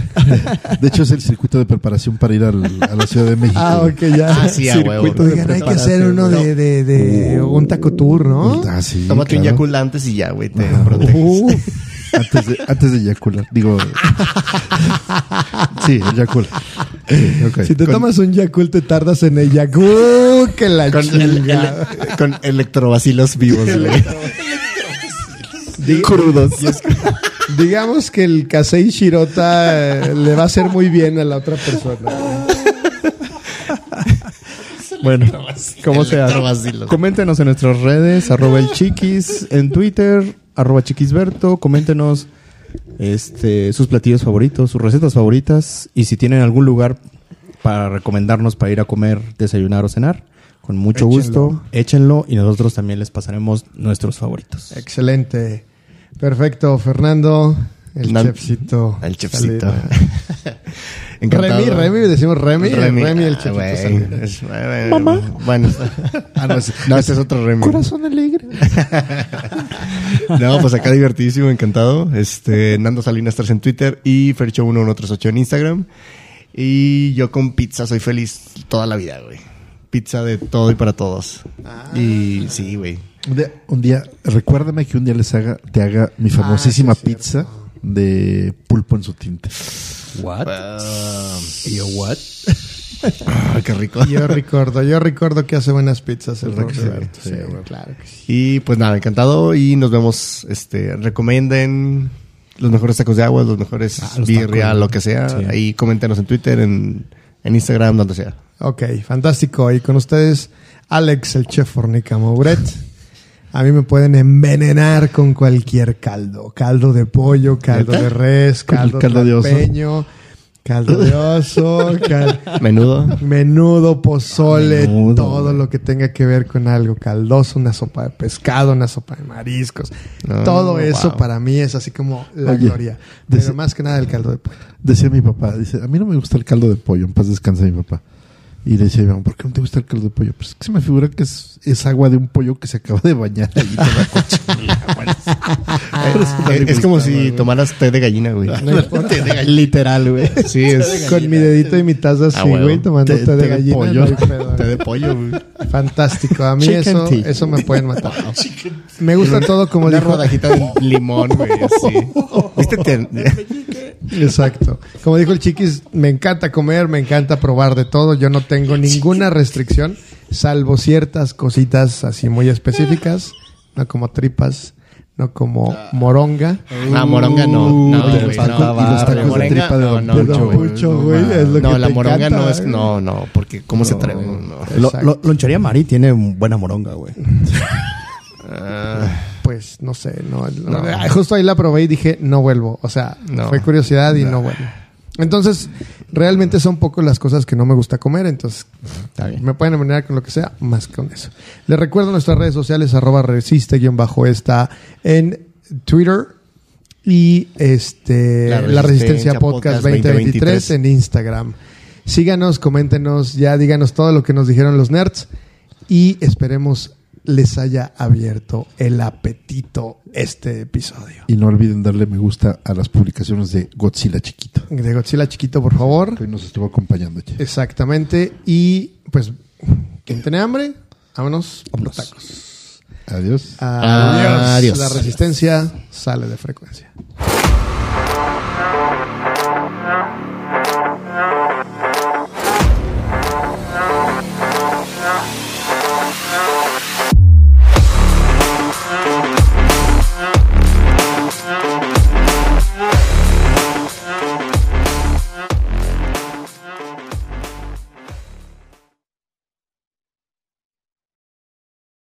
[SPEAKER 3] De hecho, es el circuito de preparación para ir al- a la Ciudad de México.
[SPEAKER 1] ah, ok, ya.
[SPEAKER 2] Ah, sí, a huevo.
[SPEAKER 1] Circuito de Oigan, hay que hacer
[SPEAKER 4] preparación,
[SPEAKER 1] uno de, de, de un taco tour, ¿no?
[SPEAKER 3] Ah, sí,
[SPEAKER 2] Tómate un
[SPEAKER 3] claro.
[SPEAKER 2] Yakult antes y ya, güey, te proteges.
[SPEAKER 1] Uh,
[SPEAKER 3] Antes de, antes de eyacular.
[SPEAKER 1] <laughs>
[SPEAKER 3] Digo. sí, eyacular. Sí, ok.
[SPEAKER 1] si te
[SPEAKER 3] Con-
[SPEAKER 1] tomas un Yakult, te tardas en el Yakult. uh, Que la
[SPEAKER 2] Con, el-
[SPEAKER 1] chingada.
[SPEAKER 2] el- con electrobacilos vivos, güey.
[SPEAKER 1] Di- Digamos que el Kasei Shirota eh, le va a hacer muy bien a la otra persona.
[SPEAKER 4] Bueno, ¿cómo se hace?
[SPEAKER 2] Electrobacilos.
[SPEAKER 4] Coméntenos en nuestras redes, arroba el chiquis, en Twitter, arroba chiquisberto, coméntenos este, sus platillos favoritos, sus recetas favoritas, y si tienen algún lugar para recomendarnos para ir a comer, desayunar o cenar, con mucho gusto, échenlo y nosotros también les pasaremos nuestros favoritos.
[SPEAKER 1] Excelente. Perfecto, Fernando. El
[SPEAKER 2] Nan-
[SPEAKER 1] chefcito.
[SPEAKER 2] El chefcito. <laughs>
[SPEAKER 1] Salida.
[SPEAKER 2] Encantado.
[SPEAKER 1] Remy, Remy, decimos Remy. Remy, el
[SPEAKER 2] Ah,
[SPEAKER 1] chefcito.
[SPEAKER 2] güey.
[SPEAKER 1] Salida.
[SPEAKER 2] Es- eh, Bueno. Ah, no, ese- no, ese es otro Remy.
[SPEAKER 3] Corazón alegre.
[SPEAKER 2] <laughs> No, pues acá divertidísimo, encantado. Este, Nando Salinas 3 en Twitter y Fercho1138 en Instagram. Y yo con pizza soy feliz toda la vida, güey. Pizza de todo y para todos.
[SPEAKER 1] Ah.
[SPEAKER 2] Y sí, güey.
[SPEAKER 3] Un día, un día, recuérdame que un día les haga, te haga mi famosísima pizza de pulpo en su tinte.
[SPEAKER 4] What?
[SPEAKER 2] ¿Y what? Ah, qué rico.
[SPEAKER 1] Yo recuerdo, yo recuerdo que hace buenas pizzas el
[SPEAKER 3] Claro que sí,
[SPEAKER 1] Roberto.
[SPEAKER 3] sí,
[SPEAKER 1] Sí,
[SPEAKER 3] güey.
[SPEAKER 1] claro que sí.
[SPEAKER 2] Y pues nada, encantado. Y nos vemos. Este, recomienden los mejores tacos de agua, los mejores
[SPEAKER 4] Ah, los
[SPEAKER 2] birria,
[SPEAKER 4] tacos.
[SPEAKER 2] lo que sea.
[SPEAKER 4] Sí.
[SPEAKER 2] Ahí coméntenos en Twitter, en, en Instagram, donde sea.
[SPEAKER 1] Ok, fantástico. Y con ustedes, Alex, el chef Fornica Mouret. A mí me pueden envenenar con cualquier caldo. Caldo de pollo, caldo de res,
[SPEAKER 3] Con el
[SPEAKER 1] caldo,
[SPEAKER 3] caldo de oso.
[SPEAKER 1] tlapeño, Caldo de oso, cal-
[SPEAKER 2] Menudo.
[SPEAKER 1] menudo, pozole,
[SPEAKER 4] Menudo,
[SPEAKER 1] todo
[SPEAKER 4] güey.
[SPEAKER 1] lo que tenga que ver con algo caldoso, una sopa de pescado, una sopa de mariscos.
[SPEAKER 2] Ah,
[SPEAKER 1] todo eso
[SPEAKER 2] wow.
[SPEAKER 1] para mí es así como la
[SPEAKER 3] Oye,
[SPEAKER 1] gloria.
[SPEAKER 3] de
[SPEAKER 1] Pero
[SPEAKER 3] ese-
[SPEAKER 1] más que nada el caldo de pollo.
[SPEAKER 3] Decía mi papá, dice, a mí no me gusta el caldo de pollo, en paz descansa mi papá. Y le decía, mi mamá, ¿por qué no te gusta el caldo de pollo? Pues es que se me figura que es, es agua de un pollo que se acaba de bañar. Y
[SPEAKER 2] <laughs>
[SPEAKER 3] toda la cochinilla, güey.
[SPEAKER 2] Eh, es como si tomaras té de gallina, güey. <laughs> Literal, güey. <laughs> Sí, es
[SPEAKER 1] Con mi dedito y mi taza así,
[SPEAKER 2] Ah, huevo.
[SPEAKER 1] güey, tomando
[SPEAKER 3] Té-
[SPEAKER 1] té
[SPEAKER 3] té
[SPEAKER 1] de
[SPEAKER 3] de
[SPEAKER 1] gallina.
[SPEAKER 3] pollo.
[SPEAKER 1] no hay pedo,
[SPEAKER 2] té
[SPEAKER 1] güey.
[SPEAKER 2] de pollo, güey.
[SPEAKER 1] Fantástico. A mí
[SPEAKER 4] Chicken
[SPEAKER 1] eso,
[SPEAKER 4] tea.
[SPEAKER 1] eso me pueden
[SPEAKER 2] <laughs>
[SPEAKER 1] matar. me gusta todo como
[SPEAKER 2] Una
[SPEAKER 1] dijo.
[SPEAKER 2] rodajita de limón, güey, así. <laughs> ¿Viste? Te-
[SPEAKER 1] Exacto. Como dijo el chiquis, me encanta comer, me encanta probar de todo. Yo no tengo ninguna restricción, salvo ciertas cositas así muy específicas, no como tripas, no como moronga.
[SPEAKER 2] <laughs> Ah, moronga no. No,
[SPEAKER 3] y los
[SPEAKER 2] güey,
[SPEAKER 3] tacos-
[SPEAKER 2] no,
[SPEAKER 3] y los tacos de
[SPEAKER 2] moronga,
[SPEAKER 3] tripa de
[SPEAKER 2] no,
[SPEAKER 3] Don
[SPEAKER 2] no,
[SPEAKER 1] Pedro
[SPEAKER 2] no, güey.
[SPEAKER 1] Pucho, güey, es lo
[SPEAKER 2] No,
[SPEAKER 1] que
[SPEAKER 2] la
[SPEAKER 1] te
[SPEAKER 2] moronga
[SPEAKER 1] encanta,
[SPEAKER 2] no es.
[SPEAKER 1] güey.
[SPEAKER 2] No, no, porque ¿cómo se atreve? No.
[SPEAKER 4] Lo- lo- lonchería Mari tiene buena moronga, güey.
[SPEAKER 2] Ah,
[SPEAKER 1] Pues no sé, no, no. Ah, justo ahí la probé y dije, no vuelvo. O sea,
[SPEAKER 2] No.
[SPEAKER 1] fue curiosidad y no. vuelvo. Entonces, realmente son poco las cosas que no me gusta comer, entonces
[SPEAKER 4] Está bien.
[SPEAKER 1] me pueden envenenar con lo que sea, más con eso. Les recuerdo nuestras redes sociales, arroba resiste-esta en Twitter y este
[SPEAKER 2] La
[SPEAKER 1] La
[SPEAKER 2] Resistencia
[SPEAKER 1] Resistencia, Podcast
[SPEAKER 2] Podcast
[SPEAKER 1] 2023
[SPEAKER 2] 2023
[SPEAKER 1] en Instagram. Síganos, coméntenos, ya díganos todo lo que nos dijeron los nerds y esperemos les haya abierto el apetito este episodio.
[SPEAKER 3] Y no olviden darle me gusta a las publicaciones de Godzilla Chiquito.
[SPEAKER 1] De Godzilla chiquito, por favor.
[SPEAKER 3] Que hoy nos estuvo acompañando. ya.
[SPEAKER 1] Exactamente. Y pues, quien tiene hambre, vámonos por tacos.
[SPEAKER 3] Adiós.
[SPEAKER 1] Adiós.
[SPEAKER 2] Adiós.
[SPEAKER 1] La resistencia sale de frecuencia.